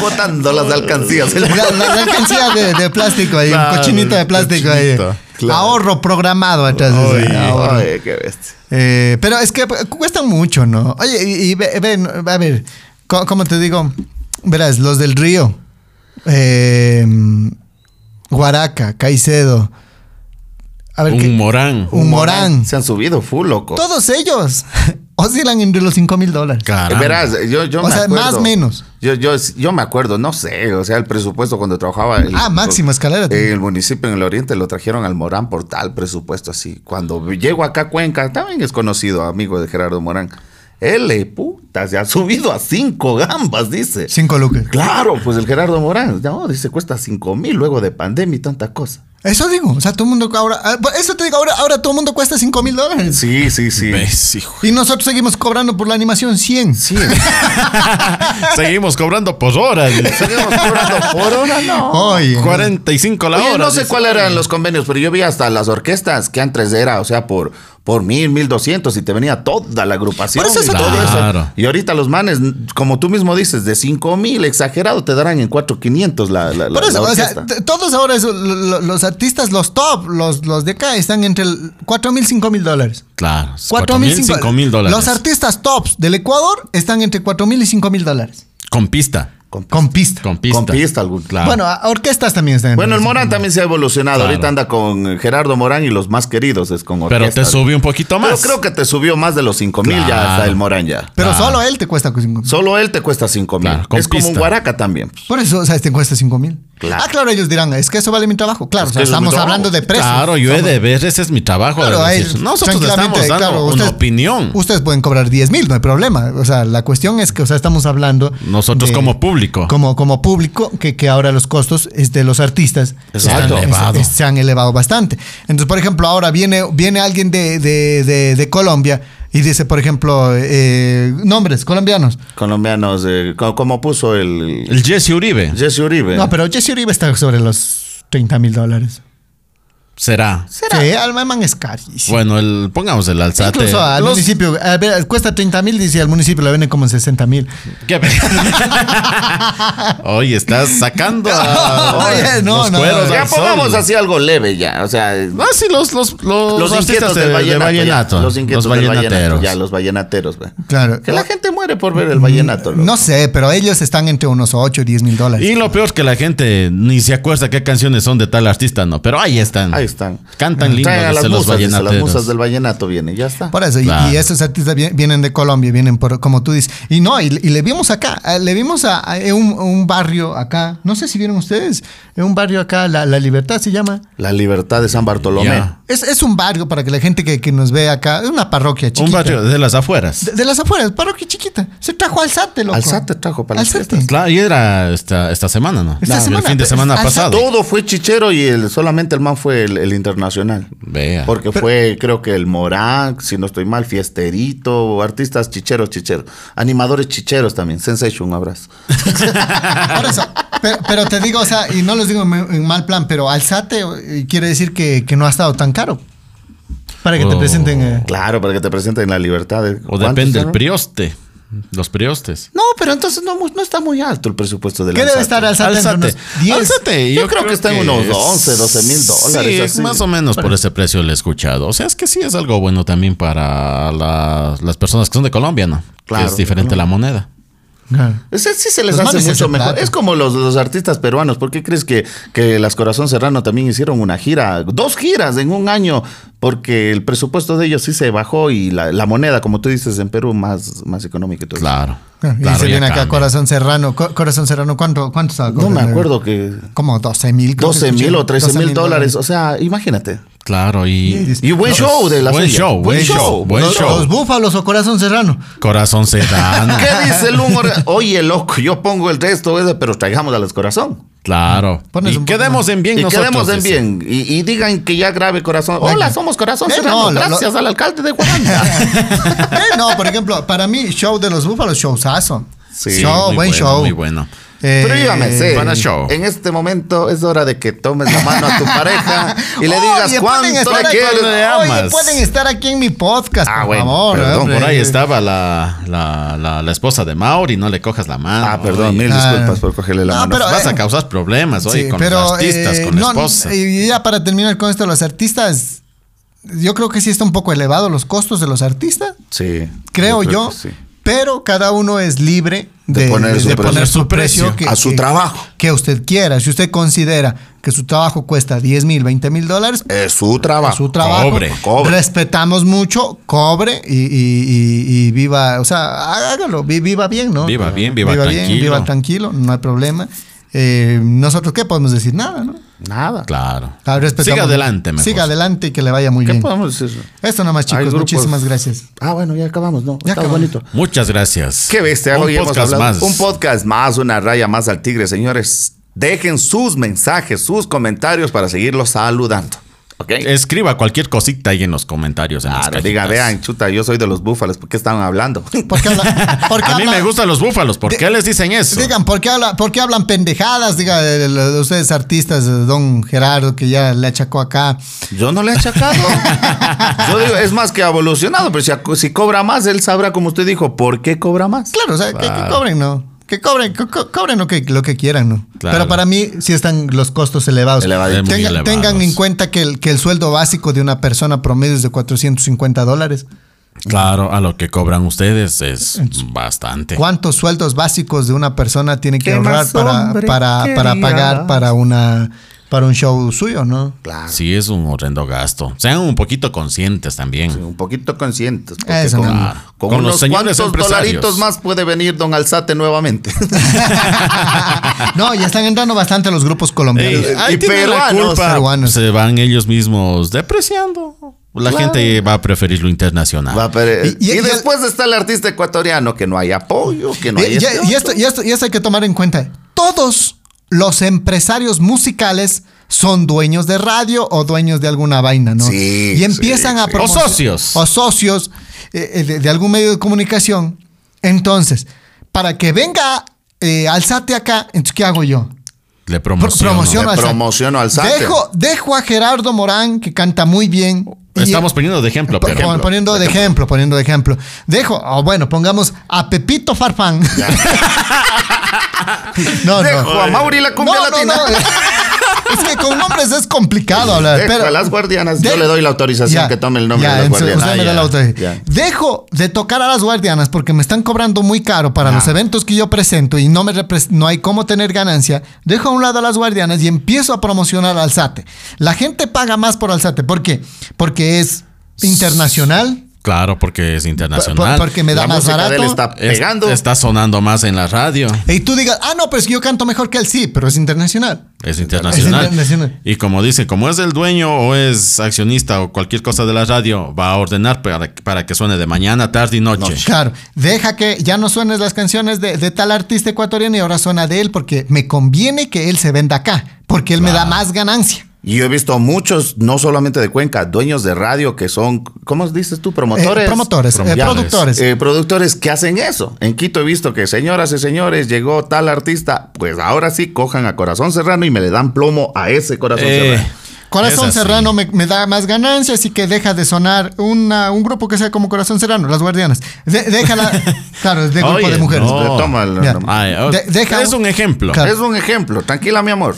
botando las alcancías. El-
La, la- la alcancía de, de plástico ahí,
Claro,
un cochinito de
el
plástico ahí.
cochinito, claro.
Ahorro programado atrás.
Oye.
ese, ahorro.
Ay, qué bestia.
Eh, pero es que pues, cuestan mucho, ¿no? Oye, y, y ve- ven, a ver, co- ¿cómo te digo? Verás, los del río, eh, Guaraca, Caicedo, a ver, ¿qué?
Un morán.
Un morán.
Se han subido full, loco.
todos ellos oscilan entre los 5 mil dólares.
Eh,
Caramba.
Verás, yo, yo
O
me
sea,
acuerdo.
más menos.
Yo, yo, yo me acuerdo, no sé, o sea, el presupuesto cuando trabajaba. el-
Ah, Máximo Escalera.
En el municipio en el oriente lo trajeron al Morán por tal presupuesto así. Cuando llego acá a Cuenca, también es conocido, amigo de Gerardo Morán. Él, eh, puta, se ha subido a cinco gambas, dice.
5 lucas.
Claro, pues el Gerardo Morán, no, dice, cuesta cinco mil luego de pandemia y tanta cosa.
Eso digo, o sea, todo el mundo ahora, ah, por eso te digo, ahora, ahora todo el mundo cuesta 5 mil dólares.
Sí, sí, sí.
Ves, hijo.
Y nosotros seguimos cobrando por la animación 100.
Sí,
Seguimos cobrando por horas. dice.
seguimos cobrando por hora, no.
Oye,
45 la
Oye,
hora.
no sé
dice.
cuáles eran los convenios, pero yo vi hasta las orquestas que antes era, o sea, por, por mil, mil doscientos y te venía toda la agrupación.
Por eso es
y
otro
todo eso.
Claro.
Y ahorita los manes, como tú mismo dices, de cinco mil, exagerado, te darán en cuatro quinientos la, la, la-
Por eso,
la
o sea,
orquesta.
t- todos ahora eso, lo- lo- los artistas, los top, los, los de acá, están entre el 4 mil, 5 mil dólares.
Claro.
4 mil, 5
mil dólares.
Los artistas tops del Ecuador están entre 4 mil y 5 mil dólares.
Con pista.
Con-
Con pista.
Con pista.
Con pista algún-
Claro.
Bueno, a- orquestas también están. entre
Bueno, el
los-
Morán también se ha evolucionado.
Claro.
Ahorita anda con Gerardo Morán y los más queridos es con
pero
orquesta.
te sube un poquito
Pero
más.
creo que te subió más de los cinco mil ya
Claro.
hasta el Morán ya.
Pero
Ah.
solo él te cuesta 5 mil.
Solo él te cuesta cinco mil.
Claro, con
es como un
pista.
guaraca también. pues,
Por eso, o sea, te cuesta 5 mil.
Claro.
Ah, claro, ellos dirán, es que eso vale mi trabajo. Claro,
Es
o sea,
que es mi
estamos
trabajo.
hablando de precios.
Claro, yo he
Estamos-
de ver, ese es mi trabajo. de
Claro, ahí,
decir, Nosotros le
tranquilamente,
estamos dando
claro,
una
ustedes-
opinión.
Ustedes pueden cobrar 10 mil, no hay problema. O sea, la cuestión es que, o sea, estamos hablando.
Nosotros como público.
Como, como público, que, que ahora los costos es de los artistas
Exacto.
están-
Elevado.
es- se han elevado bastante. Entonces, por ejemplo, ahora viene, viene alguien de, de- de- de Colombia y dice, por ejemplo, eh, nombres colombianos.
Colombianos, eh, co- como puso el,
El Jesse Uribe
Jesse Uribe.
No, pero Jesse Uribe está sobre los 30 mil dólares.
será.
Sí, Almaman es carísimo.
Bueno, el, pongamos el alzate.
Incluso al
Los-
municipio, a ver, cuesta 30 mil, dice al municipio le venden como en 60 mil.
¿Qué ve? Oye, estás sacando a-
Oye, no,
los
no,
cueros
no.
Ya
al sol.
pongamos así algo leve ya, o sea,
Ah, sí, los, los, los,
los
artistas
inquietos
de-
del
de
vallenato. ya,
vallenato,
los inquietos
los
del vallenato,
vallenateros.
ya, los vallenateros. ve.
Claro.
Que la gente muere por ver el vallenato. loco.
No sé, pero ellos están entre unos 8 y 10 mil dólares.
Y lo peor que la gente ni se acuerda qué canciones son de tal artista, no, pero ahí están.
Ahí están.
Cantan lindo
Traen a las
desde los
musas, dice, las
vallenateros.
musas del vallenato vienen, ya está.
Por eso, y-
Claro.
y, esos artistas vi- vienen de Colombia, vienen por, como tú dices. Y no, y, y le vimos acá, eh, le vimos a, a un, un barrio acá, no sé si vieron ustedes, en un barrio acá, La, La Libertad se llama.
La libertad de San Bartolomé.
Ya.
Es, es un barrio para que la gente que, que nos ve acá, es una parroquia chiquita.
Un barrio de las afueras.
De, de las afueras, parroquia chiquita. Se trajo Alzate, loco.
Alzate trajo para las
Alzate.
fiestas.
Claro, y era esta, esta semana, ¿no?
Esta
No,
semana,
El fin de
pero
semana
alza
pasado.
Todo fue chichero y el- solamente el man fue el, el internacional.
Vea.
Porque fue, creo que el Morán, si no estoy mal, Fiesterito, artistas chicheros, chicheros. Animadores chicheros también. Sensation, un abrazo.
Por eso. Pero, pero te digo, o sea, y no los digo en en mal plan, pero alzate eh, quiere decir que, que no ha estado tan caro. Para que te
Oh.
presenten. eh.
Claro, para que te presenten la libertad. ¿eh?
O
¿Cuántos
depende del
eran?
prioste. Los priostes.
No, pero entonces no, mu- no está muy alto el presupuesto del
¿Qué debe
Alzate.
estar alzate? entre
Alzate.
unos 10?
Alzate,
Yo creo que está en unos 11, 12 mil dólares,
Sí,
así.
más o menos por ese precio le he escuchado. O sea, es que sí es algo bueno también para las, las personas que son de Colombia, ¿no? Que
Claro,
es diferente la moneda.
Claro.
O sea, sí se les
Los
hace
manes se
mucho mejor.
separan.
Es como los, los artistas peruanos. ¿Por qué crees que, que las Corazón Serrano también hicieron una gira? Dos giras en un año. Porque el presupuesto de ellos sí se bajó y la, la moneda, como tú dices, en Perú más, más económica y todo.
Claro.
Ah, Y
claro,
se
ya
viene acá
cambia.
Corazón Serrano. Co- Corazón Serrano, ¿cuánto, cuánto estaba
No me
cobrando?
acuerdo que
Como 12 mil.
12 mil o 13 mil dólares. O sea, imagínate.
Claro, y.
Y buen show de la
Buen
serie.
show, buen show, buen
¿Los,
show.
los búfalos o Corazón Serrano?
Corazón sedano.
¿Qué dice el humor? Oye, loco, yo pongo el resto, ¿verdad? pero traigamos a las corazón.
Claro.
Pones
Y
un poco
quedemos
más.
en bien
Y
nosotros.
quedemos en
dice.
bien. Y, y digan que ya grave corazón. Hola, somos corazón
Eh,
Serrano,
no, lo-
Gracias
lo-
al alcalde de Guadalajara.
Eh, no, por ejemplo, para mí, show de los búfalos, showzazo.
Sí,
show,
muy
buen
bueno,
show.
muy bueno.
Eh,
Pero dígame, sí,
para show.
en este momento es hora de que tomes la mano a tu pareja y le digas
Oye, pueden
cuánto
estar
le
aquí-
quieres.
le
Oye,
amas.
pueden estar aquí en mi podcast,
Ah,
por
bueno,
favor.
perdón,
hombre.
Por ahí estaba la, la, la, la esposa de Mauri, no le cojas la mano.
Ah, perdón,
oye.
mil
Claro.
disculpas por cogerle la
No,
mano.
Ah. pero-
Vas
eh,
a causar problemas hoy
Sí,
con los
pero,
artistas,
eh,
con la
no,
esposa.
Y ya para terminar con esto, los artistas, yo creo que sí está un poco elevado los costos de los artistas,
Sí.
creo
creo
yo,
que sí.
pero cada uno es libre
De
de,
poner su precio.
poner su precio que-
A su
que-
trabajo.
que usted quiera. Si usted considera que su trabajo cuesta 10 mil, 20 mil dólares,
Es su trabajo.
su trabajo.
Cobre.
Cobre.
Respetamos mucho, cobre y, y- y- y viva, o sea, hágalo, vi- viva bien, ¿no?
Viva bien, viva tranquilo.
viva tranquilo, no hay problema. Eh, Nosotros, ¿qué podemos decir? Nada, ¿no?
Nada.
Claro.
Ah, respetamos.
Siga adelante, mejor.
Siga adelante y que le vaya muy
¿Qué
bien.
podemos decir?
Esto nomás,
Hay
chicos.
grupos-
Muchísimas gracias.
Ah, bueno, ya acabamos, ¿no?
Ya
Está
acabamos.
bonito.
Muchas gracias.
Qué bestia,
Un
hoy hemos
podcast
hablado-
más.
Un podcast más, una raya más al tigre, señores. Dejen sus mensajes, sus comentarios para seguirlos saludando. ¿Ok?
Escriba cualquier cosita ahí en los comentarios. En las
Claro, diga,
cajitas.
vean, chuta, yo soy de los búfalos, ¿por qué están hablando?
¿Por qué habla- por qué
A mí
habla-
me gustan los búfalos. ¿Por
De-
qué les dicen eso?
Digan, ¿por qué, habla- por qué hablan pendejadas? Diga, eh, lo- de ustedes artistas, eh, don Gerardo, que ya le achacó acá.
Yo no le he achacado. yo digo, es más que ha evolucionado, pero si, ac- si cobra más, él sabrá, como usted dijo, ¿por qué cobra más?
Claro, o sea, que- que, cobren, ¿no? Que cobren, co- co- cobren lo que, lo que quieran, ¿no?
Claro.
Pero para mí sí están los costos elevados.
Elevadito.
Muy
Tenga-
elevados.
Tengan en cuenta que el, que el sueldo básico de una persona promedio es de 450 dólares.
Claro, a lo que cobran ustedes es bastante.
¿Cuántos sueldos básicos de una persona tiene que
¿Qué
ahorrar
más,
para,
hombre,
para, para
querías?
pagar para una para un show suyo, no?
Claro.
Sí, es un horrendo gasto. Sean un poquito conscientes también.
Un poquito conscientes. Porque
Eso,
con,
mi
amor.
con
Con los
unos
señores
cuantos
empresarios.
dolaritos más puede venir Don Alzate nuevamente.
No, ya están entrando bastante los grupos colombianos.
Eh, ahí
y
tienen la
peruanos,
culpa.
peruanos.
Se van ellos mismos depreciando. La gente va a preferir lo internacional.
Va, pero- y,
Y- y- y-
después está el artista ecuatoriano que no hay apoyo, que no hay
Eh, ya-
este
y, esto, y esto- y esto hay que tomar en cuenta. Todos los empresarios musicales son dueños de radio o dueños de alguna vaina, ¿no?
Sí,
Y empiezan
sí,
a
sí.
promocio-
O socios.
O socios eh, eh, de, de algún medio de comunicación. Entonces, para que venga eh, Alzate acá, entonces, ¿qué hago yo?
Le
Pro-
promociono.
promociono
Le
Alzate.
promociono Alzate.
Dejo, dejo a Gerardo Morán, que canta muy bien. y-
Estamos poniendo de ejemplo,
Pon-
pero.
pon- poniendo de ejemplo, poniendo de ejemplo. Dejo, o bueno, pongamos a Pepito Farfán. no,
Dejo
no.
a Mauri la cumbia
No, no,
latina.
no. Es que con nombres es complicado hablar.
Dejo
eh, Pero
a las guardianas. Yo
De-
le doy la autorización
Ya,
que tome el nombre
ya,
de las
en serio,
guardianas.
usted me
Ah,
da
ya,
la autorización.
ya.
Dejo de tocar a las guardianas porque me están cobrando muy caro para los eventos que yo presento y no, me repres- no hay cómo tener ganancia. Dejo a un lado a las guardianas y empiezo a promocionar Alzate. La gente paga más por Alzate. ¿Por qué? Porque es internacional.
Claro, porque es
por-
internacional.
porque me da
La
más
música de él
barato.
está
Es-
pegando.
está sonando más en la radio.
Y tú digas, ah, no, pero es que yo canto mejor que él, sí, pero es internacional.
Es internacional.
Es internacional.
Y como dice, como es el dueño o es accionista o cualquier cosa de la radio, va a ordenar para, para que suene de mañana, tarde y noche.
Claro, deja que ya no suenes las canciones de, de tal artista ecuatoriano y ahora suena de él porque me conviene que él se venda acá, porque él me da más ganancia.
Y yo he visto muchos, no solamente de Cuenca, dueños de radio que son, ¿cómo dices tú? Promotores.
Eh, promotores, eh,
Ya,
productores.
eh, productores que hacen eso. En Quito he visto que, señoras y señores, llegó tal artista, pues ahora sí cojan a Corazón Serrano y me le dan plomo a ese Corazón
Eh,
Serrano.
Corazón
es así.
Serrano me, me da más ganancia, así que deja de sonar una, un grupo que sea como Corazón Serrano, las guardianas. De- déjala, claro, es de grupo
Oye,
de mujeres.
no.
Eh, tómalo,
Ya.
nomás.
Ay, oh,
De- deja-
es un ejemplo.
Claro.
Es un ejemplo, tranquila mi amor.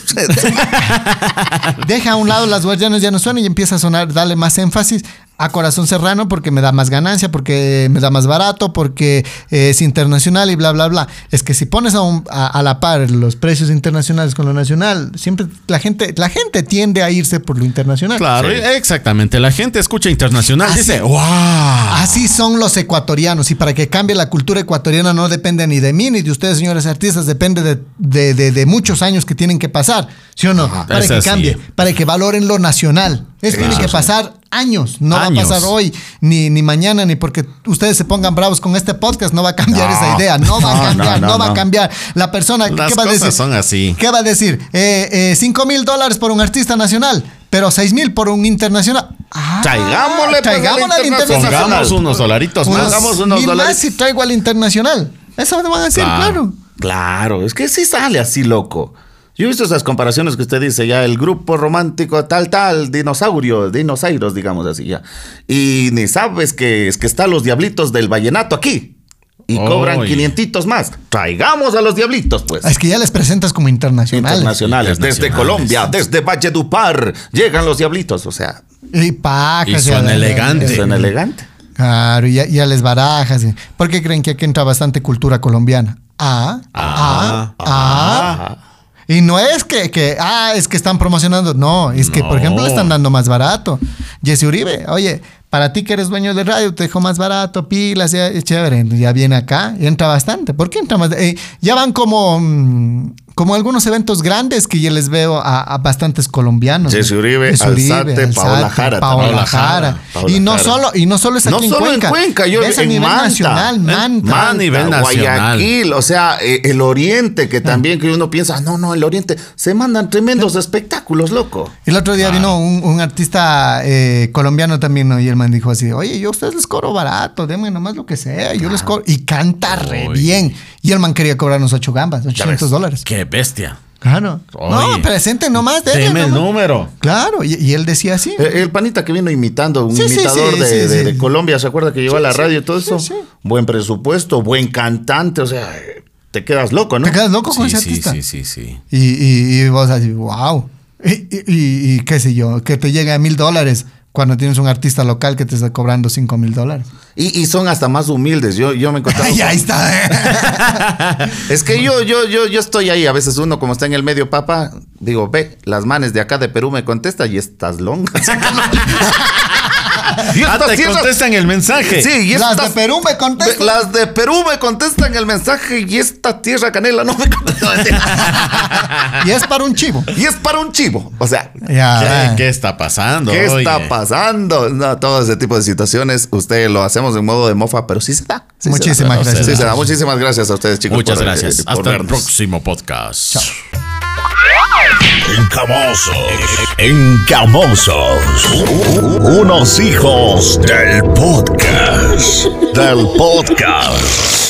Deja a un lado las guardianas ya no suenan y empieza a sonar, dale más énfasis a Corazón Serrano porque me da más ganancia, porque me da más barato, porque eh, es internacional y bla, bla, bla. Es que si pones a, un- a- a la par los precios internacionales con lo nacional, siempre la gente, la gente tiende a irse por lo internacional.
Claro,
Sí.
exactamente. La gente escucha internacional.
Así-
dice, wow.
Así son los ecuatorianos y para que cambie la cultura ecuatoriana no depende ni de mí ni de ustedes, señores artistas, depende de, de- de- de muchos años que tienen que pasar, ¿sí o no? para
es
que
así.
cambie, para que valoren lo nacional. Eso tiene que pasar años, no va a
Años.
pasar hoy, ni, ni mañana, ni porque ustedes se pongan bravos con este podcast, no va a cambiar
No.
esa idea, no va a
No,
cambiar, no,
no, no,
va a
no.
cambiar. La persona, que
Las
¿qué va a
cosas
decir?
son así.
¿Qué va a decir? 5 mil dólares por un artista nacional, pero 6 mil por un internacional. Ah,
Traigámosle, pues,
traigámosle
al
al
internacional.
internacional.
Pongamos unos dolaritos
Unos
más.
Pongamos unos
mil
dólares.
más si traigo al internacional. Eso me van a decir,
Claro.
claro.
Claro, es que sí sale así, loco. Yo he visto esas comparaciones que usted dice, ya el grupo romántico tal, tal, dinosaurio, dinosaurios, digamos así, ya. Y ni sabes que es que están los diablitos del vallenato aquí. Y cobran
Oy.
500 más. Traigamos a los diablitos, pues.
Es que ya les presentas como internacionales.
Internacionales, desde
Internacionales.
Colombia, desde Valledupar, llegan los diablitos, o sea,
Y pajas.
Y suena
ya-
elegante.
ya-
suena elegante.
Claro, y ya, ya les barajas. y- ¿Por qué creen que aquí entra bastante cultura colombiana? Ah, ah, ah. Y no es que, que, ah, es que están promocionando. No, es que, por
No.
ejemplo, le están dando más barato. Jesse Uribe, oye, para ti que eres dueño de radio, te dejo más barato, pilas, ya, es chévere. Ya viene acá, y entra bastante. ¿Por qué entra más? Eh, ya van como, mm, como algunos eventos grandes que yo les veo a, a bastantes colombianos.
Jesse Uribe, Alzate, Paola Jara
Paola
también.
Jara.
Paola
y no
Jara.
solo, y no solo es
No
aquí
solo
en
en
Cuenca.
Cuenca, yo
es a
en
nivel
Manta.
nacional,
En
Manta.
Manta. A nivel nacional.
Guayaquil, o sea, eh, el oriente,
Ah.
que también que uno piensa, "Ah, no, no, el oriente, se mandan tremendos espectáculos, loco.
El otro día vino un, un artista eh, colombiano también, ¿no? Y el man dijo así, oye, yo a ustedes les cobro barato, denme nomás lo que sea, yo les cobro. Y canta re
Uy.
bien. Y el man quería cobrarnos ocho gambas, 800 dólares.
Qué bestia.
Claro.
Oye.
No, presente nomás, denle
Deme el
nomás.
número.
Claro, y, y él decía así.
Eh, El panita que vino imitando, un
Sí, sí,
imitador
sí,
de,
sí,
de-
sí.
de Colombia, ¿se acuerda que llegó a la
sí,
radio y todo eso?
sí.
Buen presupuesto, buen cantante, o sea, eh, te quedas loco, ¿no?
¿Te quedas loco con
Sí,
ese
sí,
artista?
sí, sí, sí.
Y, y, y vos así, wow. Y, y- y- y qué sé yo, que te llegue a mil dólares cuando tienes un artista local que te está cobrando cinco mil dólares.
Y, y son hasta más humildes. Yo, yo me encontraba.
Ay, ahí eh. está.
Es que yo, yo, yo, yo estoy ahí. A veces uno, como está en el medio, papá, digo, ve, las manes de acá de Perú me contestan y estas longas. Y
Ah,
estas
te
tierras-
contestan el mensaje.
Sí, y
Las de
estas-
Perú me contestan.
Las de Perú me contestan el mensaje y esta tierra canela no me contesta.
y es para un chivo.
y es para un chivo. O sea,
¿Qué,
Ya.
qué está pasando?
¿qué
Oye.
está pasando? No, todo ese tipo de situaciones, ustedes lo hacemos en modo de mofa, pero sí se da. Sí se da.
Muchísimas
Sí
gracias.
se da. Muchísimas gracias a ustedes, chicos.
Muchas
por, eh,
gracias.
por
Hasta el
vernos.
próximo podcast.
Encamosos. Encamosos. Unos hijos del podcast. Del podcast.